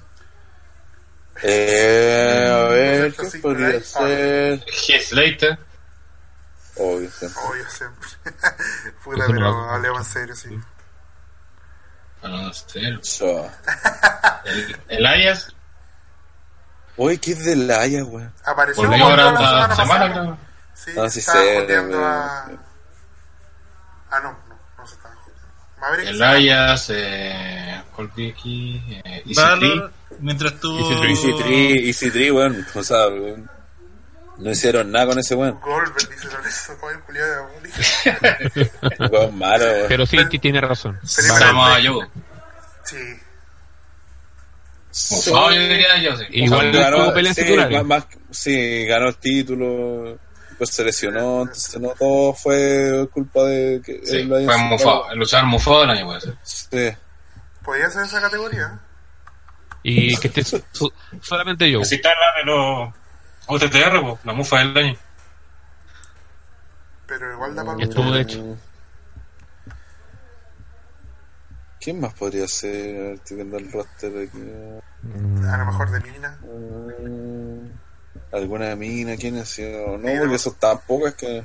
S2: Eh, a ver, ¿qué podría ser?
S1: Heath Slater.
S2: Obvio, siempre.
S3: Obvio, siempre. Puta,
S4: Eso no
S3: pero
S4: lo hago.
S3: hablemos en serio, sí.
S1: Bueno, no sé.
S2: So.
S1: El Ayas.
S2: Oye, ¿qué es de la Haya, weón?
S3: Apareció
S1: Volvió Pues ahora
S3: Gondor
S1: la semana,
S3: pasada.
S1: creo.
S3: Sí,
S2: Ah, sí,
S3: estaba
S2: sé,
S3: joteando
S2: weón.
S3: a. Ah, no, no, no se estaba joteando. Maverick.
S1: El Ayas. Eh, Colby aquí. Eh, EC3.
S6: Valor, mientras
S2: Easy
S6: tuvo.
S2: Tree, Easy Tree, weón. O sea, weón, no hicieron nada con ese weón.
S3: Goldberg dice Lorenzo, como el culiado de Abuli.
S2: Weón malo, weón.
S4: Pero sí, sí tiene razón.
S1: Samoa Joe.
S3: Sí,
S1: Mofado, yo diría yo, sí.
S4: Igual
S2: Ganó-
S4: tuvo peleas
S2: sí,
S4: titulares.
S2: más- más- sí, ganó el título, pues se lesionó, entonces no todo fue culpa de que
S1: Sí,
S2: él eh, lo haya
S1: fue
S2: sacado.
S1: mufado. El luchador mufado del año puede ser.
S2: Sí.
S3: podía ser esa categoría.
S4: Y que esté su- su- solamente yo.
S1: Así está la de los OTTR, po, la mufa del año.
S3: Pero igual
S1: Mm.
S3: da para
S4: Que estuvo
S3: mucho.
S4: de hecho.
S2: ¿Quién más podría ser? A ver, Estoy viendo el roster aquí.
S3: A lo mejor de Mina.
S2: Mm, ¿Alguna mina? ¿Quién ha sido? No,
S3: Mira.
S2: porque eso tampoco es que.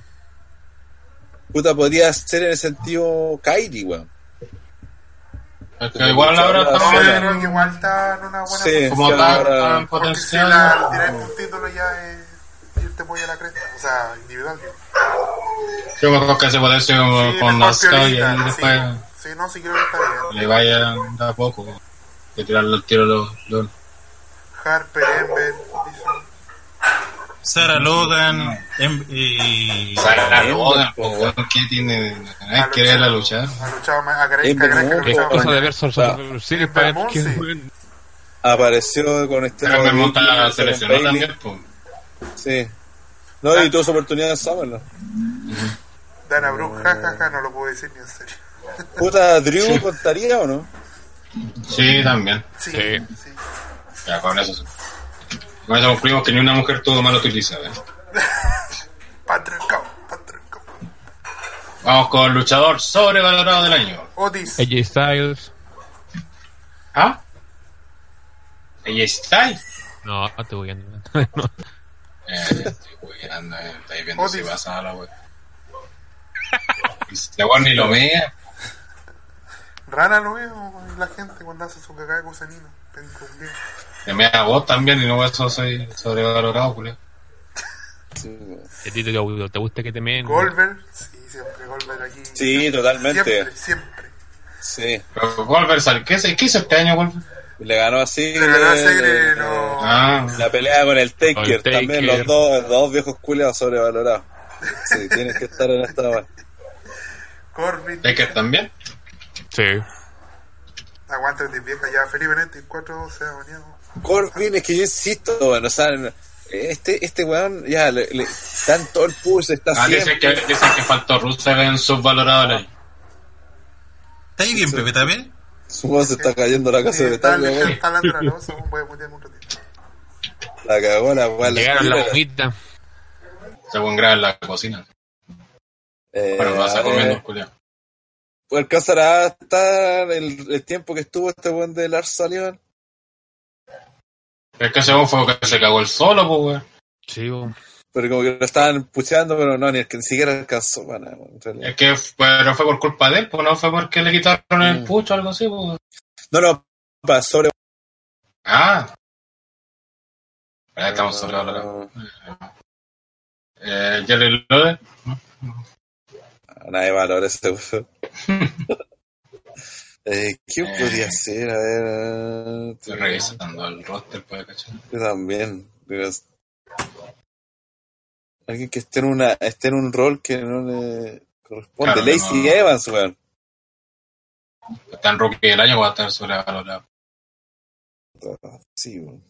S2: Puta, podría ser en el sentido Kairi, weón.
S1: Es que igual ahora
S2: Sí,
S3: No,
S1: estamos
S3: yo
S2: la-
S3: creo que igual está en una buena.
S2: Sí.
S1: como
S2: que
S1: tal,
S2: ahora-
S1: tan
S3: Porque si
S1: potencial.
S3: la tiráis por título ya es irte muy a la cresta. O sea, individual. digo.
S1: Yo creo que se puede hacer como
S3: Sí,
S1: con
S3: mejor
S1: las y
S3: piolita,
S1: ahí después
S3: Sí, sí, no, sí creo que está bien.
S1: le vaya de a poco. po. Que tirarle el tiro a los. los-
S3: Harper, Ember, dice.
S6: Sarah Logan, em- eh,
S1: Sara Logan, po, weón, ¿qué tiene? Hay que verla luchar.
S3: Ha luchado más. A Greca,
S2: Ember
S3: a Greca,
S2: Moon,
S4: Es
S3: que ha
S2: Ojalá.
S4: cosa
S3: luchado
S4: de
S3: más.
S4: ver Sol- Sol- sí, para ver qué buen-
S2: Apareció con este.
S1: Pero me monta
S2: Bailey, con
S1: seleccionó
S2: Bailey.
S1: también, po.
S2: Sí. No, y tuvo su oportunidad de saberlo.
S3: Dana Brooke, jajaja, no lo puedo decir ni en serio.
S2: Puta, Drew contaría o no?
S1: pues. Sí, también.
S3: Sí,
S4: Sí.
S3: sí.
S1: Ya, con eso. sí. Con eso concluimos que ni una mujer todo mal utilizada.
S3: Patrick Patrico.
S1: Vamos con el luchador sobrevalorado del año.
S3: Otis.
S4: AJ Styles.
S1: ¿Ah? Ella está.
S4: No, no te voy a no.
S1: Eh, estoy jugando, eh, estáis viendo
S3: Otis.
S1: si pasa a la web. La web ni lo mea.
S3: Rana lo veo, la gente cuando hace su cagada de gusanino. Penco, bien.
S1: Te mea vos también y no eso soy sobrevalorado, culio.
S2: Sí, weón.
S4: ¿A ti te, te gusta que te meen?
S3: Goldberg, sí, siempre Goldberg aquí.
S2: Sí, totalmente.
S3: Siempre, siempre.
S2: Sí.
S1: Pero Wolver, ¿sal- ¿qué, hizo- ¿qué hizo este año, Wolver?
S2: Le ganó así.
S3: Le ganó a
S2: Eh,
S3: Segre, no.
S1: Ah,
S2: La pelea con el Taker,
S4: Con el Taker.
S2: también, los dos, los dos viejos culiados sobrevalorados. Sí, tienes que estar en esta weá.
S3: Corbin.
S1: Taker también.
S4: Sí.
S3: Aguanta el de vieja ya. Felipe Neto, 4 se ha bañado.
S2: Corbin, es que yo insisto, bueno, o sea, este, este weón, ya, le, le, está en todo el push, está
S1: Ah, dicen
S2: siempre.
S1: que, dicen que faltó Rusev en subvalorado del año.
S6: ¿Está ahí bien, Pepe Tapé?
S2: Su voz se está cayendo la casa
S3: Sí,
S2: de ¿eh?
S3: está
S2: metal,
S3: le-
S2: weón.
S3: está hablando la losa, voy a mutearme un ratito.
S2: La cagó la weá.
S4: Llegaron la
S2: tira.
S4: bombita.
S1: Según graba en la cocina.
S2: Eh,
S1: Bueno, no
S2: a
S1: se
S2: ver,
S1: comiendo, culio.
S2: ¿Alcanzará a estar el, el tiempo que estuvo este weón de Lars Sullivan?
S1: Es que según fue que se cagó el solo, pues, weón.
S4: Sí, bo.
S2: Pero como que lo estaban puchando, pero no, ni, ni siquiera alcanzó. Bueno, en realidad.
S1: Es que pero fue por culpa de él, pues no fue porque le quitaron el
S2: Mm.
S1: pucho o algo así. pues.
S2: No, no, para sobre.
S1: Ah. Ahí estamos sobre ahora. Eh, Jerry Love.
S2: Nadie valora ese seguro. eh, ¿Qué
S1: Eh.
S2: podría ser? A ver. eh,
S1: Estoy revisando el roster para cachar.
S2: Yo también. digo, Alguien que esté en, una, esté en un rol que no le corresponde.
S1: Claro,
S2: Lacey
S1: no.
S2: Evans, weón.
S1: Está en rookie del año, va a estar sobrevalorado.
S2: Sí, weón.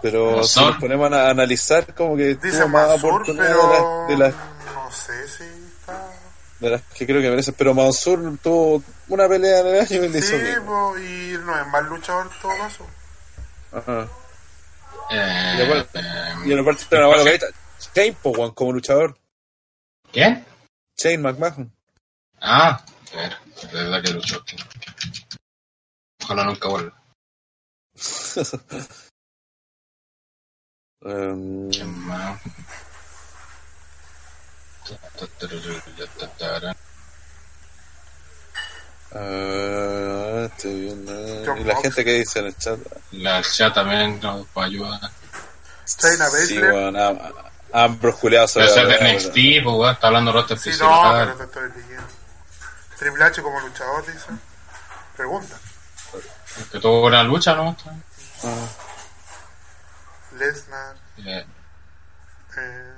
S2: Pero
S1: Como
S2: si nos
S1: Sol.
S2: ponemos a analizar, como que tuvo
S3: Dice
S2: más
S3: Mansur,
S2: oportunidades de las-
S3: pero.
S2: de las
S3: No sé si está.
S2: de las que creo que merecen. Pero Mansur tuvo una pelea en el año y le hizo
S3: Sí,
S2: bien.
S3: po, y no es mal luchador en todo caso. pues.
S2: Ajá.
S1: Eh,
S2: Y aparte-
S1: eh,
S2: Y en la parte de la mala carita, Shane, po, weón, como luchador.
S1: ¿Quién?
S2: Shane McMahon.
S1: Ah, a ver, es verdad que luchó. aquí. Ojalá nunca vuelva.
S2: Em,
S1: ¿Quién más?
S2: ah, estoy viendo.
S3: John
S2: Y la
S3: Mox.
S2: gente que dice en el chat.
S1: La chat también nos va a ayudar.
S3: Shayna
S2: Sí,
S3: Baszler.
S2: weón. am- Ambros culeados
S1: Pero
S2: sobre
S1: ese es
S2: la-
S1: de NXT, pues, weón, está hablando roster
S3: Sí, no, pero
S1: principal.
S3: te estoy leyendo. Triple H como luchador, dice. Pregunta.
S1: Que tuvo una lucha, ¿no?
S2: Ah,
S3: Lesnar.
S1: Eh,
S3: Eh,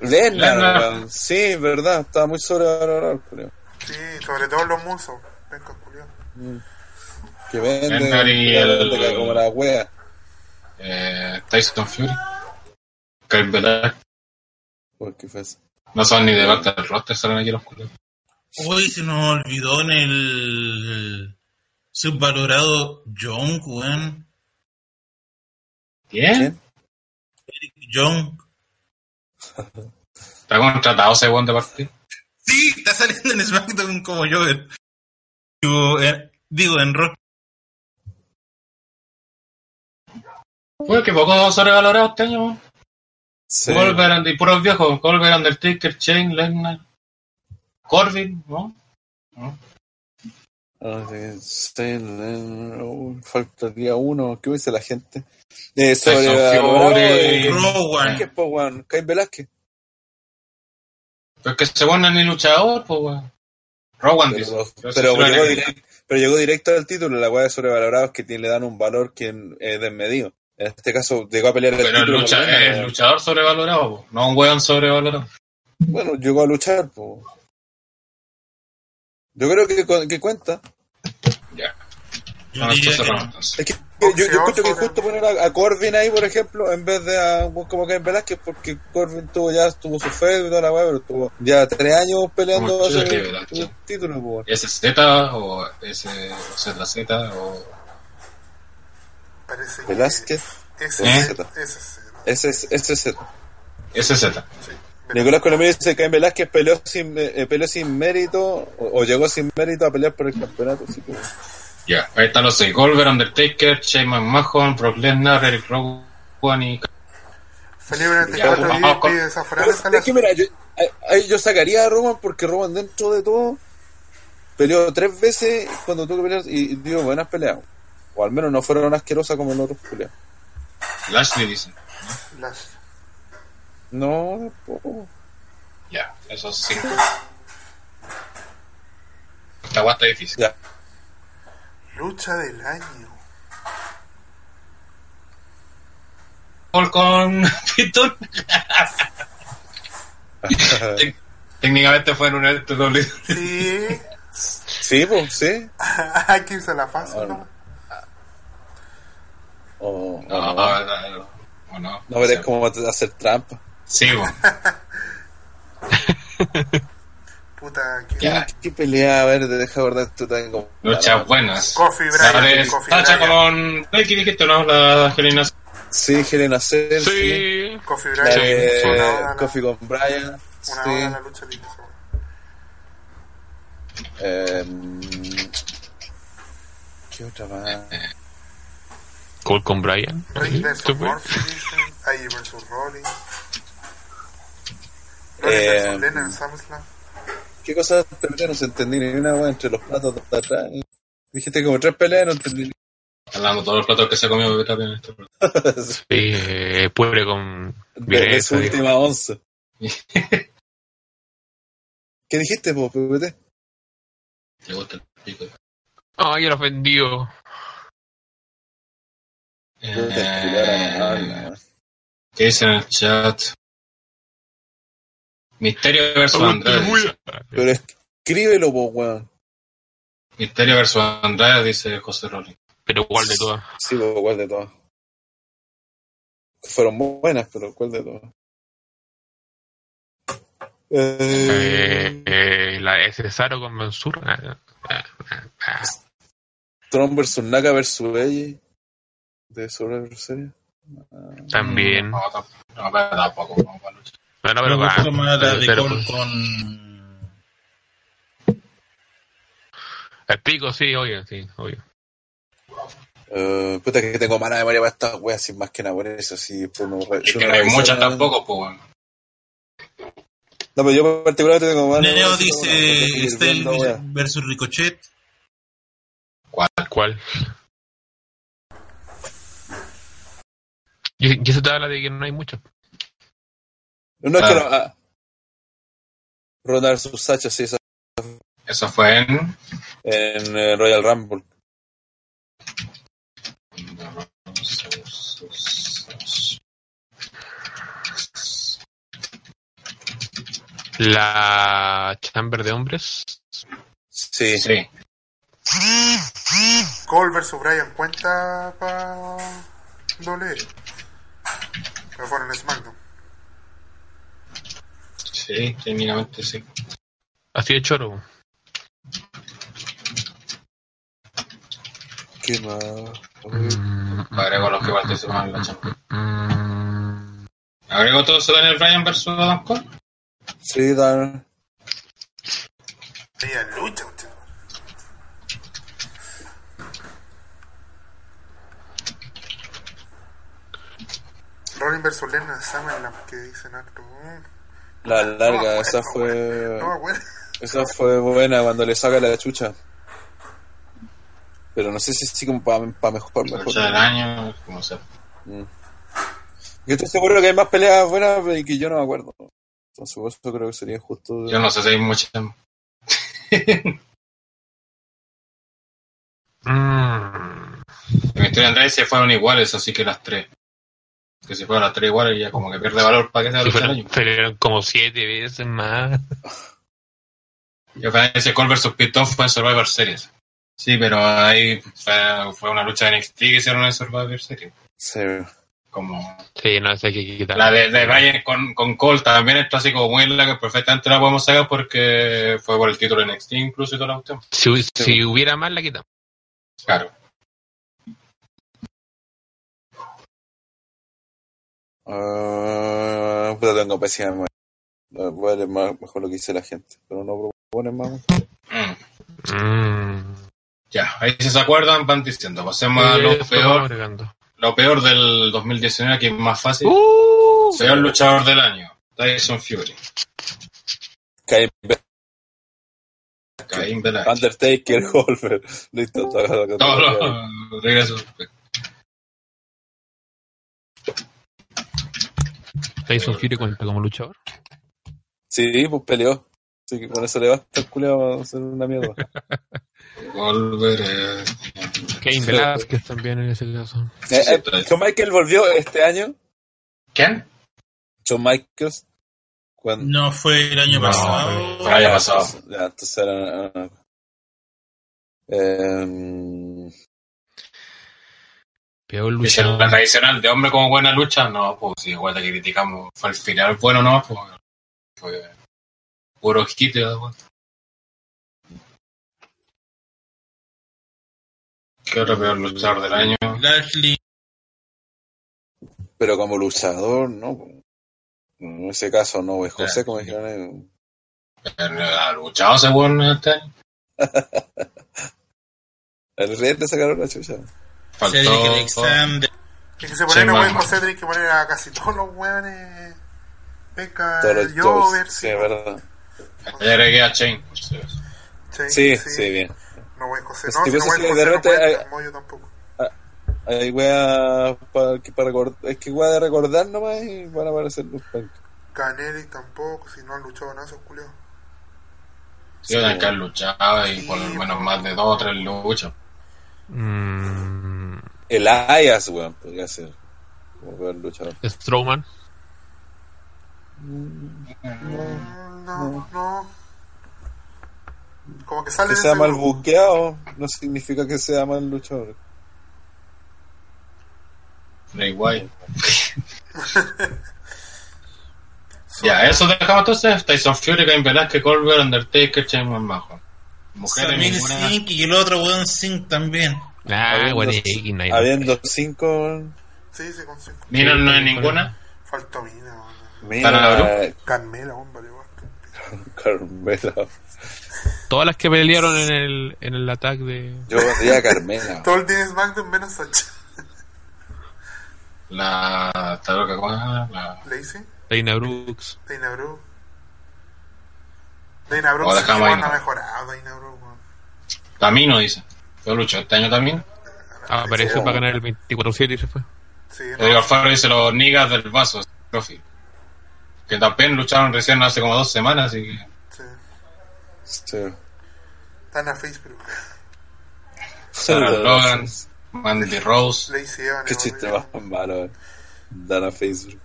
S2: Lennar,
S1: Lennar.
S2: weón. Sí, verdad. Estaba muy sobrevalorado, culeado.
S3: sí, sobre todo los musos. Venga, Julio.
S2: Que vende.
S1: Lennar y
S2: que
S1: el-
S2: vende Como la wea.
S1: eh, Tyson Fury. Kyle Velasquez.
S2: Uy, ¿Qué fue eso?
S1: No son ni de parte del roster, salen aquí los culos.
S6: Hoy se nos olvidó en el subvalorado Young, weón.
S1: ¿Quién?
S2: ¿Quién?
S6: Young.
S1: Está contratado ese weón de partido.
S6: Sí, está saliendo en SmackDown como yo. weón. Digo, en, digo, en Rock.
S1: Uy, que poco sobrevalorado este año, weón.
S2: Sí.
S1: Goldberg and- y puros viejos, Goldberg, Undertaker, Shane, Lesnar, Corbin, ¿no?
S2: Ah, sí, sí, Lennar, oh, Falta el día uno. ¿Qué dice la gente? Eh, sobre.
S1: Tyson Fury.
S2: eh,
S6: Rowan.
S2: Velázquez, po, weón. Cain Velázquez.
S1: Pero es que se ponen ni luchador, pues, weón. Rowan
S2: Pero,
S1: dice.
S2: pero
S1: Yo sí
S2: llegó
S1: creo que-
S2: directo, pero llegó directo al título. La weá de sobrevalorados que tiene- le dan un valor que es desmedido. En este caso, llegó a pelear el
S1: pero el,
S2: título.
S1: lucha-
S2: por Lennar,
S1: el
S2: weón.
S1: luchador sobrevalorado, po. no un weón sobrevalorado.
S2: Bueno, llegó a luchar, po. Yo creo que, cu- que cuenta.
S1: Ya.
S6: Yo
S1: Con este esto
S6: diría que
S1: cerramos
S6: no.
S1: entonces.
S2: Es que yo, yo
S3: Opción
S2: escucho que es
S3: sobre-
S2: justo poner a, a Corbin ahí, por ejemplo, en vez de a un weón como Cain Velázquez, porque Corbin tuvo ya tuvo su feudo y toda la weá, pero tuvo ya tres años peleando
S1: Como
S2: hace
S1: Chucky Velázquez.
S2: el título, po.
S1: SZ o S o ZZ o
S3: Parece
S2: Velázquez,
S3: que. Ese,
S1: ¿Eh?
S3: ese, ese,
S2: ese es, ese es
S1: SZ.
S2: Nicolás Colombia dice que en Velázquez peleó sin, eh, peleó sin mérito o, o llegó sin mérito a pelear por el campeonato. Así que,
S1: Ya, ahí están los seis. Goldberg, Undertaker, Shane McMahon, Brock Lesnar, Eric Rowan y...
S3: Felipe en
S1: Ya,
S3: 24 días
S1: vamos con-
S3: pide esa
S2: Pero,
S3: frase.
S2: Pues, es que mira, yo, ahí- ahí yo sacaría a Roman porque Roman dentro de todo peleó tres veces cuando tuvo que pelear y, y dio buenas peleas. O al menos no fueron asquerosas como los otros peleas.
S1: Lashley dice.
S3: Las-
S2: No, po.
S1: Ya, esos cinco. Esta guata está difícil.
S2: ya.
S3: Lucha del año.
S1: Paul con Pitón. Tec- Técnicamente fue en un evento doble.
S3: Sí.
S2: sí, pues, sí.
S3: Aquí se la paso, ¿no?
S2: O- o
S1: No,
S2: Oh, no.
S1: no, no, no, no.
S2: Ah. No, pero es como hacer trampa.
S1: Sí, bueno.
S3: Puta, que.
S1: Ya.
S2: ¿Qué pelea? A ver, deja acordar, tú tengo.
S1: Luchas buenas.
S3: Kofi Bryant,
S1: La de
S3: Kofi
S1: Tacha
S3: Bryant.
S1: con Becky dijiste, ¿no? La Gelina.
S2: Sí, Helena Cell, sí.
S4: Sí.
S3: Coffee
S2: La
S3: Bryant.
S2: de
S3: Una oda a la-
S2: Coffee con Brian.
S3: Una
S2: sí.
S3: hora la lucha libre.
S2: Em, ¿Qué otra más?
S4: Cole con Brian.
S3: Rey
S4: Sí,
S3: versus
S4: esto fue.
S3: Morphy, dicen. Taylor vs. Rollins. Rollins
S2: Eh,
S3: vs. Lennon en SummerSlam.
S2: ¿Qué cosas te peleas? No se entendí ni una weón entre los platos de atrás. Dijiste como tres peleas, no entendí
S1: Hablando de todos los platos que se ha comido Bebé Tapia en este programa.
S2: nada.
S4: Eh, pobre con
S2: De su
S4: violencia. digo.
S2: última once. ¿Qué dijiste, po, PPT?
S1: Te gusta el pico.
S4: Ay, el ofendido.
S1: Ah, Eh, ¿Qué dice en el chat? Misterio versus Andrade. dice.
S2: Pero escríbelo, po, weón.
S1: Misterio versus Andrade, dice José Rollins.
S4: Pero cuál de todas.
S2: Sí, po, cuál de todas. Fueron muy buenas, pero cuál de todas. Eh,
S4: Eh, eh, la de Cesaro con Mansur. Ah, ah, ah, ah.
S2: Trump versus Naka versus Edge. De Survivor Series.
S4: También.
S1: No,
S4: No,
S1: tampoco. No, pero tampoco. no, para luchar.
S4: no,
S6: Me
S4: pero va.
S6: gustó más la de
S4: Pero- pues.
S6: Cole con.
S4: El pico, sí, obvio, sí, obvio.
S2: Eh, puta que tengo mala memoria para estas weas, sin más que nada por eso. Si después no,
S1: Es que no hay muchas tampoco, pues, bueno.
S2: No, pero yo particularmente tengo mala
S6: Neo
S2: memoria,
S6: dice
S2: tengo mala memoria, tengo
S6: Styles
S2: mala
S6: versus Ricochet.
S4: ¿Cuál? Y, y eso te habla de que no hay mucho.
S2: No, es que no.
S1: Ah.
S2: ah. Ronda versus Sacha, sí, esa-
S1: Eso fue en.
S2: en eh, Royal Rumble.
S4: La chamber de hombres.
S2: Sí.
S1: Sí.
S3: Cole vs. Brian cuenta para doble. Pero fueron en SmackDown.
S1: Sí, técnicamente sí.
S4: Así de choro.
S2: ¿Qué más?
S1: Agrego los que participan en la Champions.
S4: Mm,
S1: Agrego todo eso Daniel Bryan versus Adam Cole.
S2: Sí, Dan.
S3: Tenía lucha, usted. Rollins vs. Lennon en SummerSlam, que dicen harto. Mm,
S2: La larga,
S3: No,
S2: esa
S3: bueno,
S2: fue.
S3: No me acuerdo.
S2: Esa fue buena cuando le saca la chucha. Pero no sé si sí como para mejor, mejor.
S1: Lucha del año, como sea.
S2: Yo estoy seguro que hay más peleas buenas pero que yo no me acuerdo. Entonces, por eso creo que sería justo.
S1: Yo no sé si hay muchas.
S4: mm.
S1: En Misterio Andrade se fueron iguales, así que las tres. Que si fueron las tres iguales, ya como que pierde valor para que sea
S4: Sí,
S1: lucha del
S4: fueron,
S1: año.
S4: fueron como siete veces más.
S1: Yo fue ese Cole versus Pitón fue en Survivor Series. Sí, pero ahí fue, fue una lucha de NXT que hicieron en Survivor Series.
S2: Sí.
S1: Como
S4: Sí, no sé qué quitar.
S1: La de, de Bryan con, con Cole también está así como muy larga, perfectamente la podemos sacar porque fue por el título de NXT incluso y toda la cuestión.
S4: Si, hu- si hubiera más, la quitamos.
S1: Claro.
S2: Ah, puta, tengo pésima memoria. No, Vale, más, mejor lo que dice la gente. Pero no proponen más.
S1: Mm.
S4: Mm.
S1: Ya, ahí si se acuerdan van diciendo. Pasemos a
S4: Eh,
S1: lo
S4: vamos
S1: peor,
S4: agregando.
S1: lo peor del 2019, que es más fácil.
S4: Uh,
S1: Peor luchador del año, Tyson Fury.
S2: Cae
S1: Caín Velázquez.
S2: Undertaker, Golfer. Listo, todo, todo, todo,
S1: Todos
S2: todo.
S1: los regresos.
S4: Tyson Fury cuenta como luchador.
S2: Sí, pues peleó. Así que con eso le basta el culeado a hacer una mierda.
S1: Volver. eh,
S4: Kane Velázquez también en ese caso.
S2: Eh, eh, John Michael volvió este año.
S1: ¿Quién?
S2: John Michaels. Cuando,
S6: No fue el año
S4: No,
S6: pasado.
S1: fue el año pasado.
S2: Ya, entonces era. ah, em,
S4: Peor
S1: Hicieron la
S4: luchador.
S1: tradicional de hombre como buena lucha. No, pues sí, igual la que criticamos. Fue el final bueno, no, pues. Fue puro hit, ¿no? ¿Qué otro peor luchador del año?
S6: Lashley,
S2: pero como luchador, no. po. En ese caso, no, es José, como dijeron. eh,
S1: Ha luchado según este año.
S2: El rey te sacaron la chucha.
S1: Faltó
S6: Cedric Alexander,
S3: Es que se ponen
S1: Sí,
S3: a
S1: más-
S3: weón
S1: más.
S3: José, tenés que poner a casi todos los weones. Venga,
S2: Todos los-
S3: yo
S2: todos-
S3: ver
S2: sí,
S3: si.
S2: es verdad.
S1: Le agregué a Chain, por si acaso.
S2: Sí, sí, bien.
S3: No, weón José,
S2: Es
S3: no,
S2: que
S3: si no,
S2: pasa
S3: weón
S2: que de
S3: José, no
S2: repente
S3: puede
S2: hay-
S3: estar moyo tampoco.
S2: Hay weas para recordar. Es que wea de recordar nomás y van a aparecer los pencas.
S3: Canelli tampoco, si no han luchado nada esos culiados.
S1: Sí, van que han luchado y por lo
S3: Sí,
S1: menos
S3: po.
S1: más de dos o tres luchas.
S4: Mm,
S2: El Ayas, weón, podría ser. Como weón luchador.
S4: Strowman.
S3: Mm, No, no. Como que sale
S2: Que
S3: de
S2: sea
S3: ese
S2: mal
S3: grupo.
S2: buqueado no significa que sea mal luchador.
S1: Bray Wyatt. ya, eso dejamos entonces. Tyson Fury, Cain Velázquez, Colbert, Undertaker, Chayman Majo. Mujeres
S6: Samir
S1: ninguna.
S6: Sink y el otro weón Sink también.
S4: Ah, bueno,
S2: Habiendo cinco.
S3: Sí, se consigue.
S1: Mira, no hay ninguna.
S3: Faltó mina, weón.
S2: Mira,
S3: Carmela, hombre, weón.
S2: Carmela.
S4: Todas las que pelearon en el, en el ataque de.
S2: Yo diría Carmela.
S3: Todo el día es SmackDown menos Sacha.
S1: La. ¿Está loca cómo se llama? La.
S3: Lacey,
S4: Dana Brooks.
S3: Dana Bru. Dana Bru,
S1: Oh,
S3: sí,
S1: dejamos
S3: weón,
S1: ahí,
S3: ha
S1: ¿no?
S3: mejorado Dana Bru, weón.
S1: Tamino dice. Yo lucho este año también.
S4: Apareció para ganar el 24-7 y se fue.
S3: Sí,
S1: Rodrigo
S3: no.
S1: Alfaro dice los niggas del vaso. Profi. Que también lucharon recién hace como dos semanas. Así que.
S3: Sí.
S2: Sí.
S3: Están a Facebook.
S1: Sarah Logan, Mandy Rose.
S3: Lacey Evans.
S2: Qué
S3: weón,
S2: chiste
S3: weón.
S2: más malo. eh. Dar a Facebook.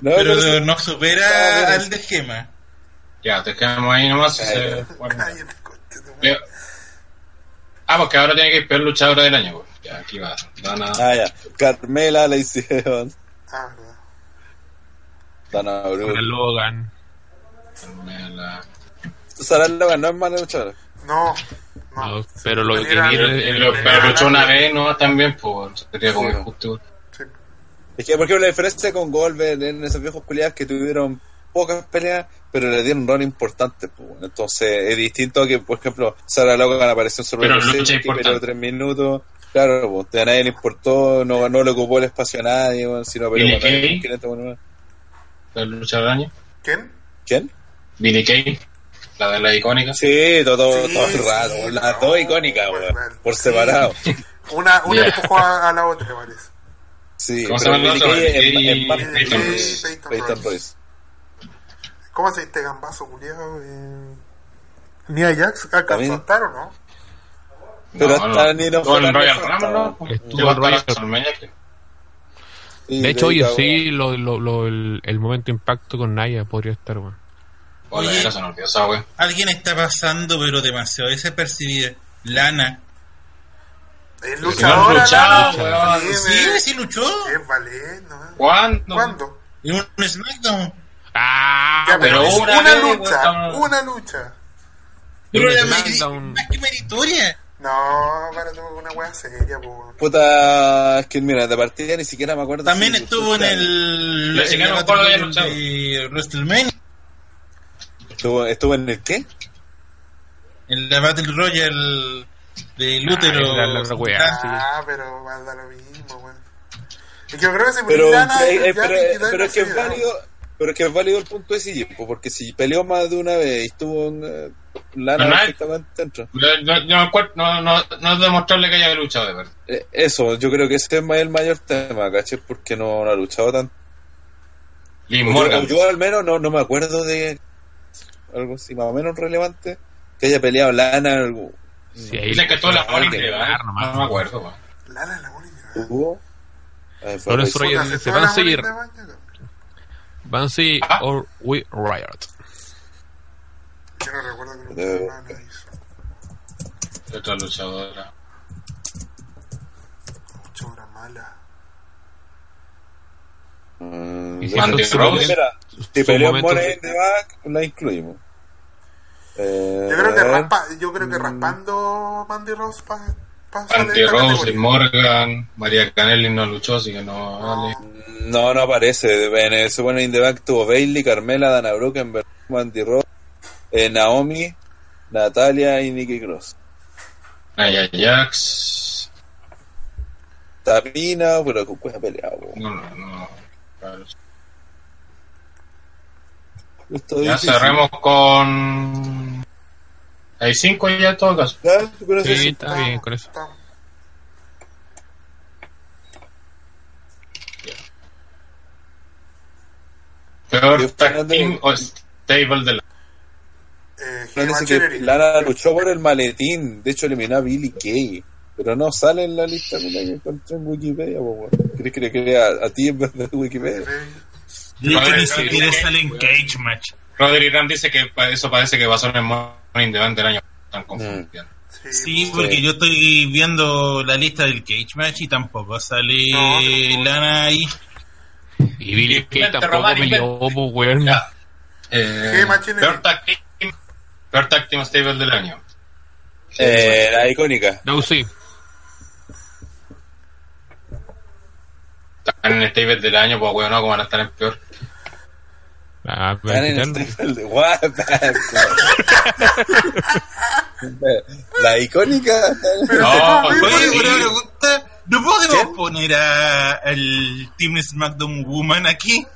S2: No,
S6: Pero
S2: no,
S6: no supera al de Gema.
S1: Ya, te quedamos ahí nomás.
S2: Cállate.
S1: se- bueno.
S3: Cállate, coche, tu madre.
S1: Leo. Ah, porque ahora tiene que ir peor luchadora del año. pues. Ya, aquí va. Dana.
S2: Ah, ya. Carmela la hicieron.
S3: Ah, verdad.
S2: Dana
S4: Con
S2: Brooke.
S4: Logan.
S1: Carmela.
S2: Sarah Logan no es mala luchadora.
S3: No,
S1: Ah,
S3: no.
S4: No, pero lo que
S3: Ah, Era-
S1: Pero,
S4: tiene-
S1: pero- pero luchó una vez, ¿no? También, pues. Sería como
S2: Sí.
S1: injusto. igual.
S3: Sí.
S2: Es que, por ejemplo, la diferencia con Goldberg en esos viejos culiados que tuvieron pocas peleas, pero le dieron un rol importante. pues, bueno. Entonces, es distinto a que, por ejemplo, Sarah Logan apareció en
S1: Pero
S2: Survivor
S1: lucha
S2: Series, que
S1: importante.
S2: peleó tres minutos. Claro, pues, a nadie le importó, no, no le ocupó el espacio a nadie, bueno, sino pero
S1: Billie
S2: bueno,
S1: Kay.
S2: ¿quién está bueno?
S1: La luchadora del año.
S3: ¿Quién?
S2: ¿Quién?
S1: Billy Kay. La de la icónica.
S2: Sí, todo, todo,
S3: Sí,
S2: todo el
S3: sí,
S2: rato,
S3: no,
S2: las dos icónicas,
S3: bueno,
S2: weón,
S3: bueno,
S2: por
S3: sí.
S2: separado.
S3: Una, una
S1: Ya.
S3: empujó a, a la otra, me parece.
S2: Sí,
S1: ¿Cómo se
S2: pero
S1: llama la
S2: Billie
S1: otra?
S2: Kay es-
S1: Billie-
S2: es parte
S3: Billie
S2: de-
S3: Kay, Peyton
S2: Peyton
S3: Royce.
S2: Royce.
S3: ¿Cómo se dice este gambazo, culiado? Eh... Nia Jax alcanzó a
S2: También.
S3: estar, ¿o no?
S2: Pero hasta ni nos
S1: Estuvo
S2: fue
S1: en
S2: tan
S1: Royal
S2: nefasta,
S1: Rumble, ¿no?
S2: weón.
S4: Estuvo
S1: Llegó
S4: en Royal
S1: hasta WrestleMania, creo.
S2: Sí,
S4: De hecho,
S2: ahí
S4: oye,
S2: cagó.
S4: sí, lo, lo, lo- el, el momento impacto con Naya podría estar, weón.
S1: Hola,
S6: Oye.
S1: era, se me olvidó esa wea.
S6: Alguien está pasando, pero demasiado desapercibida. Lana.
S3: Es
S1: no
S3: luchadora.
S1: han luchado,
S3: no,
S1: weón.
S3: Sí,
S6: Sí,
S3: me-
S6: sí luchó.
S3: Es Valen, ¿no?
S1: ¿Cuándo?
S3: ¿Cuándo?
S6: En un SmackDown.
S4: ¡Ah!
S3: Ya,
S1: pero
S3: es
S1: una
S3: una,
S1: vez, weón,
S3: lucha,
S1: estamos-
S3: una lucha.
S6: Pero
S4: En
S6: era
S4: un
S6: meri-
S4: SmackDown.
S6: más que meritoria.
S3: No, para tú, una wea seria, po.
S2: Puta, es que mira, de partida ni siquiera me acuerdo.
S6: También
S2: si-
S6: estuvo en el.
S1: Le
S6: en la
S1: llegaron
S6: Battle
S1: por la
S6: Royale
S1: lucha.
S6: de WrestleMania.
S2: ¿Estuvo, estuvo en el qué?
S6: En la Battle Royale
S4: Ah, era
S6: de
S4: la
S6: Lútero.
S4: otra wea.
S6: Ah,
S3: Ah, pero va a dar lo mismo, weón. Es que yo creo que si
S2: Pero,
S3: ponís lana,
S2: eh, eh,
S3: ya
S2: pero,
S3: te quitáis
S2: pero es que es
S3: la seriedad,
S2: válido. Pero es que es válido el punto de sí, pues, porque si peleó más de una vez y estuvo en eh, lana
S1: Pero nadie-
S2: perfectamente dentro.
S1: Yo, yo- yo me acuerdo- no, no, no es demostrarle que haya luchado, de verdad.
S2: Eh, Eso, yo creo que ese es ma- el mayor tema, ¿caché? Porque no, no ha luchado tanto.
S1: Liz
S2: Yo-
S1: Morgan.
S2: Yo, al menos no, no me acuerdo de algo así más o menos relevante que haya peleado lana. algo-
S4: Sí, ahí
S1: Dicen que todas las
S2: Ah,
S1: ponen
S2: que
S1: que
S4: ganar
S1: ¿eh? No
S4: nomás.
S1: me acuerdo, weón.
S3: weón. Lana es la única.
S2: ¿Hubo? Ah, fue
S4: Ahora
S2: Royce.
S4: soy- Oye,
S3: Puta,
S4: se
S3: hace
S4: van
S3: toda
S4: a
S3: la
S4: seguir.
S3: bonita vaina, weón.
S4: Bansi
S1: Ah.
S4: or We Riot.
S3: Yo no recuerdo que
S2: Eh.
S3: no nada hizo.
S1: ¿Qué Otra luchadora.
S3: Mucho hora mala.
S2: Mm,
S4: Y si
S2: bueno,
S1: Mandy
S2: si
S1: Rose.
S2: pelea- mira, si
S4: Su
S2: peleó
S4: momento-
S2: Money in the Bank, la incluimos. Eh,
S3: Yo creo que,
S2: a ver,
S3: raspa, yo creo que raspando Mandy Rose pasa
S1: Anti Rose, Liz Morgan. María Canelli no luchó, así que no. Vale.
S2: No, no aparece. En ese Money in the Bank tuvo Bailey, Carmela, Dana Brooke, Ember- Mandy Rose, eh, Naomi, Natalia y Nikki Cross.
S1: Naya Jax.
S2: esta mina, pero con cuál peleado. weón.
S1: No, no, no. Claro.
S2: Esto es
S1: Ya
S2: difícil.
S1: cerremos con. Hay cinco ya en todo caso.
S2: Ya, con eso
S4: Sí,
S2: sí.
S4: está bien con eso.
S3: Tom.
S1: Peor
S2: Dios
S1: tag
S2: Fernández.
S1: team o stable de la.
S3: Eh,
S2: No
S3: Heavy
S2: dice que
S3: Machinery.
S2: Lana luchó por el maletín, de hecho eliminó a Billy Kay, pero no sale en la lista mira, que encontré en Wikipedia. po, weón. ¿Crees que le crea a ti en vez de Wikipedia?
S3: Eh,
S6: De hecho,
S1: Madre,
S6: ni
S1: madre,
S6: siquiera
S1: madre,
S6: sale en Cage Match.
S1: Rodri Ram dice que pa- eso parece que pasó en el Morning Debate del año. Están confundiendo.
S6: Sí,
S3: pues,
S6: porque yo estoy viendo la lista del Cage Match y tampoco sale
S3: No,
S6: Lana ahí.
S4: Y Billy
S1: Inventa,
S4: que tampoco
S1: Román,
S4: me
S1: inventa.
S4: llevó, po, weón.
S1: Ya. Eh,
S3: Sí, Machinery.
S1: peor tag team. Peor tag team stable del año.
S2: Eh, la icónica.
S4: No, sí.
S1: Están en el stable del año, pues weón, no, como van a estar en peor.
S4: Ah, pero
S2: Ganen
S4: quitarlo.
S2: este- el de- What? La icónica.
S1: No,
S3: sí,
S1: pues,
S6: Oye,
S1: sí.
S6: una pregunta. ¿No podemos poner a- al Team SmackDown Woman aquí?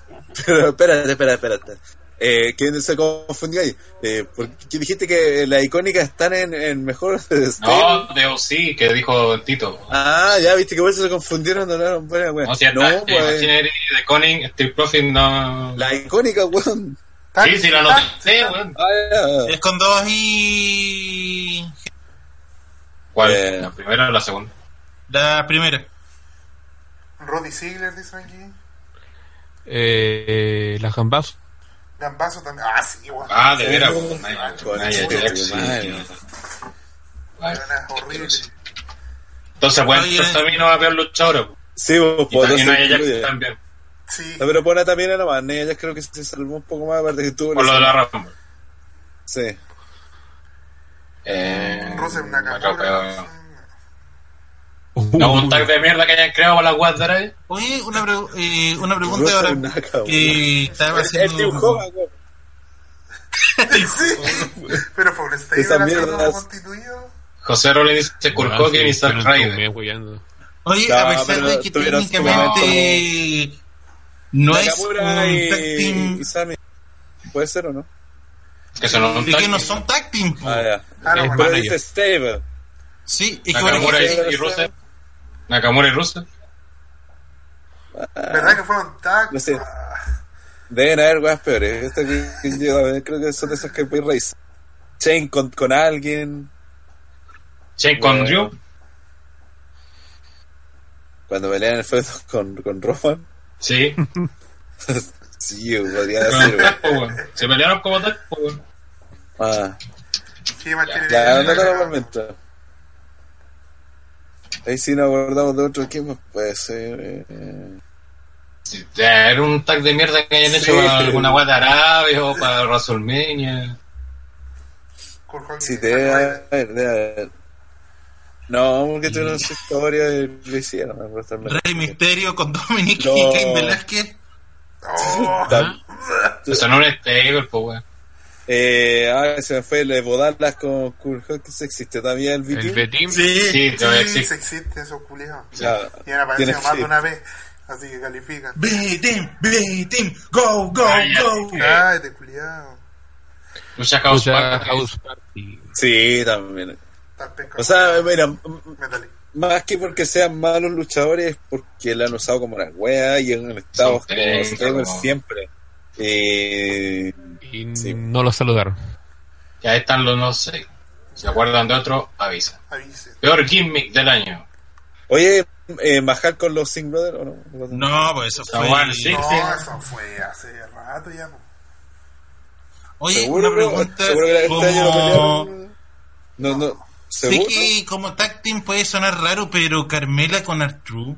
S2: Pero espérate, espérate, espérate. Eh, ¿Quién se confundió ahí? Eh, ¿por qué dijiste que la icónica están en, en mejor
S1: No, de OC, que dijo Tito.
S2: Ah, ya viste que por eso se confundieron, no eran buenas, weón.
S1: No, si eh, está
S2: no,
S1: no,
S2: pues,
S1: Machinery, The Conning, Steel Profit, no.
S2: la icónica, weón.
S3: tan-
S1: Sí, sí, lo anoté, weón.
S2: Ah, ya.
S6: Es con dos y.
S1: ¿Cuál?
S2: Eh.
S1: ¿La primera o la segunda?
S6: La primera.
S3: Roddy Ziggler, dicen aquí.
S4: Eh, eh, la jambazo.
S3: Gambazo también. Ah, sí, bueno.
S1: Ah, de veras,
S2: Sí.
S1: weón. Nadie va a-
S2: Conche
S1: nadie
S2: tu
S1: va a- sí,
S2: madre.
S1: tío. Ay,
S3: Buena, horrible.
S1: Entonces, weón,
S6: Oye.
S1: pues también no va a haber luchadores. po.
S2: Sí, vos,
S1: Y
S2: pues,
S1: también
S2: entonces
S1: hay
S2: incluye.
S1: Ajax también.
S3: Sí.
S2: No, pero pone también a la más, ella creo que se salvó un poco más, aparte que tuvo...
S1: Por lo de la Rumble.
S2: Sí.
S1: Eh,
S3: Rusev
S1: otro peor.
S3: Nakamura.
S1: No, un tag de mierda que hayan creado para la Guadalajara.
S6: Oye, una, pregu- eh, una pregunta
S2: Rosa
S6: ahora.
S2: Naka,
S6: que estaba
S2: Él
S6: haciendo.
S2: dibujó, weón.
S3: Sí. Pero fue un estadio
S2: Esas
S3: de la ciudad
S2: mierdas.
S3: constituido.
S1: José Rollins dice Kurt Cobain y Zack Ryder.
S6: Oye,
S2: Ya,
S6: a pesar
S2: pero
S6: de que
S2: tuvieron su
S6: técnicamente no es un
S2: Nakamura y,
S6: tag team,
S2: y Sammy. ¿Puede ser o no?
S1: Que son un
S6: es
S1: tag.
S6: que no son tag team. po.
S2: Ah, ya.
S3: Ah, no,
S4: Es
S3: bueno.
S2: Pero
S4: manager.
S2: dice Stable.
S6: Sí, es que por
S1: Nakamura
S6: ejemplo,
S1: y, y Rusev. Nakamura y Rusev.
S3: ¿Verdad que fueron tag?
S2: No sé.
S3: Ah,
S2: Deben haber weas peores. Esta que, que yo, a ver, creo que son de esas que voy race. Chain con, con alguien.
S1: Shane con Drew.
S2: Cuando pelean el feudo con, con Roman.
S1: Sí.
S2: sí, podría
S1: Con
S2: ser,
S1: el
S2: weón.
S1: tag, po, weón. Se pelearon como pues, tag, po, weón.
S2: Ah.
S3: sí, más tiene-
S2: Ya, no normalmente. Ahí sí nos acordamos de otro equipo, puede ser. eh, eh.
S1: Sí, ya, Era un tag de mierda que hayan
S2: Sí.
S1: hecho para alguna guay de Arabia o para WrestleMania.
S3: Kurt Hawkins
S2: Sí,
S3: y
S2: debe
S3: Zack Ryder.
S2: haber, debe haber. No, porque tuvieron su historia y lo hicieron. me acuerdo también.
S6: Rey Misterio con Dominic
S2: No.
S6: y Cain Velázquez.
S3: Oh,
S2: Tam-
S1: Eso no es stable, pues, po, weón.
S2: Eh, ah, se me fue el de Bodarlas con Kurt Hawkins. Existe también el
S4: El
S2: BT.
S4: Betim.
S1: Sí,
S3: sí,
S1: todavía
S3: sí,
S1: existe.
S3: existe esos culiados.
S2: Ya,
S3: Y han aparecido
S2: tienes
S3: más
S2: que-
S3: de una vez. Así que califican.
S6: B-Team, B-Team, go, go,
S1: Ay,
S6: go.
S1: ya.
S3: Ay, de culiado.
S1: Lucha House
S4: Escucha
S1: Party.
S4: House Party.
S2: Sí, también.
S3: Tal pesca.
S2: O sea, mira, m- m-
S3: Metallic.
S2: más que porque sean malos luchadores, porque la han usado como las weas y han estado
S1: Son
S2: como
S1: tres,
S2: stable
S1: como-
S2: siempre. Eh,
S4: Y
S2: Sí.
S4: no lo saludaron.
S1: Ya están los no sé. Se acuerdan de otro, avisa.
S3: Avisen.
S1: Peor gimmick del año.
S2: oye, eh, ¿majar con los Singh Brothers o no?
S6: No, pues eso fue.
S1: Samuel, sí.
S3: No, eso fue hace rato ya. po.
S6: Oye,
S2: Seguro,
S6: una pregunta.
S2: seguro que este año lo
S6: como...
S2: pelearon. No, no,
S6: Sé
S2: seguro.
S6: que como tag team puede sonar raro, pero Carmela con Artru.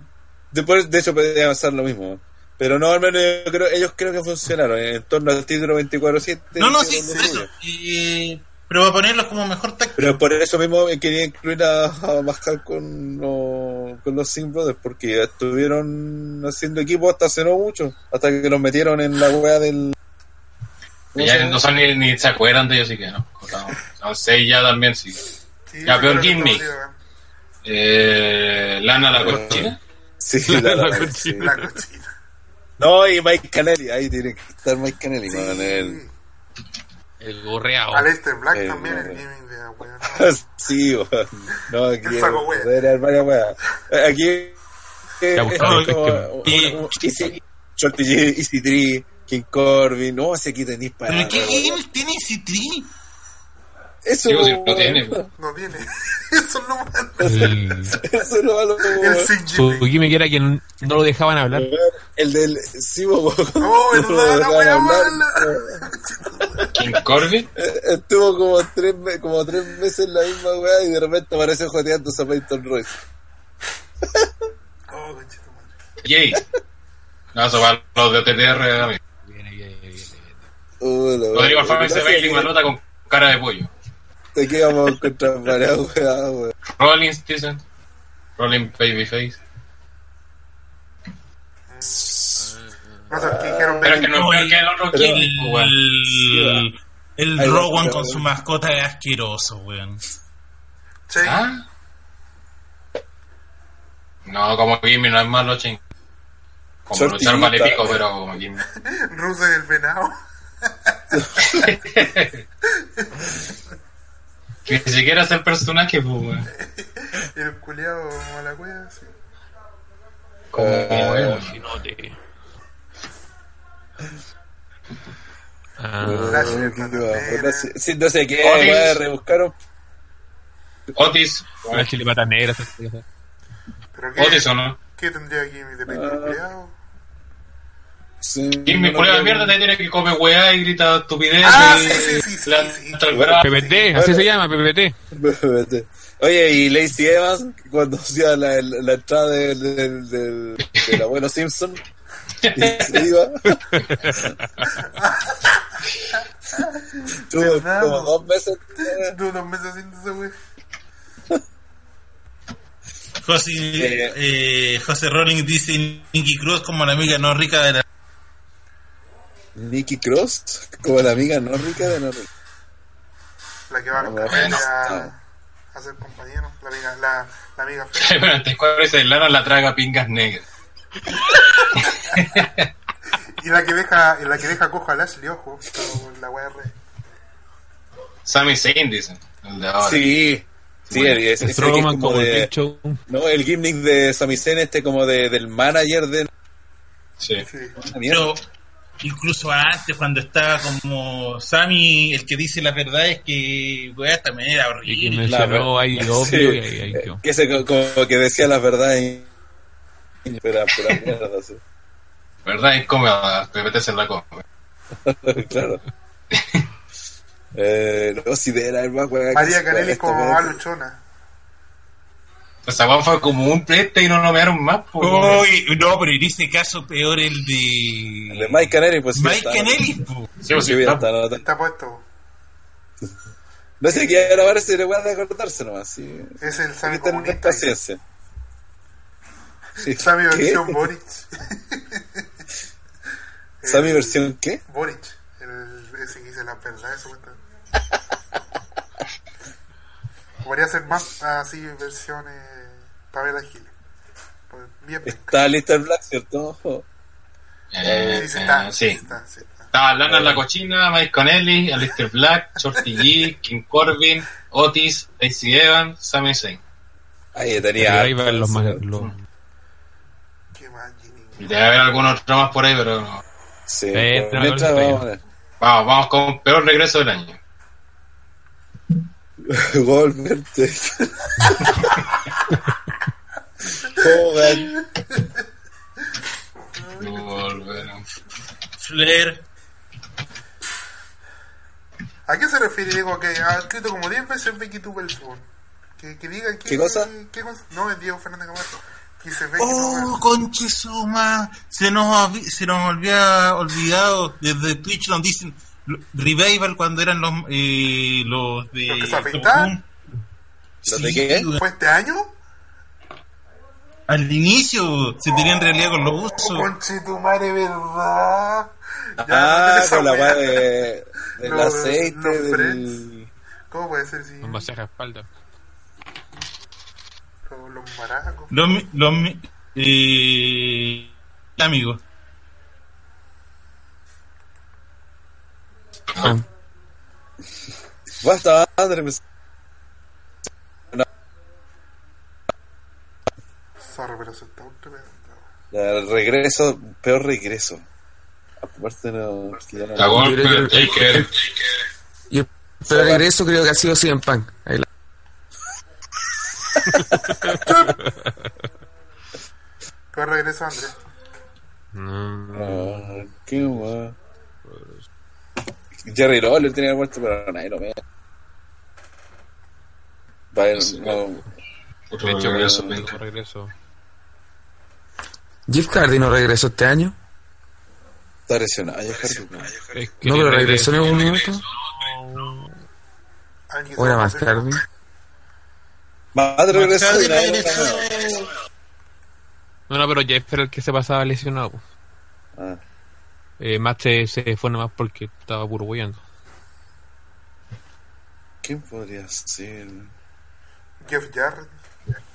S2: Después, de hecho, podría pasar lo mismo. Pero no, al menos yo creo, ellos creo que funcionaron en torno al título 24-7.
S6: No, no, sí,
S2: hicieron
S6: por
S2: lo
S6: eso.
S2: suyo.
S6: Eh, pero va a ponerlos como mejor tag
S2: Pero por eso mismo quería incluir a, a Mascal con, los- con los Singh Brothers, porque estuvieron haciendo equipo hasta hace no mucho, hasta que los metieron en la wea del. ¿cómo se
S1: Ya
S2: llama?
S1: no son ni, ni se acuerdan de ellos, así que no. No sé, ya también sí.
S3: Sí,
S1: Ya, peor
S3: yo creo que
S1: gimmick.
S3: estamos bien,
S1: Eh, Lana la cochina.
S2: Sí, la, la-
S4: La
S2: sí.
S4: cochina.
S3: La cochina.
S2: No, y Mike Canelli, ahí tiene que estar Mike Canelli,
S3: Sí.
S2: man, el-
S4: El gorreado.
S3: Aleister este, Black
S2: Eh,
S3: también,
S2: bueno.
S3: el gaming de weón.
S2: Sí, weón. No, aquí
S3: El saco wea.
S2: debe haber varias weas. Aquí eh,
S4: Ya,
S2: es
S4: pues,
S2: como
S4: es que-
S2: un- un- un- Easy- Shorty G, Easy Tree, King Corbin, no, si aquí tenéis para.
S6: ¿Pero qué gamer tiene ese tri?
S2: Eso
S1: Digo, pues, si no tiene.
S3: No tiene. Eso es lo malo.
S4: El,
S2: Eso no vale.
S3: El sin
S4: su
S3: Jimmy.
S4: gimmick era que no lo dejaban hablar.
S2: El del. Sí, weón.
S3: No, verdad, la
S2: Dejaban
S3: wea
S2: hablar.
S3: mala.
S1: King Corbin.
S2: Eh, Estuvo como tres, me- como tres meses en la misma weá y de repente aparece joteando a Peyton Royce.
S3: Oh, conchito madre.
S1: Jay. No, eso para los de TTR. amigo.
S4: Viene, viene, viene, viene.
S2: Uh, la
S1: Rodrigo
S2: wea.
S1: Alfaro dice
S2: Gracias,
S1: Bailey
S2: que-
S1: Manota con cara de pollo.
S2: de Aquí vamos a encontrar varias weá, weón.
S1: Rollins dicen. Rolling Babyface.
S3: No sé, ¿qué dijeron?
S1: Pero es que no
S6: No,
S1: es peor
S6: el,
S1: que el otro
S2: pero-
S1: King, weón.
S6: el, el
S2: Ahí va,
S6: Rowan
S2: pero-
S6: con su mascota es asqueroso, weón.
S3: Sí.
S1: ¿Ah? No, como Jimmy no es malo, ching. Como
S2: Sortillita.
S1: luchar vale pico, pero como Jimmy.
S3: Russo y el venado.
S1: Ni siquiera es el personaje, pues, weón.
S3: Y el culiado como la wea, sí.
S1: Como
S2: Eh,
S4: Chinote.
S2: Uh,
S4: Ah,
S3: Gracias,
S2: qué
S3: hermano.
S2: weá. No sé- Sí, no sé qué,
S1: Otis.
S2: weá, rebuscaron.
S1: Otis.
S4: la chile negra. esas cosas.
S3: Pero qué,
S1: Otis o no.
S3: ¿qué tendría Jimmy de pecho
S2: Ah.
S3: culiado?
S2: Sí,
S1: Jimmy,
S2: no,
S1: culeo
S2: no,
S1: de mierda, te tiene que comer weá y grita estupidez.
S3: Ah, sí, sí, sí, sí, sí.
S4: PPT, así se llama, PPT.
S2: Vete. Oye, y Lacey Evans, cuando hacía la, la, la entrada del, del, del, del abuelo Simpson, y se iba. Tuvo
S3: ¿Verdad?
S2: como dos eh, meses.
S3: Estuvo dos meses haciendo esa wea.
S6: José, eh, José Rowling dice Nicky Cruz como la amiga no rica de la...
S2: Nicky Cross, como la amiga no rica de no rica.
S3: La que va a los
S2: Bueno.
S3: carretes a, a ser compañero. La amiga, la, la amiga fea.
S1: Pero antes cuando dice Lana la traga pingas negras.
S3: Y la que deja, y la que deja coja a Lashley, ojo. pero La wea re.
S1: Sammy Zayn, dicen. El de ahora.
S2: Sí, sí, el- ese- ese que es
S4: Ah, Strowman como el
S2: de,
S4: Big Show.
S2: No, el gimmick de Sami Zayn, este como de, del manager de.
S1: Sí.
S3: Sí.
S6: Pero incluso antes, cuando estaba como Sammy, el que dice la verdad es que, weón, también era
S4: Y que
S6: horrible.
S4: mencionó ahí
S2: Sí.
S4: obvio y ahí, ahí
S2: Eh,
S4: quedó.
S2: que se co- como que decía las verdades. y- Pero, pero mierda, sí.
S1: ¿Verdad? Es como a PPT en la Pues come.
S2: claro. Eh, no, si de la hermana, weá, que
S3: María
S2: se-
S3: Canelli
S2: esta
S3: como
S2: weá-
S3: mamá luchona.
S1: Esa weá fue como un preste y no nomearon más, pues.
S6: Uy, no, pero en ese caso peor el
S2: El
S6: de...
S2: De Mike Canelli, pues sí,
S6: Mike
S2: está-
S6: Kennedy, po.
S1: Sí, pues,
S2: sí,
S1: sí,
S2: bien,
S1: está.
S2: está, no, está-
S3: Está puesto.
S2: no sé qué grabar si le voy a acordarse nomás. Sí.
S3: Es el
S2: Hay
S3: Sammy
S2: que tener
S3: comunista.
S2: paciencia. Sí.
S3: Sammy
S2: ¿Qué?
S3: versión Boric. eh,
S2: ¿Sammy versión qué?
S3: Boric. El, ese que dice la verdad, eso Podría ser más así versiones Pavela Gil. Pues, Bien.
S2: Está Lister Black, ¿cierto? Ojo.
S1: Eh,
S3: Sí, sí está.
S1: eh,
S3: Sí.
S1: sí.
S3: está, sí está.
S1: Estaba Lana en la cochina, Mike Connelly, Alistair Black, Shorty G, King Corbin, Otis, AC Evans, Sammy Zayn.
S2: Ahí tenía.
S4: Ahí van los más. Los,
S3: Qué más, Jimmy.
S1: Y Debe haber algún otro más por ahí, pero no.
S2: Sí,
S4: Eh,
S2: pero
S4: no,
S2: mientras
S4: no, no,
S2: vamos
S4: no.
S2: a ver.
S1: Vamos, vamos con peor regreso del año.
S2: Goldberg. te- Joder.
S1: Volver.
S6: Flair,
S3: ¿A qué se refiere Diego que ha escrito como 10 veces Becky tu Que, que diga que,
S2: ¿Qué cosa?
S3: qué cosa? No, es Diego Fernández Camargo. Dice Becky
S6: Oh,
S3: Tubel.
S6: conchesuma, se nos olvi- se nos había olvidado desde Twitch nos dicen lo- revival cuando eran los eh, los de
S3: ¿Los que se afeitaban?
S2: ¿Los de qué?
S6: güey.
S3: ¿Fue este año?
S6: Al inicio se tenían realidad con los usos.
S3: Conche tu madre, ¿verdad?
S2: Ah,
S3: mándale esa
S2: con la
S3: weá.
S2: weá de, del
S3: Los-
S2: aceite.
S3: los
S2: del...
S3: ¿Cómo puede ser si
S4: los masajes de espalda.
S3: los, los maracos?
S6: Los, mi- los, mi- Y. Amigo.
S4: Ah,
S2: Basta, Andrés. me-
S3: Sorry, pero se está un tremendo.
S2: El regreso, peor regreso. Aparte, no. que ya no-
S1: La golpe del Taker.
S5: Y el peor regreso creo que ha sido CM Punk. Ahí la-
S3: Pero regreso, Andrés.
S4: no.
S2: Ah, qué guay. Jerry Lawler tenía muerto, pero nadie lo ve. Vale, no,
S1: Otro
S4: De hecho,
S1: regreso,
S4: bueno,
S1: venga.
S4: regreso.
S5: Jeff Hardy no regresó este año.
S2: está lesionado. ya, Harry, no.
S4: Es que eh,
S5: No, pero regresó en algún momento.
S3: Alguien
S5: O
S3: se va
S5: era
S3: a
S5: más
S3: hacer-
S5: tarde.
S2: Madre regresó
S6: Más tarde
S2: y nadie lo
S6: regresó.
S2: ve.
S4: No, no, pero Jeff era el que se pasaba lesionado. pues.
S2: Ah,
S4: Eh, Matt se, se fue nomás porque estaba puro guiando.
S2: ¿Quién podría ser?
S3: Jeff Jarrett.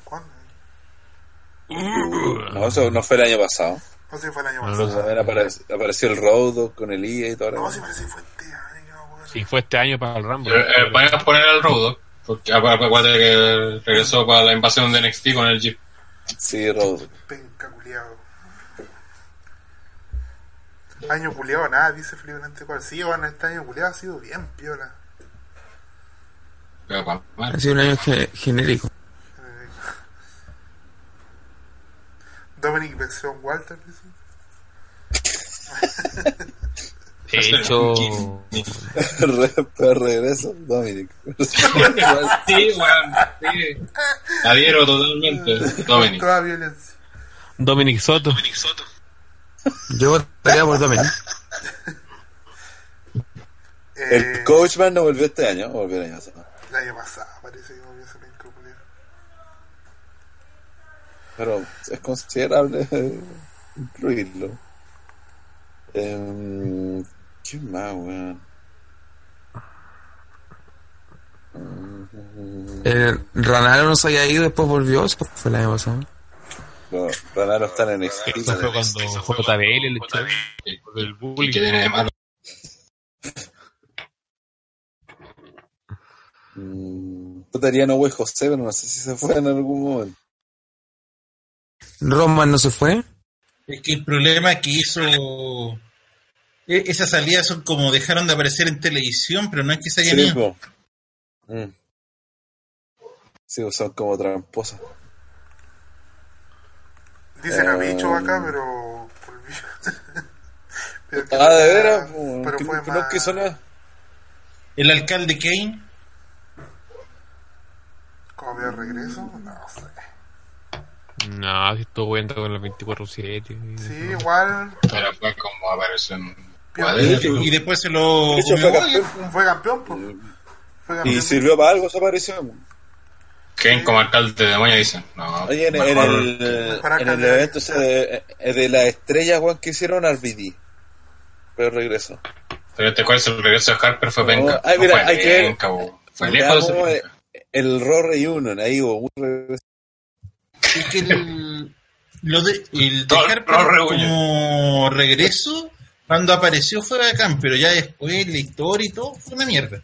S3: ¿Cuándo?
S2: No, eso no fue el año pasado.
S3: No sé si fue el año
S4: Ah. No,
S3: pasado.
S2: También apareció, apareció el Rodo con el IA y todo.
S3: No, si parece que fue este año, weón.
S4: Sí, fue este año para el Rambo.
S1: Eh, eh, Van a poner al Rudo. Porque aparte acuérdate que regresó para la invasión de NXT con el Jeep.
S2: Sí, Rodo.
S3: Penca culiao. Año culiao, nada, dice Felipe Nantes cual. Sí, bueno, este año culiao ha sido bien piola.
S1: Pero para mal.
S5: Ha sido un año ge- genérico.
S3: Eh, Dominic versión Walter, dice.
S4: De
S1: pues,
S4: hecho,
S2: Re- peor regreso, Dominic.
S1: Sí, weón. Sí. Adhiero totalmente. Dominic.
S3: Toda violencia.
S4: Dominic Soto.
S5: Yo votaría por Dominic.
S2: el
S3: Eh,
S2: coachman no volvió este año, volvió el año pasado.
S3: el año pasado parece que volvió ese penca culiao.
S2: Pero es considerable eh, incluirlo. Em, ¿Quién más, weón?
S5: El Ranaro Eh, no se había ido, después volvió. eso fue el año pasado.
S2: No, Ranaro está en NXT.
S4: Eso fue cuando fue JBL el hecho del
S1: ¿Y
S4: bullying.
S1: qué tiene de malo?
S2: Mm, Votaría no, güey, José, pero no sé si se fue en algún momento.
S5: Roman no se fue.
S6: Es que el problema que hizo. e- Esas salidas son como dejaron de aparecer en televisión, pero no es que se hayan
S2: Sí,
S6: ido.
S2: po. Mm. Sí, son como tramposas.
S3: Dicen a bicho
S2: Eh,
S3: acá, pero volvió. Pero que
S2: Ah, de
S3: fue-
S2: veras, po,
S3: Pero
S2: que
S3: fue
S2: que
S3: más.
S2: no quiso nada.
S6: El alcalde Kane,
S3: ¿Cómo veo regreso? No sé.
S4: No, si estuvo guiando con los 24-7.
S3: Sí, igual
S1: Pero fue como apareció en
S2: De
S1: Guadalajara.
S2: hecho,
S6: eh, y después se lo.
S2: de hecho
S6: comió.
S2: fue campeón.
S3: fue campeón, pues. Fue campeón.
S2: Y sirvió para algo esa aparición.
S1: Kane como alcalde de Moña dicen. No.
S2: Oye, en, en
S1: mejor-
S2: el, eh,
S3: Para
S2: en el
S3: cambiar.
S2: evento ese de, eh, de las estrellas Juan, que hicieron RBD. Pero regreso.
S1: Pero te acuerdas el regreso de Harper fue penca.
S2: ay, mira,
S1: No fue
S2: hay que ver.
S1: penca, bo. Fue
S2: Ya,
S1: lejos de
S2: como,
S1: ser
S2: eh,
S1: penca.
S2: el Rory Union, ahí hubo un regreso.
S6: Es que el, lo de, el
S1: No,
S6: dejar
S1: no reúne.
S6: como regreso, cuando apareció fue bacán, pero ya después la historia y todo fue una mierda.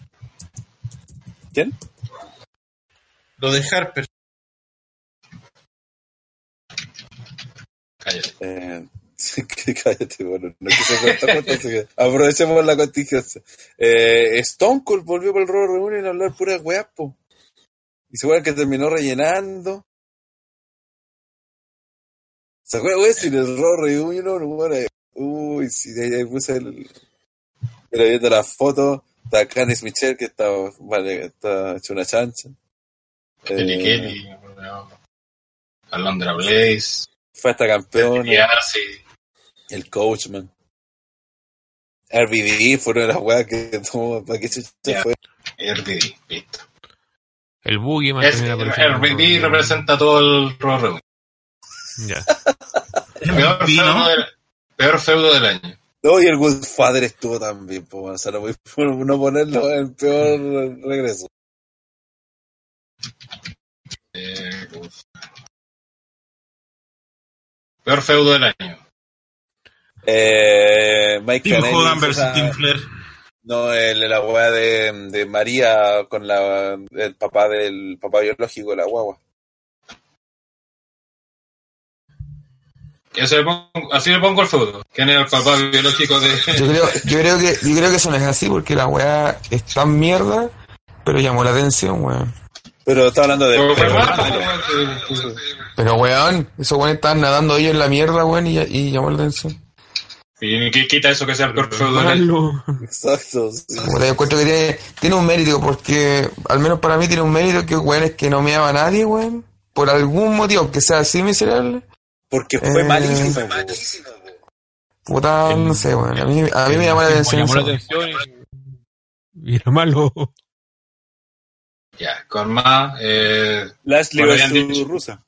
S2: ¿Quién?
S6: Lo de Harper.
S1: Cállate.
S2: Eh, que cállate, bueno, no quise cortar cuenta, así que aprovechemos la contingencia. Eh, Stone Cold volvió para el Rory Reunion a hablar pura guapo. Y se acuerdan que terminó rellenando. ¿Se acuerdan, güey? Si en el Rory Reunion, bueno, uy, si ahí, ahí puse el. Pero viendo la foto, está Canis Michel, que está, vale, está hecho una chancha.
S1: Kelly
S2: Eh,
S1: Kelly. Alondra Blaze.
S2: fue hasta campeona.
S1: Y Arce.
S2: El coachman. RBD fue una de las weas que tomó. ¿Para qué chucha
S1: Ya.
S2: fue?
S1: RBD. Listo.
S4: El Boogie más
S1: Es- RBD representa todo el Royal Rumble.
S4: Ya.
S1: Peor
S6: Sí, ¿no?
S1: feudo del- Peor feudo del año.
S2: No, y el Goodfather estuvo también. Pues, bueno, o sea, no voy por no ponerlo en peor regreso.
S1: Eh, uf. Peor feudo del año.
S2: Eh, Mike
S6: Tim
S2: Canellis,
S6: Hogan
S2: o
S6: versus
S2: sea,
S6: Tim Flair.
S2: No, el, la weá de, de María con la, el papá del papá biológico de la guagua.
S1: Eso le pongo- así le pongo el feudo. ¿Quién es el papá biológico de.?
S5: Yo creo, yo creo que, yo creo que eso no es así porque la weá es tan mierda, pero llamó la atención, weón.
S2: Pero está hablando de.
S1: Pero fue
S2: pero-
S1: mal,
S2: ah,
S1: pues, weón, que-
S5: Pero weón, esos weones estaban nadando ellos en la mierda, weón, y, y llamó la atención.
S1: ¿Y qué quita eso que sea el peor feudo del año?
S4: Malo.
S2: Exacto. sí.
S5: Como te encuentro que tiene, tiene un mérito, porque al menos para mí tiene un mérito que weón es que no me ama a nadie, weón. Por algún motivo, aunque sea así miserable.
S2: Porque fue
S5: Eh,
S2: malísimo. po.
S5: Puta, no sé, weón. A mí, a mí me llama la atención.
S4: Llamó la
S5: eso.
S4: atención y, y era malo.
S1: Ya, con más. Eh,
S2: Lashley
S1: Bueno, habían
S2: versus
S1: dicho.
S2: Rusa.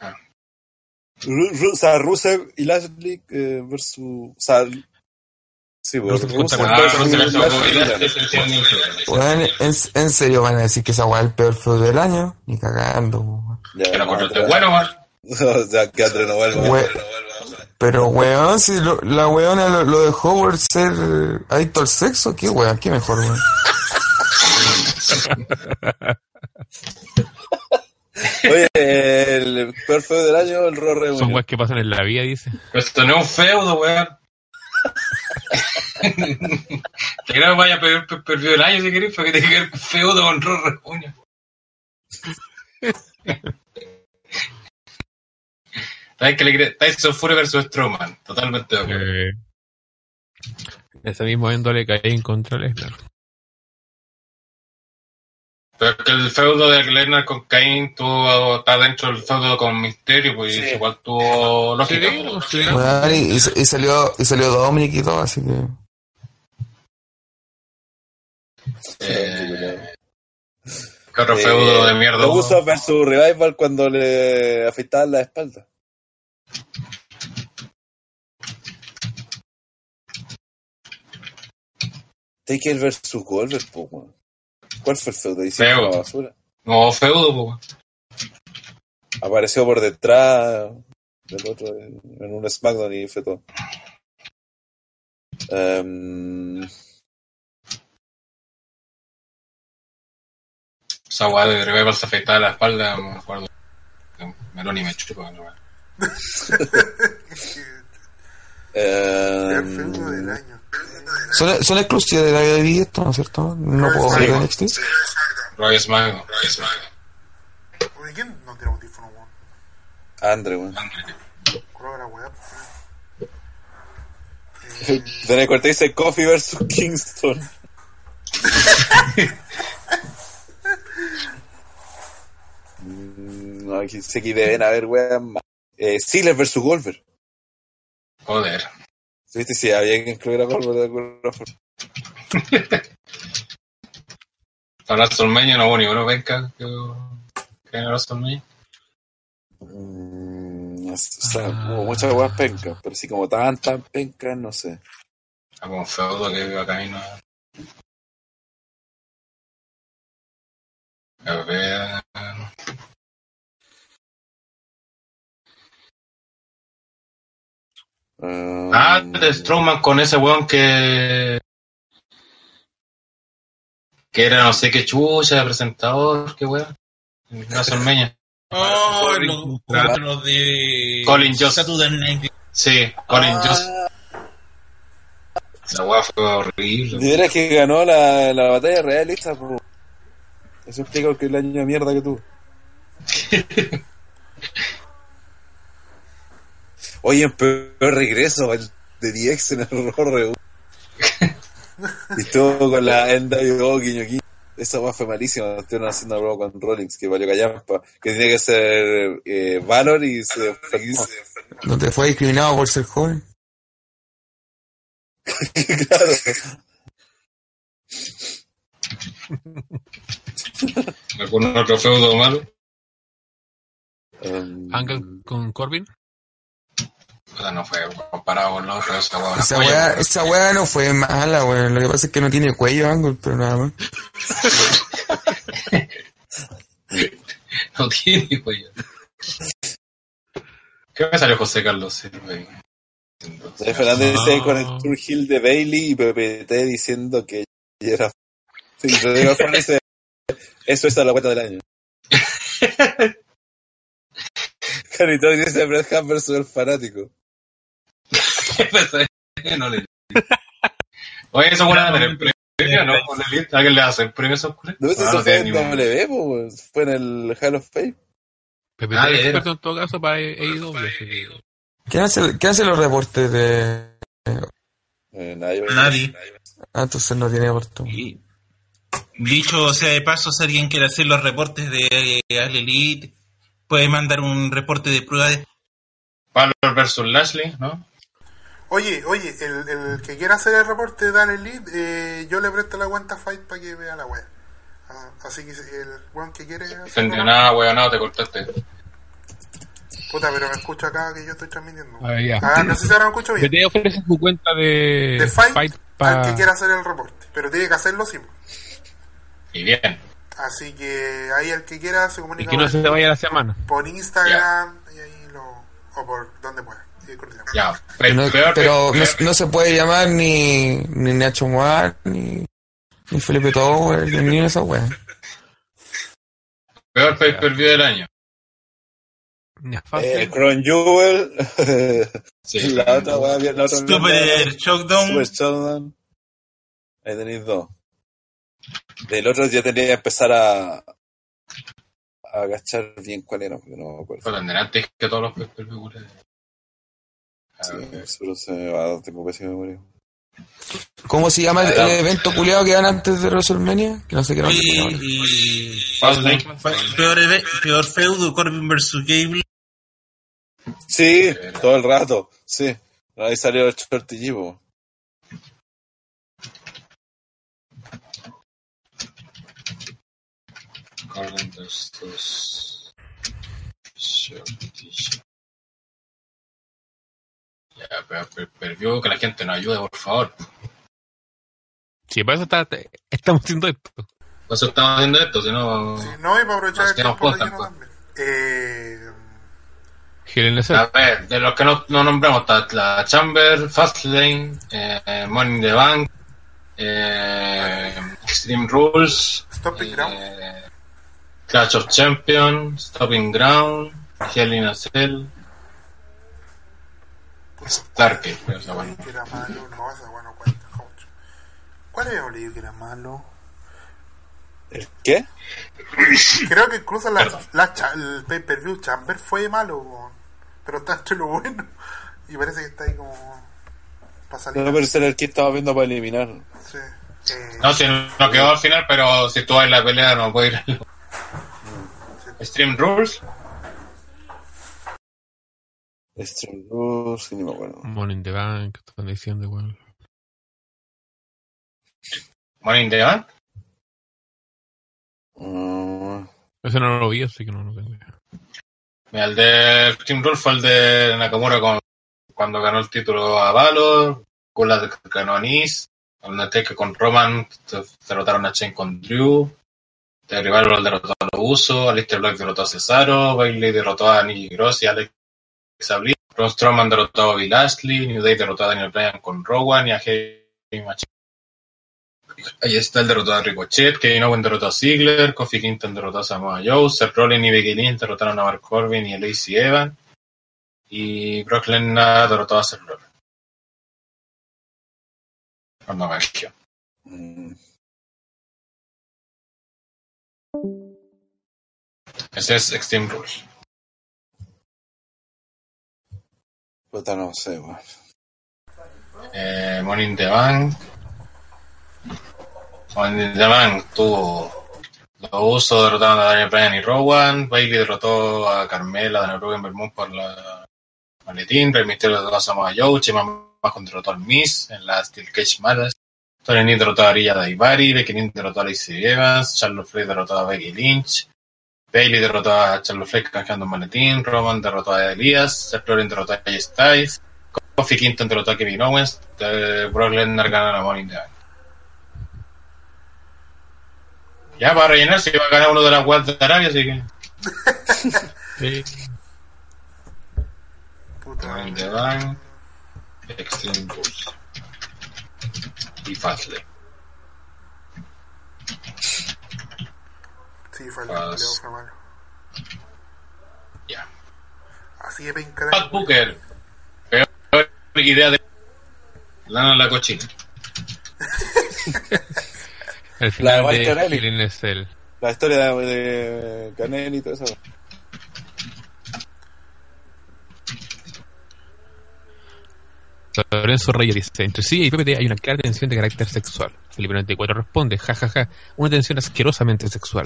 S1: Ah.
S2: Ru- Ru- o sea, Rusev y Lashley eh, versus. O sea, sí, pues,
S4: Rusev contra
S2: Rusev
S1: ah,
S2: versus
S1: pero se la sacó
S2: Lashley.
S1: y la- se la hicieron el feudo.
S5: Weón, en, en serio van a decir que esa weá es el peor feudo del año. Ni cagando, weón.
S2: Ya,
S4: Ah,
S1: Pero con
S2: no,
S1: el de bueno, weón.
S2: o sea, que Andre no vuelva.
S5: Weón. Pero weón, si lo- la weona lo, lo dejó por ser adicto al sexo, qué weón, qué mejor weón.
S2: Oye, el peor feo del año, el Raw
S4: Son
S2: Reunion.
S4: weas que pasan en la vida, dice.
S1: Esto no es un feudo, weón. te creo que vaya a pedir per- perdido el año si querés, porque tiene que ver con feudo con Rorro Reunión. ¿Sabes que le cre- Tyson Fury versus Strowman, totalmente de acuerdo.
S4: Eh, ese este mismo índole caí en contra de Lesnar.
S1: Pero que el feudo de Lennar con Cain tuvo, está dentro del feudo con Misterio, pues
S2: Sí.
S1: igual tuvo lógica.
S4: Sí,
S1: pues.
S4: sí.
S5: Weón, y, y- y salió, y salió Dominic y todo, así que.
S1: Eh, ¿Qué
S2: Eh,
S1: otro feudo de mierda?
S2: Lo
S1: hubo?
S2: uso versus Revival cuando le afeitaban la espalda. Taker versus Goldberg, po, weón. ¿Cuál fue el feudo? Hicieron
S1: Feo.
S2: una basura.
S1: No, feudo, pues. weón.
S2: Apareció por detrás del otro en en un SmackDown y fue todo. Em,
S1: Esa guada de Revival se afeitaba la espalda, me acuerdo. Meloni me chupa, no, weón.
S3: Peor
S2: em,
S3: feudo del año.
S5: Son, son exclusivas de la vida esto, ¿no es cierto? No puedo este.
S3: Sí.
S5: ver de NXT.
S1: Roy Smago, Roy Smago.
S3: Oye, ¿quién no tiene audífono, weón?
S2: Andre, weón.
S3: Corra la weá, pues, weón.
S2: Dale corté dice Coffee versus Kingston. Mm, no, aquí sé que deben haber weas más. Eh, Ziggler versus Goldberg.
S1: Joder.
S2: ¿Viste? Si había que incluir a Goldberg de alguna forma.
S1: Para Solmeño no hubo ni uno, venga. Que que era Solmeño.
S2: Mm, o sea, hubo muchas weas pencas, pero sí como tan, tan pencas, no sé.
S1: Ah, como un feudo que iba camino a. A ver.
S2: Um,
S1: Ah, de Strowman con ese weón que. Que era no sé qué chucha, presentador, qué weón. Una Solmeña.
S6: Oh,
S1: Colin-
S6: los contra los de
S1: Colin Jost.
S6: Saturday Night Live.
S1: Sí, Colin
S2: Ah,
S1: Jost. La weá fue horrible.
S2: De veras que ganó la, la batalla realista, po. Eso explica que el año de mierda que tuvo. Oye, peor, peor regreso el de DX en el horror Y todo con la NWO guiño guiño. Esa weá fue malísima. Estuvieron haciendo algo con Rollins que valió callampa. Que tenía que ser eh, Valor y se enfermó.
S5: Donde fue discriminado por ser joven.
S2: claro.
S1: ¿Algún otro feudo malo?
S2: Um,
S4: Angle con Corbin.
S1: Puta, no fue comparado con los otros, esa weá.
S5: Esa
S1: Oye,
S5: weá, esa weá no fue mala, weón. Lo que pasa es que no tiene cuello, Angle, pero nada más.
S1: No tiene, weón. ¿Qué me salió José Carlos Silva? ahí?
S2: José Fernández dice con el Tour Hill de Bailey y PPT diciendo que yo era. Sí, Rodrigo Fernández dice, eso es a la cuenta del año. Caritori dice Brett Hunt versus el fanático.
S1: no le Oye, eso fue el premio, ¿no? Por la lista. ¿A quién le hacen premio esos culiados?
S2: No, eso
S1: Ah, no
S2: fue
S1: tienen
S2: en
S1: ni un-
S2: W, pues, fue en el Hall of Fame.
S4: Pepe
S1: Ah,
S4: es
S1: bien.
S4: experto en todo caso para E AEW. así que-
S5: ¿Quién hace, quién hace los reportes de.?
S2: Eh, nadie.
S6: Nadie.
S5: Ah, entonces no tiene reporte.
S6: Y, Dicho sea de paso, si alguien quiere hacer los reportes de eh, All Elite, puede mandar un reporte de prueba de
S1: Valor versus Lashley, ¿no?
S3: Oye, oye, el, el que quiera hacer el reporte de Dale Lead, eh, yo le presto la cuenta Fight para que vea la web. Ah, así que el weón que quiere hacer.
S1: Entendió nada, weón, no, te cortaste.
S3: Puta, pero me escucho acá que yo estoy transmitiendo.
S4: Ah, ya.
S3: Ah, no sé si ahora me escucho bien.
S4: Pepe ofrece su cuenta de,
S3: De Fight,
S4: pa-
S3: al que quiera hacer el reporte. Pero tiene que hacerlo sí.
S1: Y bien.
S3: Así que ahí el que quiera se
S4: y
S3: comunica
S4: que no
S3: por-
S4: se te vaya la semana.
S3: por Instagram y ahí lo. o por donde pueda. Y coordinamos.
S1: Ya, pe-
S5: Pero, no,
S1: peor que-
S5: pero no,
S1: peor
S5: no se puede llamar ni, ni Nacho Moar, ni, ni Felipe Tower, ni ni esa wea.
S1: Peor pay per view del año.
S4: Ni a
S2: Eh,
S4: fácil.
S2: Crown Jewel.
S1: Sí.
S2: la otra weá, bien, la otra mierda.
S6: Super Shockdown.
S2: Super Showdown. Ahí tenéis dos. Del otro ya tenía que empezar a. a agachar bien cuál era, porque no me acuerdo.
S1: Fueron antes que todos los pay per view. culiados. Ah,
S2: Sí, Solo se me va, tengo pésima memoria.
S5: ¿Cómo se llama el, el evento culiado que dan antes de WrestleMania? Que no sé qué nombre tiene ahora.
S6: Y, y-
S1: Fastlane.
S6: peor, eve- peor feudo, Corbin versus Gable.
S2: Sí, todo el rato, sí. Ahí salió el shorty
S1: Gordon versus Shorty. Ya, pero, pero, pero yo que la gente nos ayude, por favor.
S4: Sí, para eso está- te- estamos haciendo esto.
S1: Por eso estamos haciendo esto, si no.
S3: Sí, no, y para aprovechar
S1: Nos
S3: el
S1: quedamos
S3: tiempo
S1: cortas,
S3: relleno
S1: pues.
S3: también. Eh,
S4: Helen Lesser.
S1: A ver, de los que no, no nombramos, está la Chamber, Fastlane, eh, Money in the Bank, eh, Extreme Rules,
S3: Stomping Ground.
S1: eh, Clash of Champions, Stopping Ground, Hell in a Cell, Stargate, creo que se llama.
S3: Olivia que era malo, no, esa weá no cuenta, jaucho. ¿Cuál era Olivia que era malo?
S2: ¿El qué?
S3: Creo que incluso la,
S1: Perdón.
S3: la cha- el pay-per-view Chamber fue malo, weón. pero está entre lo bueno. Y parece que está ahí como para salir.
S2: No, pero ese era el que estaba viendo para eliminar.
S3: Sí. Eh,
S1: No, si no quedó al final, pero si tú vas en la pelea no puedes ir. Extreme Rules,
S2: Stream Rules, sí, no me acuerdo.
S4: Money in the Bank, están diciendo, weón.
S1: Money in the Bank,
S2: Ah,
S4: Ese no lo vi, así que no lo tengo idea.
S1: Mira, el de Extreme Rules fue el de Nakamura con- cuando ganó el título a Valor, Kula de ganó a Nice, Undertaker con Roman, se- derrotaron a Chain con Drew, de Rival derrotó a los Usos, Alistair Black derrotó a Cesaro, Bailey derrotó a Nikki Gross y Alex Bliss, Ron Strowman derrotó a Bobby Lashley, New Day derrotó a Daniel Bryan con Rowan y a Heavy Machine. Ahí está el derrotado a Ricochet, Kevin Owen derrotó a Ziggler, Kofi Kingston derrotó a Samoa Joe, Seth Rollins y Becky Lynch derrotaron a Mark Corbin y a Lacey Evans, y Brock Lesnar derrotó a Seth Rollins. Cuando me eligió.
S2: mm.
S1: Ese es Extreme Rules.
S2: Puta, no sé, weón.
S1: Eh, Money in the Bank. Money in the Bank tuvo los usos derrotaron a Daniel Bryan y Rowan. Bailey derrotó a Carmela, Daniel Bryan Vermont por la maletín. Rey Mysterio derrotó a Samoa Joe. Chema más derrotó al Miss en la Steel Cage Matters. Tony Nese derrotó a Arilla Daivari. Becky Lynch derrotó a Lacey Evans. Charlotte Flair derrotó a Becky Lynch. Bailey derrotó a Charlotte Flair canjeando un maletín. Roman derrotó a Elias. Seth Rollins derrotó a Jay Styles. Kofi Kingston derrotó a Kevin Owens, eh, Brock Lesnar gana la Money in the Bank. Ya para rellenar se iba a ganar uno de las webs de Arabia, así que
S4: Sí.
S1: También The Bank, Extreme Rules y Fastlane.
S3: Sí, fue el
S1: Ah,
S3: empleado,
S1: sí.
S3: fue malo.
S1: Ya.
S3: Así de penca.
S1: Pat Booker. Peor idea de. Lana la cochina.
S4: El final
S2: La de
S4: de
S2: Canelli.
S4: Hell in a Cell.
S2: La historia de, de Canel y todo eso.
S4: Lorenzo Reyes dice, entre sí y PPT hay una clara tensión de carácter sexual. Felipe 94 responde, jajaja, ja, ja, una tensión asquerosamente sexual.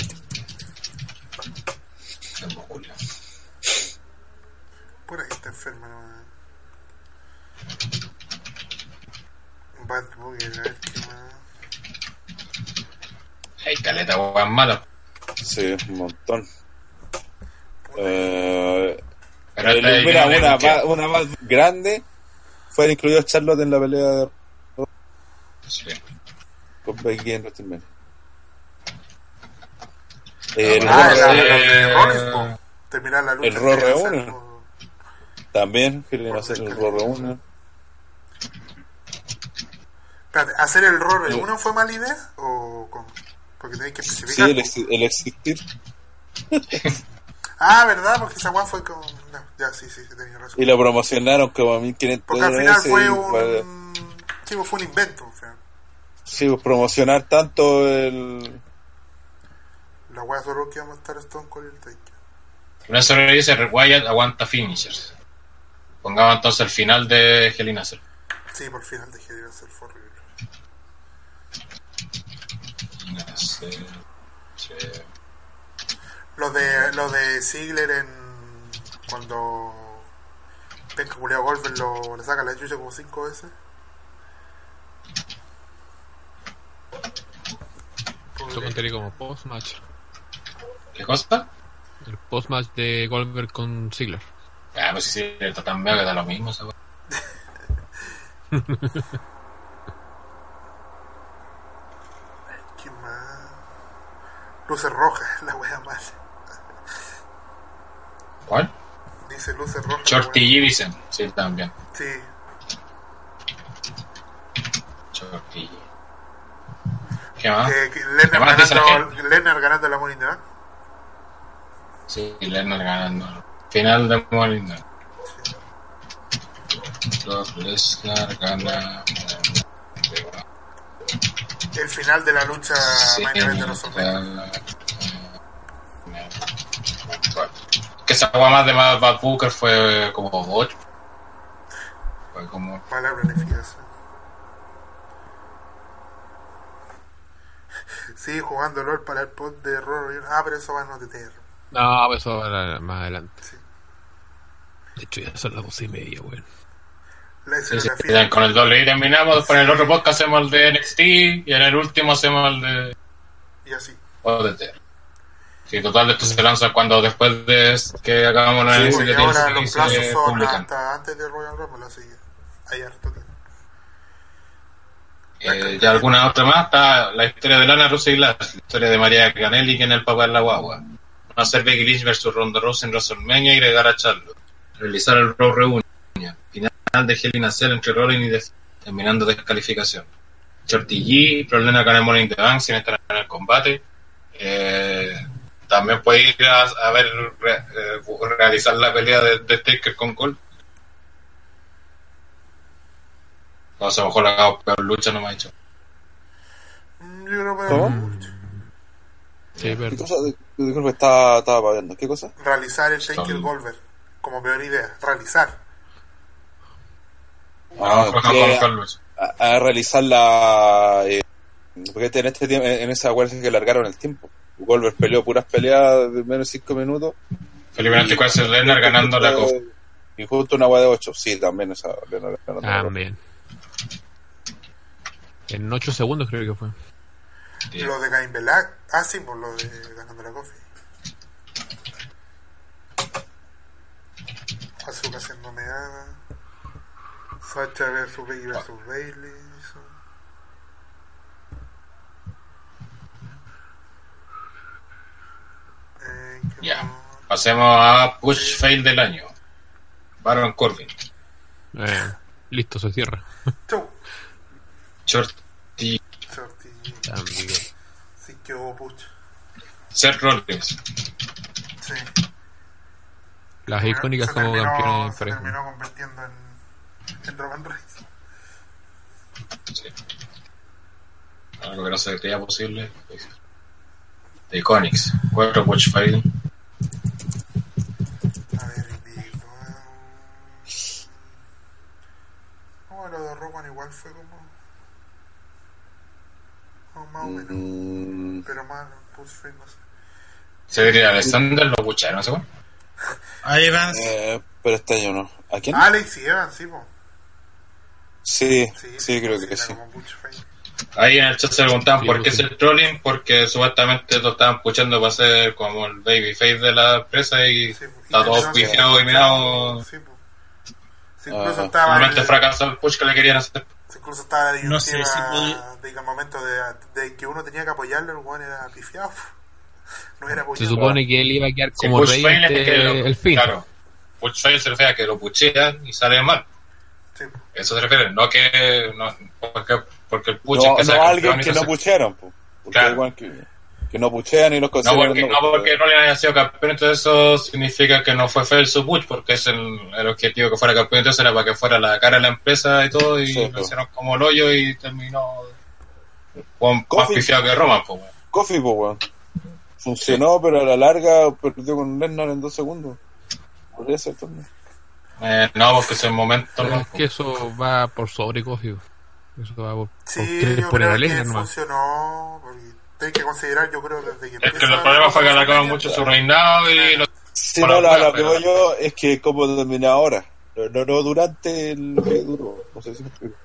S3: Por ahí está enferma, no. weón. Bad Booger, a ver qué más.
S1: Hay caleta weón mala.
S2: Sí, un montón. Eh,
S1: Pero
S2: el-
S1: esta es
S2: mira,
S1: una
S2: una,
S1: de-
S2: más, una más grande fue incluido Charlotte en la pelea de,
S1: Sí.
S2: con Becky en WrestleMania. El,
S3: Ah,
S2: Ro-
S3: la- la-
S2: eh,
S1: Eh,
S3: Rollins, po. Terminar la lucha.
S2: el Raw
S3: tiene que
S2: reúne.
S3: ser, po.
S2: también, que le hacer el Ro reúne.
S3: Espérate, ¿hacer el Raw reúne fue mala idea? ¿O cómo? Porque tenéis que
S2: Sí,
S3: especificar.
S2: el, ex- el existir.
S3: Ah, ¿verdad? Porque esa weá fue con. no, ya, sí, sí, tenía razón.
S2: Y lo promocionaron como a 1500
S3: Porque al final
S2: veces
S3: fue
S2: y para-
S3: un. Sí, pues, fue un invento. O sea,
S2: sí, pues, promocionar tanto el.
S3: la weá solo que iba a estar Stone Cold y el Taker.
S1: Una sola dice Wyatt aguanta finishers. Pongamos entonces el final de Helena Cell.
S3: Sí, por final dejé de hacer fue horrible. Lo de, lo de Ziggler en. Cuando. Penca culiao Golfer lo, le saca la chucha como cinco veces.
S4: Yo contaría como post-match.
S1: ¿Qué cosa?
S4: El post-match de Goldberg con Ziggler.
S1: Ah, pues sí, sí, está tan veo que da lo mismo esa weá.
S3: ¿Qué más? Luces rojas, la wea mal.
S1: ¿Cuál?
S3: Dice luces rojas. la
S1: Shorty
S3: wea.
S1: G dicen. Sí, también.
S3: Sí.
S1: Shorty G. ¿Qué más?
S3: Eh, que
S1: Ah. Además,
S3: Lennart,
S1: dice la
S3: ganando, Lennart ganando la Money in the Bank.
S1: Sí, Lennon ganando. Final de Molina. Brock Lesnar gana.
S3: El final de la lucha
S1: Sí,
S3: main event de los hombres.
S1: gana- Que esa hueá más de Mad Bad Booker fue como 8. Fue como.
S3: Mala planificación. Sí, jugando LOL para el pod de Roro. Ah, pero eso va en OTTR.
S4: No, pues eso va más adelante.
S3: Sí.
S4: De hecho, ya son las doce y media, weón.
S3: La
S1: Sí, sí,
S3: escenografía.
S1: con el doble y terminamos. Con el otro podcast hacemos el de NXT y en el último hacemos el de
S3: Y así.
S1: ODT. Sí, total, después se lanza cuando después de que acabamos la
S3: Sí,
S1: NXT
S3: porque
S1: que
S3: ahora
S1: tiene-
S3: los
S1: se
S3: plazos son
S1: publican.
S3: hasta antes de Royal Rumble, así que hay harto tiempo.
S1: Eh, ya alguna otra más está la historia de Lana Rousey y Lash, la historia de María Canelli que en el papá de la guagua. No hacer Becky Lynch versus Ronda Rousey en WrestleMania y agregar a Charlo. Realizar el Raw Reunion. Final de Hell in a Cell entre Rollins y Def- terminando descalificación. Shorty G, problema con el Money in the Bank sin estar en el combate. Eh, también puede ir a, a ver re- eh, realizar la pelea de, de Taker con Cole. No, se mejor la hago peor lucha, no me ha hecho.
S3: Mm, Yo creo que
S2: ¿Cómo?
S4: Sí,
S2: ¿Qué
S4: perdón.
S2: cosa? Disculpe, estaba, estaba pagando. ¿Qué cosa?
S3: realizar el Taker Golver como peor idea. Realizar.
S2: Ah,
S1: Vamos con-
S2: que-
S1: con- con lucha.
S2: a, a realizar la. eh, porque en, este tiempo, en esa huelga que largaron el tiempo. Goldberg peleó puras peleas de menos de 5 minutos.
S1: Felipe Anticuas y Lennar ganando la copa.
S2: Y justo una hueá de 8. Sí, también esa. Leonard ganando la copa.
S4: También. En ocho segundos creo que fue.
S1: Sí.
S3: Lo de Cain Belak. Ah, sí, por lo de ganando la coffee. Azuka haciendo meada. Sacha versus Becky versus Bailey. Eh, ¿qué
S1: Ya.
S3: más? Eh,
S1: Pasemos a Push Fail del año. Baron Corbin.
S4: Eh, listo, se cierra.
S3: Chau.
S1: Shorty.
S3: Sorti.
S4: También.
S3: Sí, que hubo pucho.
S1: Seth Rollins.
S3: Sí.
S4: Las
S3: Bueno,
S4: icónicas
S3: se
S4: como
S3: terminó-
S4: campeones
S3: Se
S4: parejas.
S3: terminó convirtiendo en, en Roman Reigns.
S1: Sí. Algo que no se creía posible. The Iconics. Cuatro Watch Fighting.
S3: A ver, digo. No, lo de Roman igual fue como. como más o menos.
S2: Mm,
S3: Pero más, push fue, no sé.
S1: Cedric Alexander lo bucharon, ¿se acuerdan?
S6: A Evans,
S2: eh, pero este año no. ¿A
S1: Ah,
S2: quién?
S3: Ah, Alex y Evan, sí, po.
S2: Sí,
S3: Sí,
S2: sí, creo que
S3: era
S2: sí.
S3: como push fue.
S1: Ahí en el chat se preguntaban
S4: Sí,
S1: por qué
S4: sí.
S1: es el trolling, porque supuestamente lo estaban puchando para ser como el babyface de la empresa y
S3: Sí, Ah, po.
S1: está todo
S3: terminó-
S1: auspiciado y mirado.
S3: Sí, po. Sí, incluso
S2: Ah,
S3: estaba.
S1: Realmente
S3: el-
S1: fracasó el push que le querían hacer.
S3: Incluso estaba la
S6: No sé,
S3: disyuntiva
S6: sí puede-
S3: de que al momento de, de que uno tenía que apoyarlo, el weón era pifiado. No era
S4: Se
S3: apoyado.
S4: supone que él iba a quedar
S1: Sí,
S4: como
S1: push
S4: rey
S1: fail es que
S4: ante
S1: lo-
S4: el fin.
S1: Claro. Push fail se refiere a que lo puchean y sale mal.
S3: Sí,
S1: Eso se refiere, no que. No, porque, porque el push es
S2: No,
S1: que
S2: no
S1: sea
S2: alguien
S1: campeón y
S2: que
S1: se-
S2: no puchearon, po. porque
S1: Claro.
S2: igual que, que no puchean y los
S1: No
S2: consideran.
S1: porque, no porque Rollins haya sido campeón, entonces eso significa que no fue fail su push, porque es el, el objetivo que fuera campeón, entonces era para que fuera la cara de la empresa y todo, y
S2: Sí,
S1: lo
S2: pues.
S1: hicieron como el hoyo y terminó con más
S2: Coffee.
S1: pifiado que Roman, pues. weón.
S2: Coffee, po, weón. Funcionó, pero a la larga perdió con Lennon en dos segundos. Podría ser también.
S1: Eh, no, porque es el momento,
S4: Pero
S1: no,
S4: es que eso va por sobrecogido. Eso va por,
S3: sí
S4: por,
S3: yo
S4: por
S3: creo
S4: la
S3: que
S4: ley nomás.
S3: funcionó. Porque tenés que considerar, yo creo, desde que
S1: Es que
S3: empieza
S1: el problema fue que
S3: la
S1: alargaron mucho su reinado y lo
S2: Si
S1: Para
S2: no, la-
S1: jugar,
S2: lo que
S1: pero-
S2: voy yo es que como termina ahora, no, no, no durante el que duró. No sé si me explico.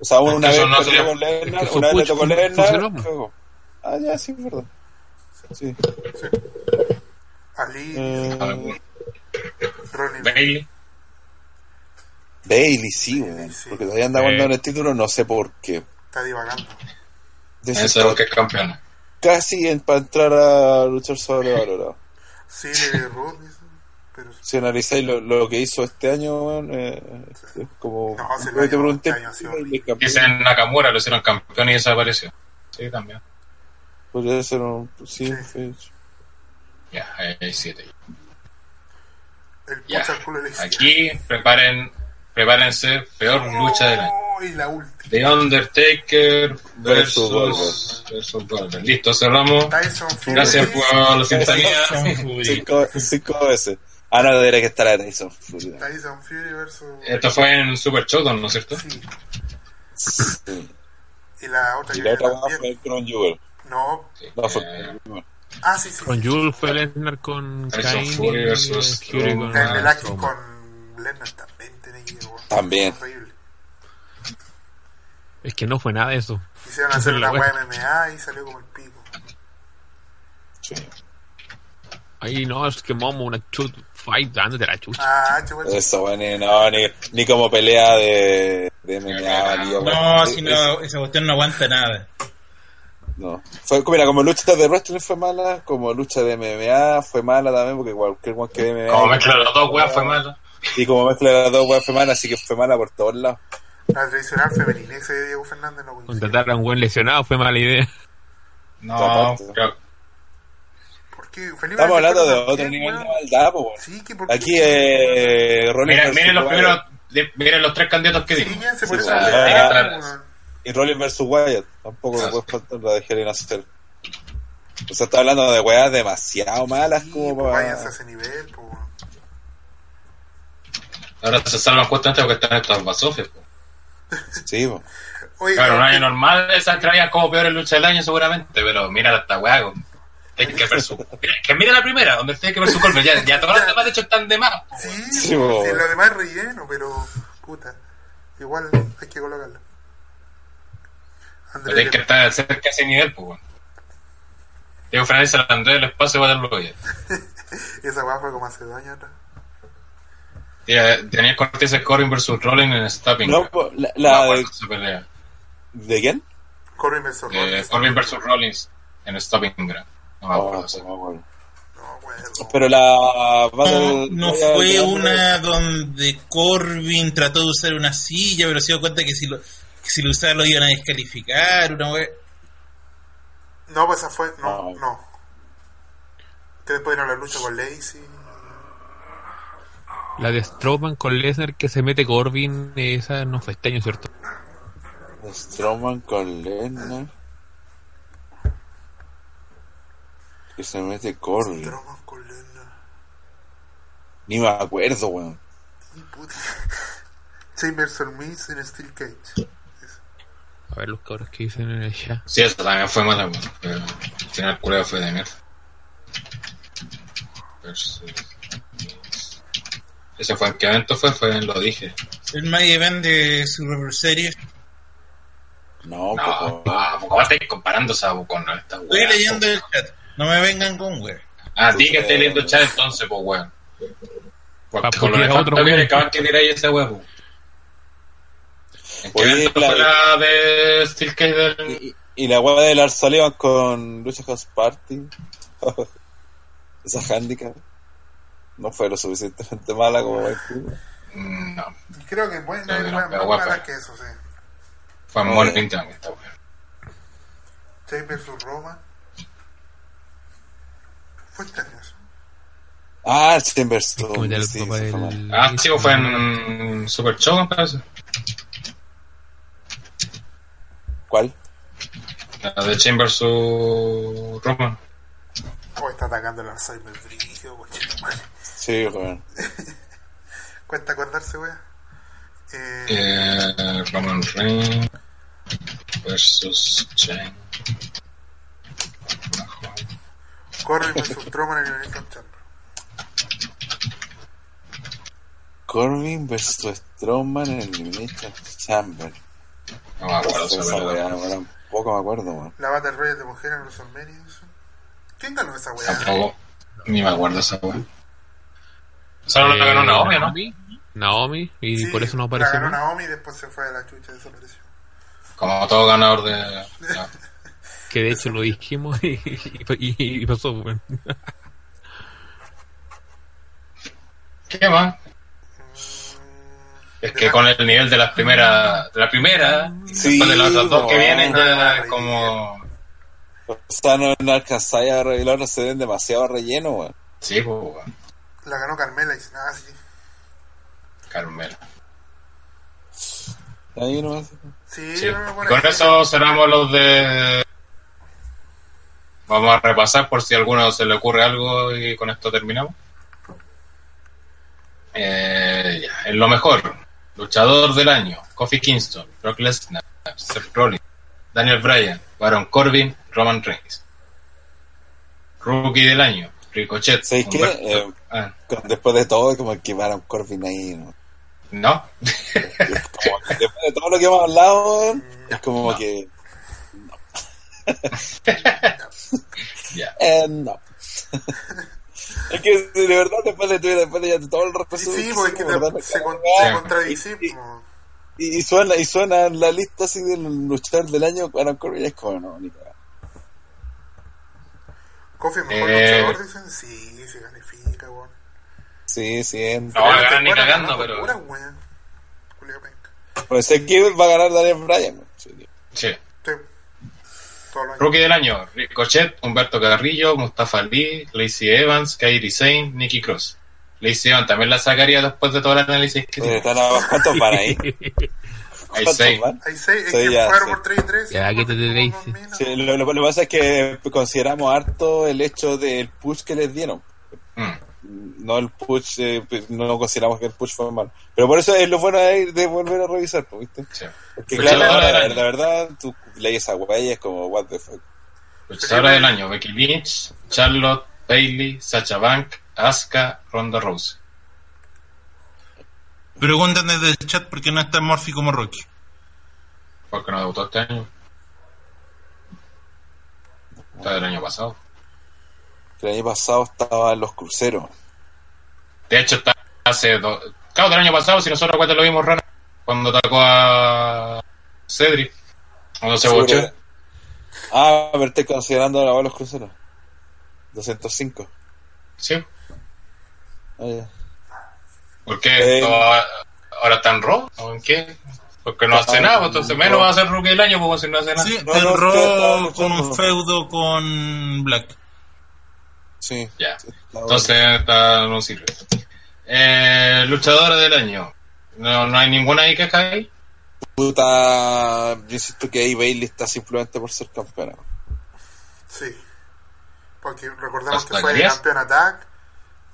S2: O sea, una
S1: Es que
S2: vez
S1: eso no
S2: perdió
S1: sería-
S2: con
S4: es
S2: Lennon,
S4: que eso
S2: una vez le
S4: fun-
S2: tocó
S4: fun- funcionó,
S1: pues?
S2: Lennon,
S4: ¿no?
S2: cagó. Ah, ya, sí, es verdad. Sí.
S3: Ali,
S1: Ah,
S2: Eh,
S3: Ronnie,
S1: Bailey.
S2: Bailey, sí, weón,
S3: sí.
S2: porque todavía anda
S4: Eh.
S2: guardando el título, no sé por qué.
S3: está divagando.
S2: De ese
S1: Eso es lo que es campeón.
S2: Casi en, para entrar a luchar sobrevalorado.
S3: Sí, de Ruth, dice, pero
S2: Si analizáis lo, lo que hizo este año, weón, eh, es como.
S3: No, si lo
S2: Yo te
S3: hizo
S2: pregunté, pues,
S3: este año, ha sido horrible.
S2: campeón,
S1: Dicen Nakamura, lo hicieron campeón y desapareció. Sí, también.
S2: podría ser un. Sí, sí.
S1: Ya, ahí hay siete.
S3: el
S1: Ya.
S3: pucha al culo le dice.
S1: Aquí preparen, prepárense, peor lucha del año.
S3: Oh, y la última.
S1: The Undertaker
S2: Versus
S1: versus, versus Goldberg. Listo, cerramos.
S3: Tyson Fury.
S1: Gracias por la sintonía.
S2: cinco, cinco veces. Ah, no, debería que estar a Tyson Fury.
S3: Tyson Fury versus.
S1: Esto fue en Super Showdown, ¿no es cierto?
S3: Sí.
S2: Sí.
S3: Y la otra
S2: Y
S3: que
S2: la otra
S3: viene
S2: weá fue
S3: también.
S2: el Crown Jewel.
S3: No.
S2: No, fue
S1: Eh,
S3: Ah, sí, sí.
S4: Con Jules fue Lesnar con
S1: Tyson
S4: Cain y
S1: Fury
S4: eh,
S1: versus
S4: Fury con
S1: Roman.
S3: El
S1: Ah,
S3: Melaki
S4: Roman.
S3: con Lennon también tiene que ir. weón.
S2: También.
S3: Horrible.
S4: Es que no fue nada de eso.
S3: Quisieron hacer
S4: La
S3: una
S4: wea.
S3: web MMA y salió como el pico.
S2: sí.
S4: Ahí no, es que Momo, una chut fight dándote la chucha.
S3: Ah, chaval.
S2: Eso, weón, ni, no, ni, ni como pelea de, de MMA, ni yo,
S6: no,
S2: weón.
S6: si
S2: Es-
S6: no, esa cuestión no aguanta nada.
S2: No. Fue, mira, como lucha de wrestling fue mala, como lucha de MMA fue mala también, porque cualquier one que de MMA.
S1: Como mezcla de las dos weas fue malo.
S2: Y como mezcla de las dos weas fue mala, así que fue mala por todos lados.
S3: La tradicional femeninex de Diego Fernández no coincide.
S4: Contratar a un buen lesionado fue mala idea.
S1: No,
S2: Aparte.
S1: creo-
S3: ¿Por qué? Felipe
S2: Estamos hablando de
S3: Alberto
S2: otro
S3: también,
S2: nivel de
S3: weón.
S2: maldad, po, weón.
S3: Sí, que por qué.
S2: Aquí, eh, Rollins
S1: Miren,
S2: versus
S1: miren los
S2: Wyatt.
S1: primeros, de- miren los tres candidatos que
S3: Sí,
S1: dimos.
S3: ya se por
S2: Sí,
S3: eso.
S2: weón.
S3: weón,
S1: Ah.
S3: weón.
S2: Y Rollins versus Wyatt. Tampoco le puedes faltar la de Helen Hacer. O sea, está hablando de weas demasiado malas
S3: Sí,
S2: como
S3: pues,
S2: para.
S3: váyanse a ese nivel, pues. weón.
S1: Ahora se salvan justamente porque están estos basofias. po.
S2: Sí, pues. po.
S3: Oye,
S1: Claro, un
S3: eh,
S1: año normal, esas traían como peores luchas del año seguramente, pero mira esta weá con Taker versus... Mira, que mira la primera, donde que versus Colbert, ya, ya todas las demás de hecho están de más. po.
S3: Sí,
S2: Sí,
S3: pues,
S2: weón.
S3: sí, lo demás es relleno, pero. Puta. Igual hay que colocarlo.
S1: Pero Taker
S3: Andrés,
S1: está cerca de ese nivel, pues bueno. Diego Fernández se la andó del espacio para darlo bien.
S3: esa weá fue como hace dos años atrás.
S1: Tenía Cortés Corbin versus Rollins en Stopping.
S2: No, po, la, la de,
S1: esa pelea.
S2: ¿de quién?
S3: Corbin versus
S1: Eh,
S3: Rollins.
S1: Corbin versus Rollins en Stopping. No me
S2: Ah,
S1: acuerdo. esa.
S2: po, weón.
S3: No, weón.
S2: Pero la
S6: No,
S2: Battle
S6: Ah, no
S2: Royale
S6: fue
S2: de
S6: una donde Corbin trató de usar una silla, pero se dio cuenta que si lo, que si lo usaba lo iban a descalificar. Una wea-
S3: No, pues esa fue. No,
S2: No.
S3: no. Que después vino la lucha con Lacey.
S4: La de Strowman con Lesnar que se mete Corbin, esa no fue este año, ¿cierto?
S2: Strowman con Lesnar. Que se mete Corbin.
S3: Drama con Lena.
S2: Ni me acuerdo, weón.
S3: Y puta. Chambers and Miz en Steel Cage.
S4: A ver los cabros que dicen en el chat.
S1: Sí, esa también fue mala, weón, pero al final culeo fue de mierda. Versus- Ese fue en qué evento fue, fue en lo dije.
S6: El Main Event de Survivor Series.
S2: No,
S1: No,
S2: po, weón.
S1: ah, ¿cómo estáis comparando esa con esta
S6: Estoy
S1: weá?
S6: leyendo el chat. No me vengan con wea.
S1: Ah, di que estáis leyendo el chat entonces, pues weón.
S4: Pa'
S1: Porque con lo
S4: putear a
S1: nefasto
S4: otro
S1: que
S4: weón.
S1: eres, cabrón, que tiráis ese huevo. ¿En qué
S2: Oye,
S1: evento
S2: la-
S1: fue la de Steel Cage del.?
S2: Y, y- y la weá del Arzalevan con Lucha House Party. Esa handicap. No fue lo suficientemente mala como para decirlo.
S1: Mm, No,
S3: Y creo que bueno,
S1: No,
S3: hay
S1: no,
S3: más
S1: pero
S3: más
S1: guapa.
S3: malas que eso, sí.
S1: fue
S2: Oye.
S1: Morning también esta weón.
S3: Chambers vs Roma. Fue este año eso.
S2: Ah, Chambers.
S4: Es como ya el
S2: Sí,
S4: papá
S2: esa fue mala.
S4: del-
S1: Ah, sí, fue en Super Show, me parece.
S2: ¿Cuál?
S1: La de Chamber su Roman.
S3: Oh, está atacando el Alzheimer brígido, conchetumare.
S2: Sí, weón.
S3: Cuesta acordarse, wea. Eh,
S1: Eh, Roman Reigns versus Chamber.
S3: Corbin vs Strowman en el Elimination Chamber.
S2: Corbin versus Strowman en el Elimination Chamber.
S1: No me acuerdo,
S2: Fue esa
S1: esa
S2: weá,
S1: verdad.
S2: no, weón. Poco me acuerdo, weón.
S3: La Battle Royale de mujeres en WrestleMania. eso. ¿Quién ganó esa wea?
S1: Tampoco. Ni me acuerdo esa weá. Solo la
S4: Eh,
S1: ganó Naomi, ¿no?
S4: Naomi, y
S3: Sí,
S4: por eso no
S3: La
S4: aparece
S3: ganó
S4: más.
S3: Naomi y después se fue a la chucha y desapareció.
S1: Como todo ganador de. no.
S4: Que de hecho lo dijimos y, y- y pasó, weón.
S1: ¿Qué más? Es que con el nivel de las primeras. De la primera. y
S2: Sí,
S1: después de las otras dos que
S2: no.
S1: vienen, ya es como.
S2: O sea, no, no alcanzáis a revelar, no se den demasiado relleno, weón.
S1: Sí, pues, weón.
S3: La ganó Carmela y nada sí.
S1: Carmela.
S2: Ahí nomás.
S3: Sí,
S1: Sí.
S3: no me acuerdo.
S1: Con eso cerramos los de. Vamos a repasar por si a alguno se le ocurre algo y con esto terminamos. Eh, ya, En lo mejor, luchador del año, Kofi Kingston, Brock Lesnar, Seth Rollins, Daniel Bryan, Baron Corbin, Roman Reigns. Rookie del año, Ricochet.
S2: ¿Sabéis qué?
S1: Humberto-
S2: Eh,
S1: Ah,
S2: Con- Después de todo, como que Baron Corbin ahí, ¿no?
S1: no,
S2: Es como que después de todo lo que hemos hablado, weón, es como que.
S1: ya.
S2: Eh, no. es que de verdad, después de, después de ya todo el
S3: Sí,
S2: repaso.
S3: sí,
S2: que
S3: porque
S2: hicimos, ¿verdad?
S3: te- se, con-
S2: Ah,
S3: se
S1: Sí.
S3: contradicimos.
S2: Y, y suena, y suena la lista así del luchador del año, Baron Corbin, y es como, no, ni cagando.
S3: Coffee mejor
S1: Eh.
S3: luchador, dicen. Sí, se califica, weón.
S2: Sí, sí, en-
S1: No va a ganar ni
S3: Bueno,
S1: cagando,
S3: ganando pura,
S1: pero.
S3: weón. Julio Penca.
S2: Pues sé que va a ganar Daniel Bryan. ¿no? Sí, tío.
S1: Sí.
S3: Sí. Todo lo
S1: Rookie del año, Ricochet, Humberto Carrillo, Mustafa Lee, Lacey Evans, Kairi Sane, Nikki Cross. Lacey Evans también la sacaría después de todo el análisis que
S2: Oye,
S1: tiene.
S2: pues, están abajo. ¿Cuántos van ahí?
S1: Ahí
S2: ¿Cuántos
S1: seis.
S2: van?
S3: Hay seis, es
S2: Sí,
S3: que
S2: ya,
S3: jugaron
S2: sí.
S3: por 3 y 3.
S4: Ya, que te tenéis, sí.
S2: Sí, lo, lo- lo que pasa es que consideramos harto el hecho del push que les dieron.
S1: Mm.
S2: No el push, eh, pues, no consideramos que el push fue malo. Pero por eso es lo bueno de, de volver a revisar, pues, ¿viste?
S1: Sí.
S2: Porque
S1: Luchadora
S2: claro, la,
S1: del
S2: la-
S1: año.
S2: la verdad, tú lees esa weá y es como, what the fuck.
S1: Luchadora Pues del año, Becky Lynch, Charlotte, Bailey, Sacha Bank, Asuka, Ronda Rousey.
S6: Preguntan desde el chat por qué no está Morphy como Rocky.
S1: Porque no debutó este año. Está del año pasado.
S2: El año pasado estaban los cruceros.
S1: De hecho, está hace dos. Claro, del año pasado, si nosotros cuatro lo vimos raro, cuando atacó a Cedric. Cuando se
S2: Seguro
S1: bochó.
S2: que- Ah, pero estoy considerando ahora los cruceros. 205.
S1: Sí.
S2: Ah,
S1: ¿Por qué?
S2: Eh.
S1: ¿No- ¿Ahora están rojo? ¿O en qué? Porque no hace
S2: Ah,
S1: nada, pues, entonces menos
S2: no.
S1: va a ser rookie del año, como si no hace nada.
S6: Sí,
S2: no,
S6: Del
S2: no,
S6: Raw
S2: que está-
S6: con un
S2: no.
S6: feudo con Black.
S2: sí.
S1: Ya.
S2: Está
S1: Entonces esta no sirve. Eh, luchadora del año. No, no hay ninguna ahí que caiga.
S2: Puta, yo insisto que ahí Bailey está simplemente por ser campeona.
S3: Sí. Porque recordemos
S1: ¿Hasta
S3: que fue
S1: diez?
S3: campeón Attack,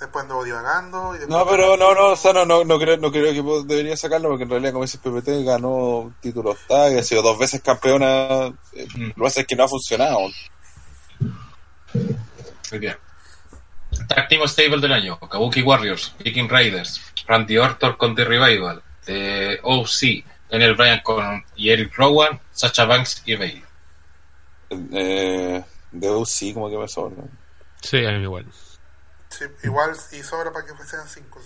S3: después anduvo divagando. Y después
S2: No, pero no, no, o sea, no, no, no creo, no creo que po- debería sacarlo porque en realidad, como dice PPT, ganó títulos tag, ha sido dos veces campeona. eh,
S1: Mm.
S2: Lo que pasa es que no ha funcionado.
S1: Muy bien. Tag Team Stable del año. Kabuki Warriors, Viking Raiders, Randy Orton con The Revival, The OC, Daniel Bryan con y Eric Rowan, Sacha Banks y Bailey.
S2: Eh, de UC, como que me sobra.
S4: Sí, a mí igual.
S3: Sí, igual y sobra para que fuesen 5.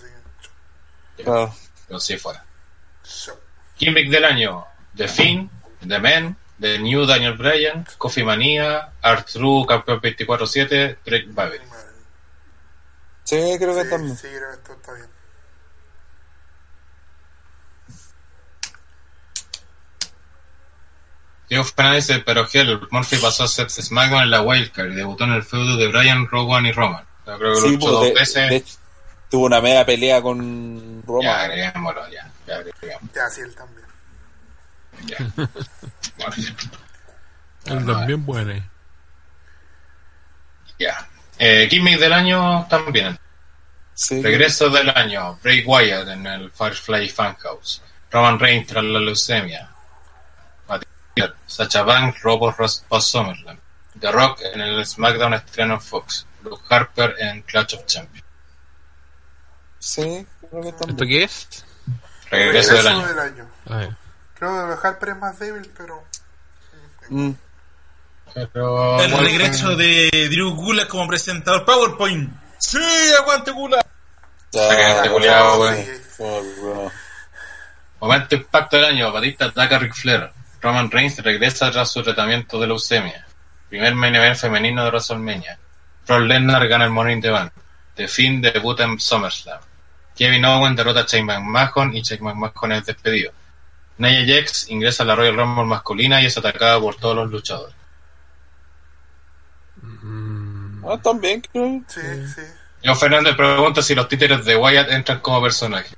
S3: Sí.
S2: Claro.
S1: Pero si fuera.
S3: Chao.
S1: Gimmick del año. The Finn, The Men, The New Daniel Bryan, Coffee Manía, Artru, Campeón 24-7, Drake Maverick.
S3: Madre.
S2: Sí, creo que
S3: Sí,
S2: también.
S3: sí, creo que esto está bien.
S1: Diego Fernández dice, pero Hell, Murphy pasó a ser SmackDown en la Wildcard y debutó en el feudo de Bryan, Rowan y Roman. Yo creo que
S2: Sí,
S1: lo luchó
S2: pues,
S1: dos
S2: de-
S1: veces.
S2: de hecho, tuvo una media pelea con
S1: Ya, eh,
S2: Roma.
S1: agreguémoslo, ya. Ya, agreguémoslo,
S3: Ya, sí, él también.
S1: ya. Bueno,
S4: Él
S1: no,
S4: también bueno.
S1: ya. Eh, gimmick del año también.
S2: Sí.
S1: Regreso del año. Bray Wyatt en el Firefly Funhouse. Roman Reigns tras la leucemia. Matt Riddle, Sacha Banks, Robo Ross post Summerland. The Rock en el SmackDown estreno en Fox. Luke Harper en Clash of Champions.
S2: Sí, creo que
S4: ¿Esto
S2: también.
S4: qué es?
S1: Regreso del año.
S4: A ver.
S3: Creo que Harper es más débil, pero.
S2: Mm.
S1: Pero,
S6: El
S1: bueno,
S6: regreso de Drew Gulak como presentador PowerPoint. ¡Sí, aguante Gulak!
S1: Saca
S2: Ya,
S1: este
S2: ya,
S1: culiao,
S3: sí.
S1: weón.
S2: por bro.
S1: Momento impacto del año. Batista ataca a Ric Flair. Roman Reigns regresa tras su tratamiento de leucemia. Primer main event femenino de WrestleMania. Brock Lesnar gana el Money in the Bank. The Finn debuta en SummerSlam. Kevin Owens derrota a Shane McMahon y Shane McMahon es despedido. Nia Jax ingresa a la Royal Rumble masculina y es atacada por todos los luchadores.
S2: Ah, también creo.
S3: Sí, sí.
S1: Yo Fernández pregunta si los títeres de Wyatt entran como personaje.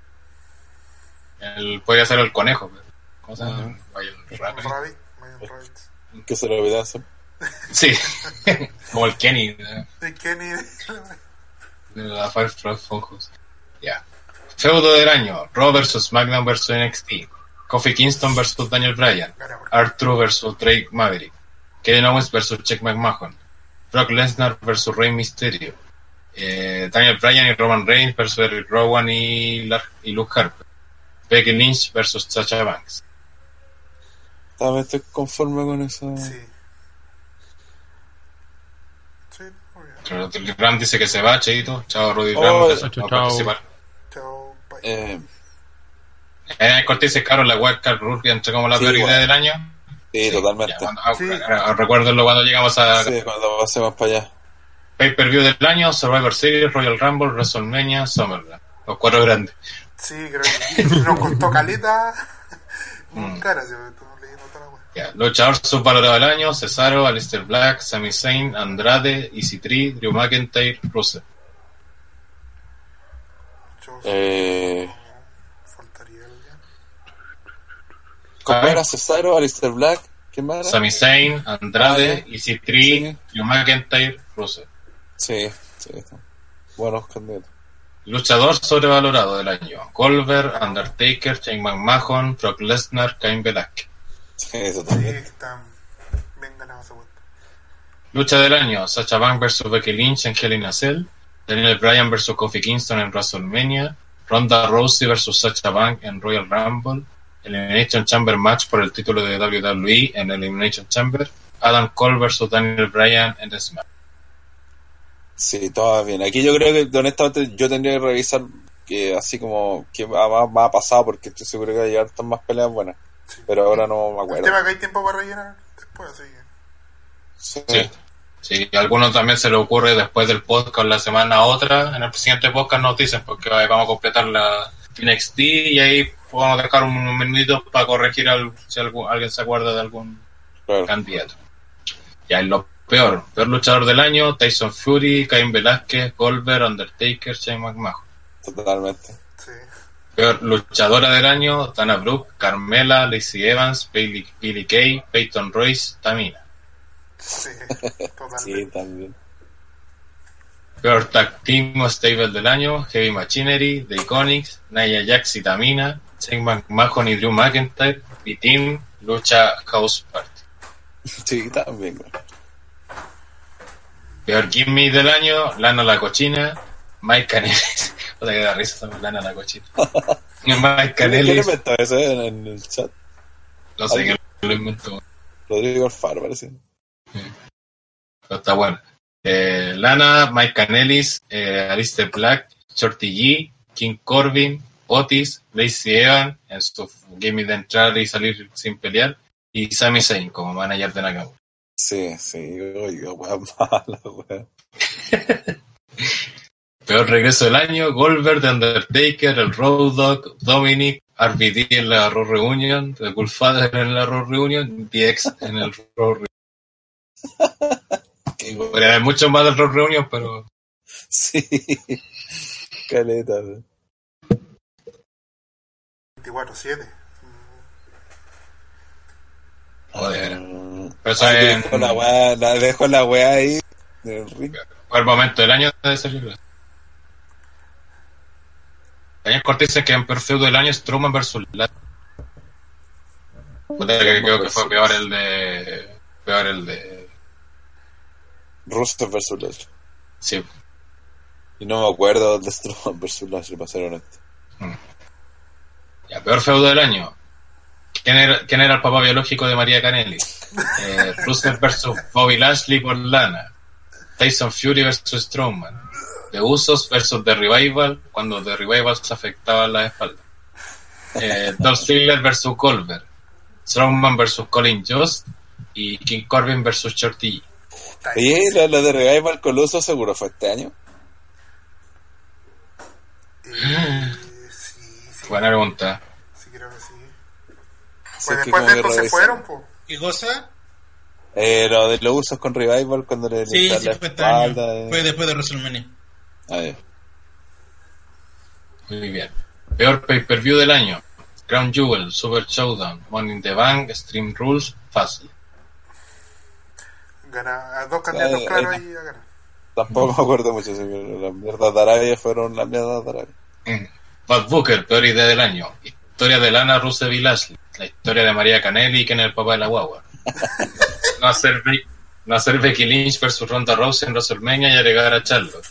S1: El, podría ser el conejo. pero- ¿Cómo se llama? Wyatt Rabbit.
S3: Rabbit,
S2: Oh.
S3: Ryan Rabbit.
S2: Que se lo olvidase.
S1: Sí, como el Kenny de
S3: De Kenny.
S1: de la Firefly Funhouse. Ya. Feudo del año: Raw vs. SmackDown vs. NXT. Kofi Kingston vs. Daniel Bryan.
S3: Gana
S2: Ah.
S3: por
S1: Arthur vs. Drake Maverick. Kevin Owens vs. Chuck McMahon. Brock Lesnar vs. Rey Mysterio. Eh, Daniel Bryan y Roman Reigns vs. Eric Rowan y, Lar- y Luke Harper. Becky Lynch vs. Sacha Banks.
S2: También estoy conforme con eso.
S3: Sí. Sí, muy bien.
S1: Roddy Ram dice que se va, Cheito. Chao, Roddy Ram.
S2: Oh,
S1: gracias
S4: chao,
S1: por
S4: chao.
S1: participar.
S3: Chao. bye.
S2: Eh,
S1: Eh, Cortés dice, claro, la wildcard Rurke entra como la
S2: Sí,
S1: prioridad
S2: bueno.
S1: del año.
S2: sí, totalmente.
S1: Ya, cuando- ah,
S3: Sí.
S1: ah, ah, Recuérdenlo cuando llegamos a
S2: Sí, cuando pasemos para allá.
S1: pay-per-view del año, Survivor Series, Royal Rumble, WrestleMania, SummerSlam. Los cuatro grandes.
S3: Sí, creo que nos costó caleta.
S2: Mm.
S3: Muy cara, si me estuvo leyendo toda la wea.
S1: Ya, Luchador subvalorado del año, Cesaro, Aleister Black, Sami Zayn, Andrade, Easy Tree, Drew McIntyre, Rusev.
S3: Yo
S2: Eh,
S3: faltaría el día.
S2: ¿Cómo
S1: Ah.
S2: era Cesaro, Alistair Black? ¿Quién más era?
S1: Sami Zayn, Andrade,
S2: Ah,
S1: Easy Tree,
S2: Sí.
S1: Drew McIntyre, Rusev.
S2: Sí, sí. está. Buenos candidatos.
S1: Luchador sobrevalorado del año, Goldberg, Undertaker, Shane McMahon, Brock Lesnar, Cain Velázquez.
S2: Sí,
S3: Sí,
S2: totalmente.
S3: están bien ganados esa vuelta.
S1: Lucha del año, Sacha Banks vs Becky Lynch en Hell in a Cell, Daniel Bryan vs Kofi Kingston en WrestleMania, Ronda Rousey vs Sacha Banks en Royal Rumble, Elimination Chamber Match por el título de WWE en Elimination Chamber, Adam Cole vs Daniel Bryan en SmackDown.
S2: Sí, todo va bien. Aquí yo creo que, honestamente, yo tendría que revisar que así como que va, va a pasar porque estoy seguro que va a llegar tan más peleas buenas. Pero ahora no me
S3: El
S2: acuerdo.
S3: tema es que hay tiempo para rellenar después, así que.
S2: Sí.
S1: Sí. Si a alguno también se le ocurre después del podcast la semana a otra, en el siguiente podcast nos dicen porque ahí vamos a completar la NXT y ahí podemos dejar un minutito para corregir al- si algu- alguien se acuerda de algún
S2: Claro.
S1: candidato. Ya es lo peor. Peor luchador del año, Tyson Fury, Cain Velázquez, Goldberg, Undertaker, Shane McMahon.
S2: Totalmente.
S3: Sí.
S1: Peor luchadora del año, Dana Brooke, Carmela, Lacey Evans, Bailey, Billy Kay, Peyton Royce, Tamina.
S3: Sí,
S2: Sí,
S3: totalmente.
S2: también.
S1: Peor Tag Team o Stable del año, Heavy Machinery, The Iconics, Nia Jax y Tamina, Shane McMahon y Drew McIntyre, B-Team, Lucha House Party.
S2: Sí, también, güey.
S1: Peor Gimme del año, Lana la Cochina, Mike Canelis. O sea, que da risa también, Lana la Cochina. Mike
S2: ¿Quién
S1: Canelis,
S2: inventó eso en, en el chat?
S1: no sé qué lo inventó,
S2: Rodrigo Alfaro, parece.
S1: pero está bueno. Eh, Lana, Mike Canelis, eh, Ariste Black, Shorty G, King Corbin, Otis, Lacey Evan, en su Gimme de entrar y salir sin pelear, y Sami Zayn como manager de Nakamura.
S2: Sí, sí. Oiga, weá mala, weá.
S1: Peor regreso del año, Goldberg, The Undertaker, el Road Dog, Dominic, RBD en la Raw Reunion, The Cool Father en la Raw Reunion, DX en el Raw Reunion.
S2: Qué weá.
S1: Podría haber mucho más del Raw Reunion, pero
S2: Sí. Caleta, weón.
S3: 24-7.
S1: Joder.
S2: Mm.
S1: Pero eso
S2: Ay,
S1: en-
S6: Em,
S2: dejo la weá, la dejo la weá ahí. en el ring.
S1: fue el momento del año de ese libro. Daniel Cortés dice que en peor feudo del año es Truman vs. Lat. Puta, que Creo que fue peor el de. Peor el de.
S2: Russo versus Lashley.
S1: Sí.
S2: Y no me acuerdo de Strowman versus Lashley, para ser honesto.
S1: Ya, peor feudo del año. ¿Quién era, quién era el papá biológico de María Canelli? Eh, Rusev versus Bobby Lashley por Lana. Tyson Fury versus Strowman. The Usos versus The Revival, cuando The Revival se afectaba la espalda. Eh, Dolph Ziggler versus Goldberg. Strowman versus Colin Jost. Y King Corbin versus Shorty. G.
S2: Y la, la de Revival Coloso seguro fue este año.
S3: Eh, sí, sí,
S1: Buena pregunta.
S3: sí, creo que sí.
S2: Si es Ah,
S3: Pues
S2: que
S3: después
S2: como
S3: de
S2: que
S3: esto se
S2: revisamos.
S3: fueron, pues.
S6: ¿Qué cosa?
S2: Eh, lo de los usos con Revival cuando le
S6: Sí,
S2: limpian
S6: sí,
S2: la
S6: fue este año.
S2: espalda, eh.
S6: Fue después de WrestleMania.
S2: Ah, ya.
S1: Muy bien. Peor pay-per-view del año. Crown Jewel, Super Showdown, Money in the Bank, Stream Rules, Fácil.
S3: Gana a dos candidatos
S2: Ay,
S3: claros
S2: ay.
S3: y a ganar.
S2: Tampoco me acuerdo mucho, sí, pero las mierdas de Arabia fueron las mierdas de Arabia.
S1: Bad Booker, peor idea del año. Historia de Lana Rusev y Lashley. La historia de María Canelli, que en el papá de la guagua. no, hacer Be- no hacer Becky Lynch versus Ronda Rousey en WrestleMania y agregar a Charlotte.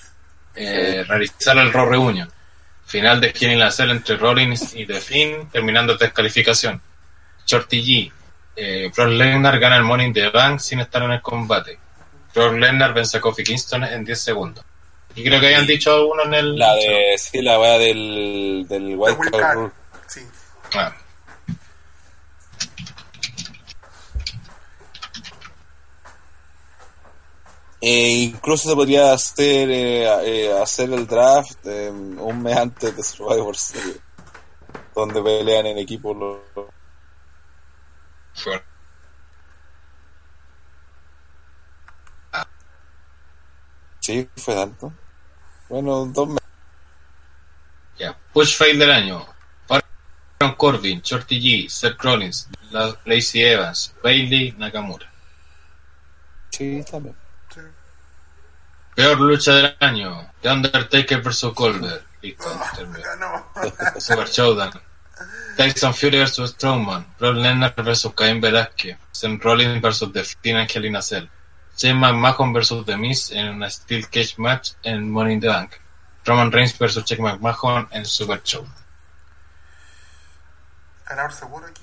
S1: Eh, realizar el Raw Reunion. Final de Skin in la Cell entre Rollins y The Finn, terminando en descalificación. Shorty G. Eh, Brock Lesnar gana el Money in the Bank sin estar en el combate. Brock Lesnar vence a Kofi Kingston en 10 segundos. Y creo que habían dicho algunos en el...
S2: La de, sí, la weá del, del
S3: De
S2: White
S3: Will
S2: Card
S3: Card.
S2: Rule.
S3: Sí.
S1: Ah.
S2: Eh, incluso se podría hacer eh, eh, hacer el draft eh, un mes antes de Survivor Series, donde pelean en equipo los.
S1: Fuera.
S2: Sí, fue tanto. Bueno, dos meses.
S1: Ya. Push fail del año. Baron Corbin, Shorty G, Seth Rollins, La- Lacey Evans, Bailey, Nakamura.
S2: Sí, también.
S3: sí.
S1: Peor lucha del año. The Undertaker vs. Goldberg. Listo, terminó.
S3: Ganó.
S1: Super Showdown. Tyson Fury vs. Strowman. Brock Lesnar vs. Cain Velázquez. Sam Rollins vs. The Finn Angelina Cell. Shane McMahon vs. The Miz en una Steel Cage match en Money in the Bank. Roman Reigns vs. Shane McMahon en Super Show.
S3: Ganador seguro aquí.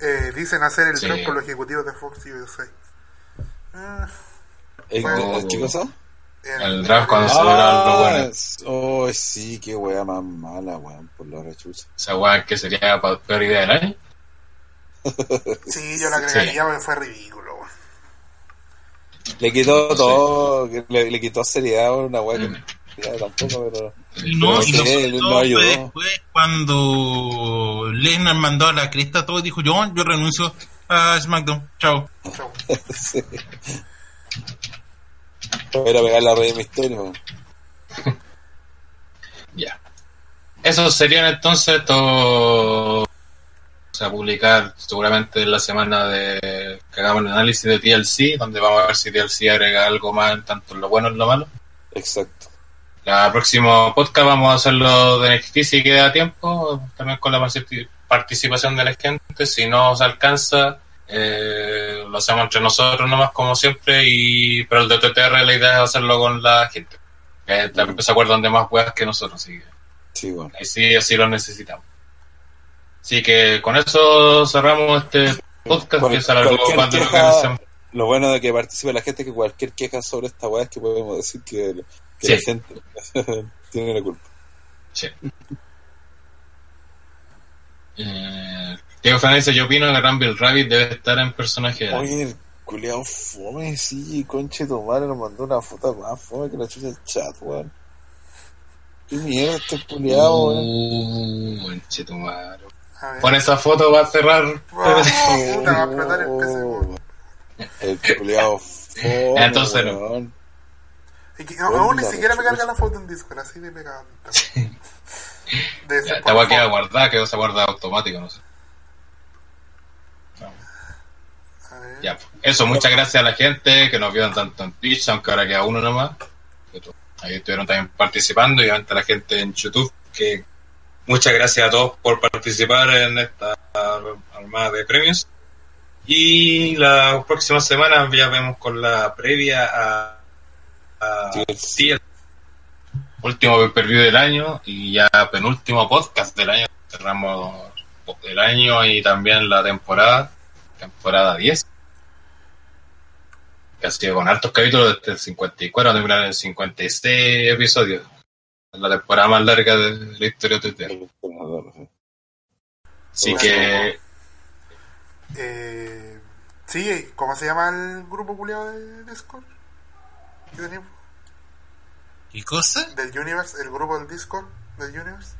S3: Eh, dicen hacer el
S1: Sí.
S3: draft con los ejecutivos de Fox y USA. Mm,
S2: Eh,
S1: Bueno.
S2: ¿Qué cosa?
S1: El draft cuando se verá lo
S2: Ah,
S1: bueno.
S2: s- oh, sí, qué weá más mala, weón, por la rechucha.
S1: Esa weá que sería pa- peor idea del año.
S3: Sí, yo la agregaría porque fue ridículo. weón.
S2: Le quitó todo, le, le quitó seriedad a una weá que ya, tampoco, pero.
S6: No,
S2: pero
S6: y
S2: sí,
S6: lo peor
S2: él
S6: de
S2: no
S6: todo
S2: ayudó.
S6: fue después cuando Lesnar mandó a la cresta todo y dijo, yo, yo renuncio a SmackDown, chao.
S3: Chao.
S2: Sí. Voy a ir a pegar la red de misterio. weón.
S1: Ya. Eso serían entonces todo. O sea, publicar seguramente en la semana de que hagamos el análisis de TLC, donde vamos a ver si TLC agrega algo más, tanto en lo bueno como en lo malo.
S2: Exacto.
S1: La próximo podcast vamos a hacerlo de NXT si queda tiempo, también con la particip- participación de la gente. Si no se alcanza, eh, lo hacemos entre nosotros nomás como siempre, y pero el de TTR la idea es hacerlo con la gente. Eh, también se acuerdan de más weas que nosotros, así que
S2: Sí, bueno.
S1: ahí sí, así lo necesitamos. Así que con eso cerramos este podcast
S2: Cual-
S1: que se alargó
S2: cualquier
S1: más de lo que
S2: queja-
S1: pensamos.
S2: Lo bueno de que participe la gente es que cualquier queja sobre esta weá es que podemos decir que, que
S1: Sí.
S2: la gente tiene la culpa.
S1: Sí. Eh, Diego Fernández, dice, yo opino que Rumble Rabbit debe estar en personaje. de anime".
S2: Oye, el culeado fome, sí, conche tu madre nos mandó una foto más fome que la chucha del chat, weón. Qué mierda este culeado, weón.
S1: Uh, conchetumare.
S3: A ver.
S1: Con esa foto va a cerrar.
S3: Ah, puta, va a explotar el PC, weón.
S2: este El culeado fome.
S1: Entonces no.
S2: weón.
S3: Y que aún
S2: Hola,
S3: ni siquiera me
S2: Rocha,
S3: carga la foto en Discord, así ni me cagan. De
S1: Ya, Esta weá queda guardada, quedó esa guarda automático, no sé. Ya, pues. eso, muchas gracias a la gente que nos vieron tanto en Twitch, aunque ahora queda uno nomás. Ahí estuvieron también participando y obviamente la gente en YouTube, que muchas gracias a todos por participar en esta armada de premios. Y la próxima semana ya vemos con la previa a, a
S2: Sí, el-
S1: Ah, sí, el último pay-per-view del año y ya penúltimo podcast del año. Cerramos el año y también la temporada, temporada 10 que ha sido con hartos capítulos desde el 54, vamos a terminar en 56 episodios. La temporada más larga de la historia de TTR.
S2: este
S1: Así que,
S3: Eh, sí, ¿cómo se llama el grupo culiado de Discord? ¿Qué tenemos?
S6: ¿Qué cosa?
S3: Del Universe, el grupo del Discord del Universe.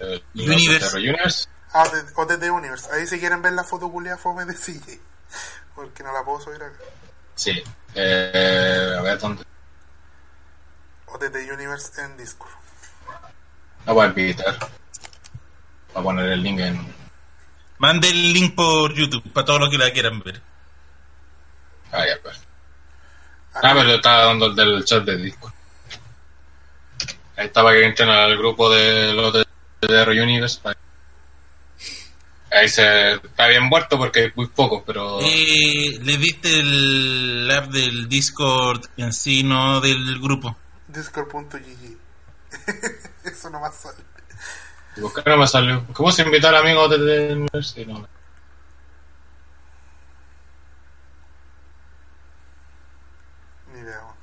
S1: eh,
S6: Universe.
S1: Terror Universe,
S3: Ah, de, o desde Universe. Ahí si quieren ver la foto culiada fome de CJ. Porque no la puedo subir acá.
S1: sí. Eh, a ver dónde.
S3: O desde Universe en Discord.
S1: No voy a invitar. Voy a poner el link en.
S6: Mande el link por YouTube para todos los que la quieran ver.
S1: Ah, ya, pues. Ah, pero estaba dando el del chat de Discord. Ahí estaba que entren al grupo de los de TTR Universe. Ahí se está bien muerto porque hay muy pocos,
S2: Oh.
S1: pero.
S6: Eh, ¿Le viste el app del Discord en sí, no del grupo?
S3: Discord.gg. Eso nomás sale.
S1: ¿Y ¿Por qué no me salió? ¿Cómo se invitar amigos desde el sí, no.
S3: Ni idea, weón.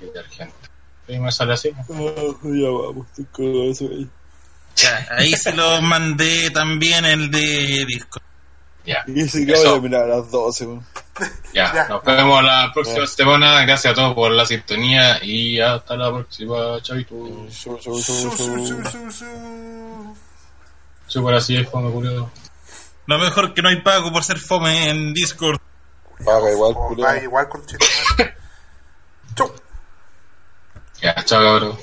S1: invitar gente? Sí, me sale así.
S2: Ah, ya vamos, estoy con eso ahí.
S6: Ya, ahí se lo mandé también el de Discord.
S1: Ya,
S2: Y ese
S1: Eso.
S2: cabrón mira a las 12, weón.
S1: ya.
S3: Ya.
S1: Nos vemos la próxima
S2: Ya.
S1: semana. Gracias a todos por la sintonía y hasta la próxima. Chavito.
S2: Show, show,
S3: Su,
S2: show,
S3: su, su,
S2: show.
S3: su, su.
S1: Súper así el fondo, curioso.
S6: Lo mejor que no hay pago por ser fome en Discord.
S2: Paga igual,
S3: Oh,
S2: culiao.
S3: va igual con Chile. madre. Chau.
S1: Ya, chao, cabrón.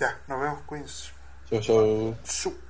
S3: Ya, nos vemos, Queens.
S2: Show, show.
S3: Chau.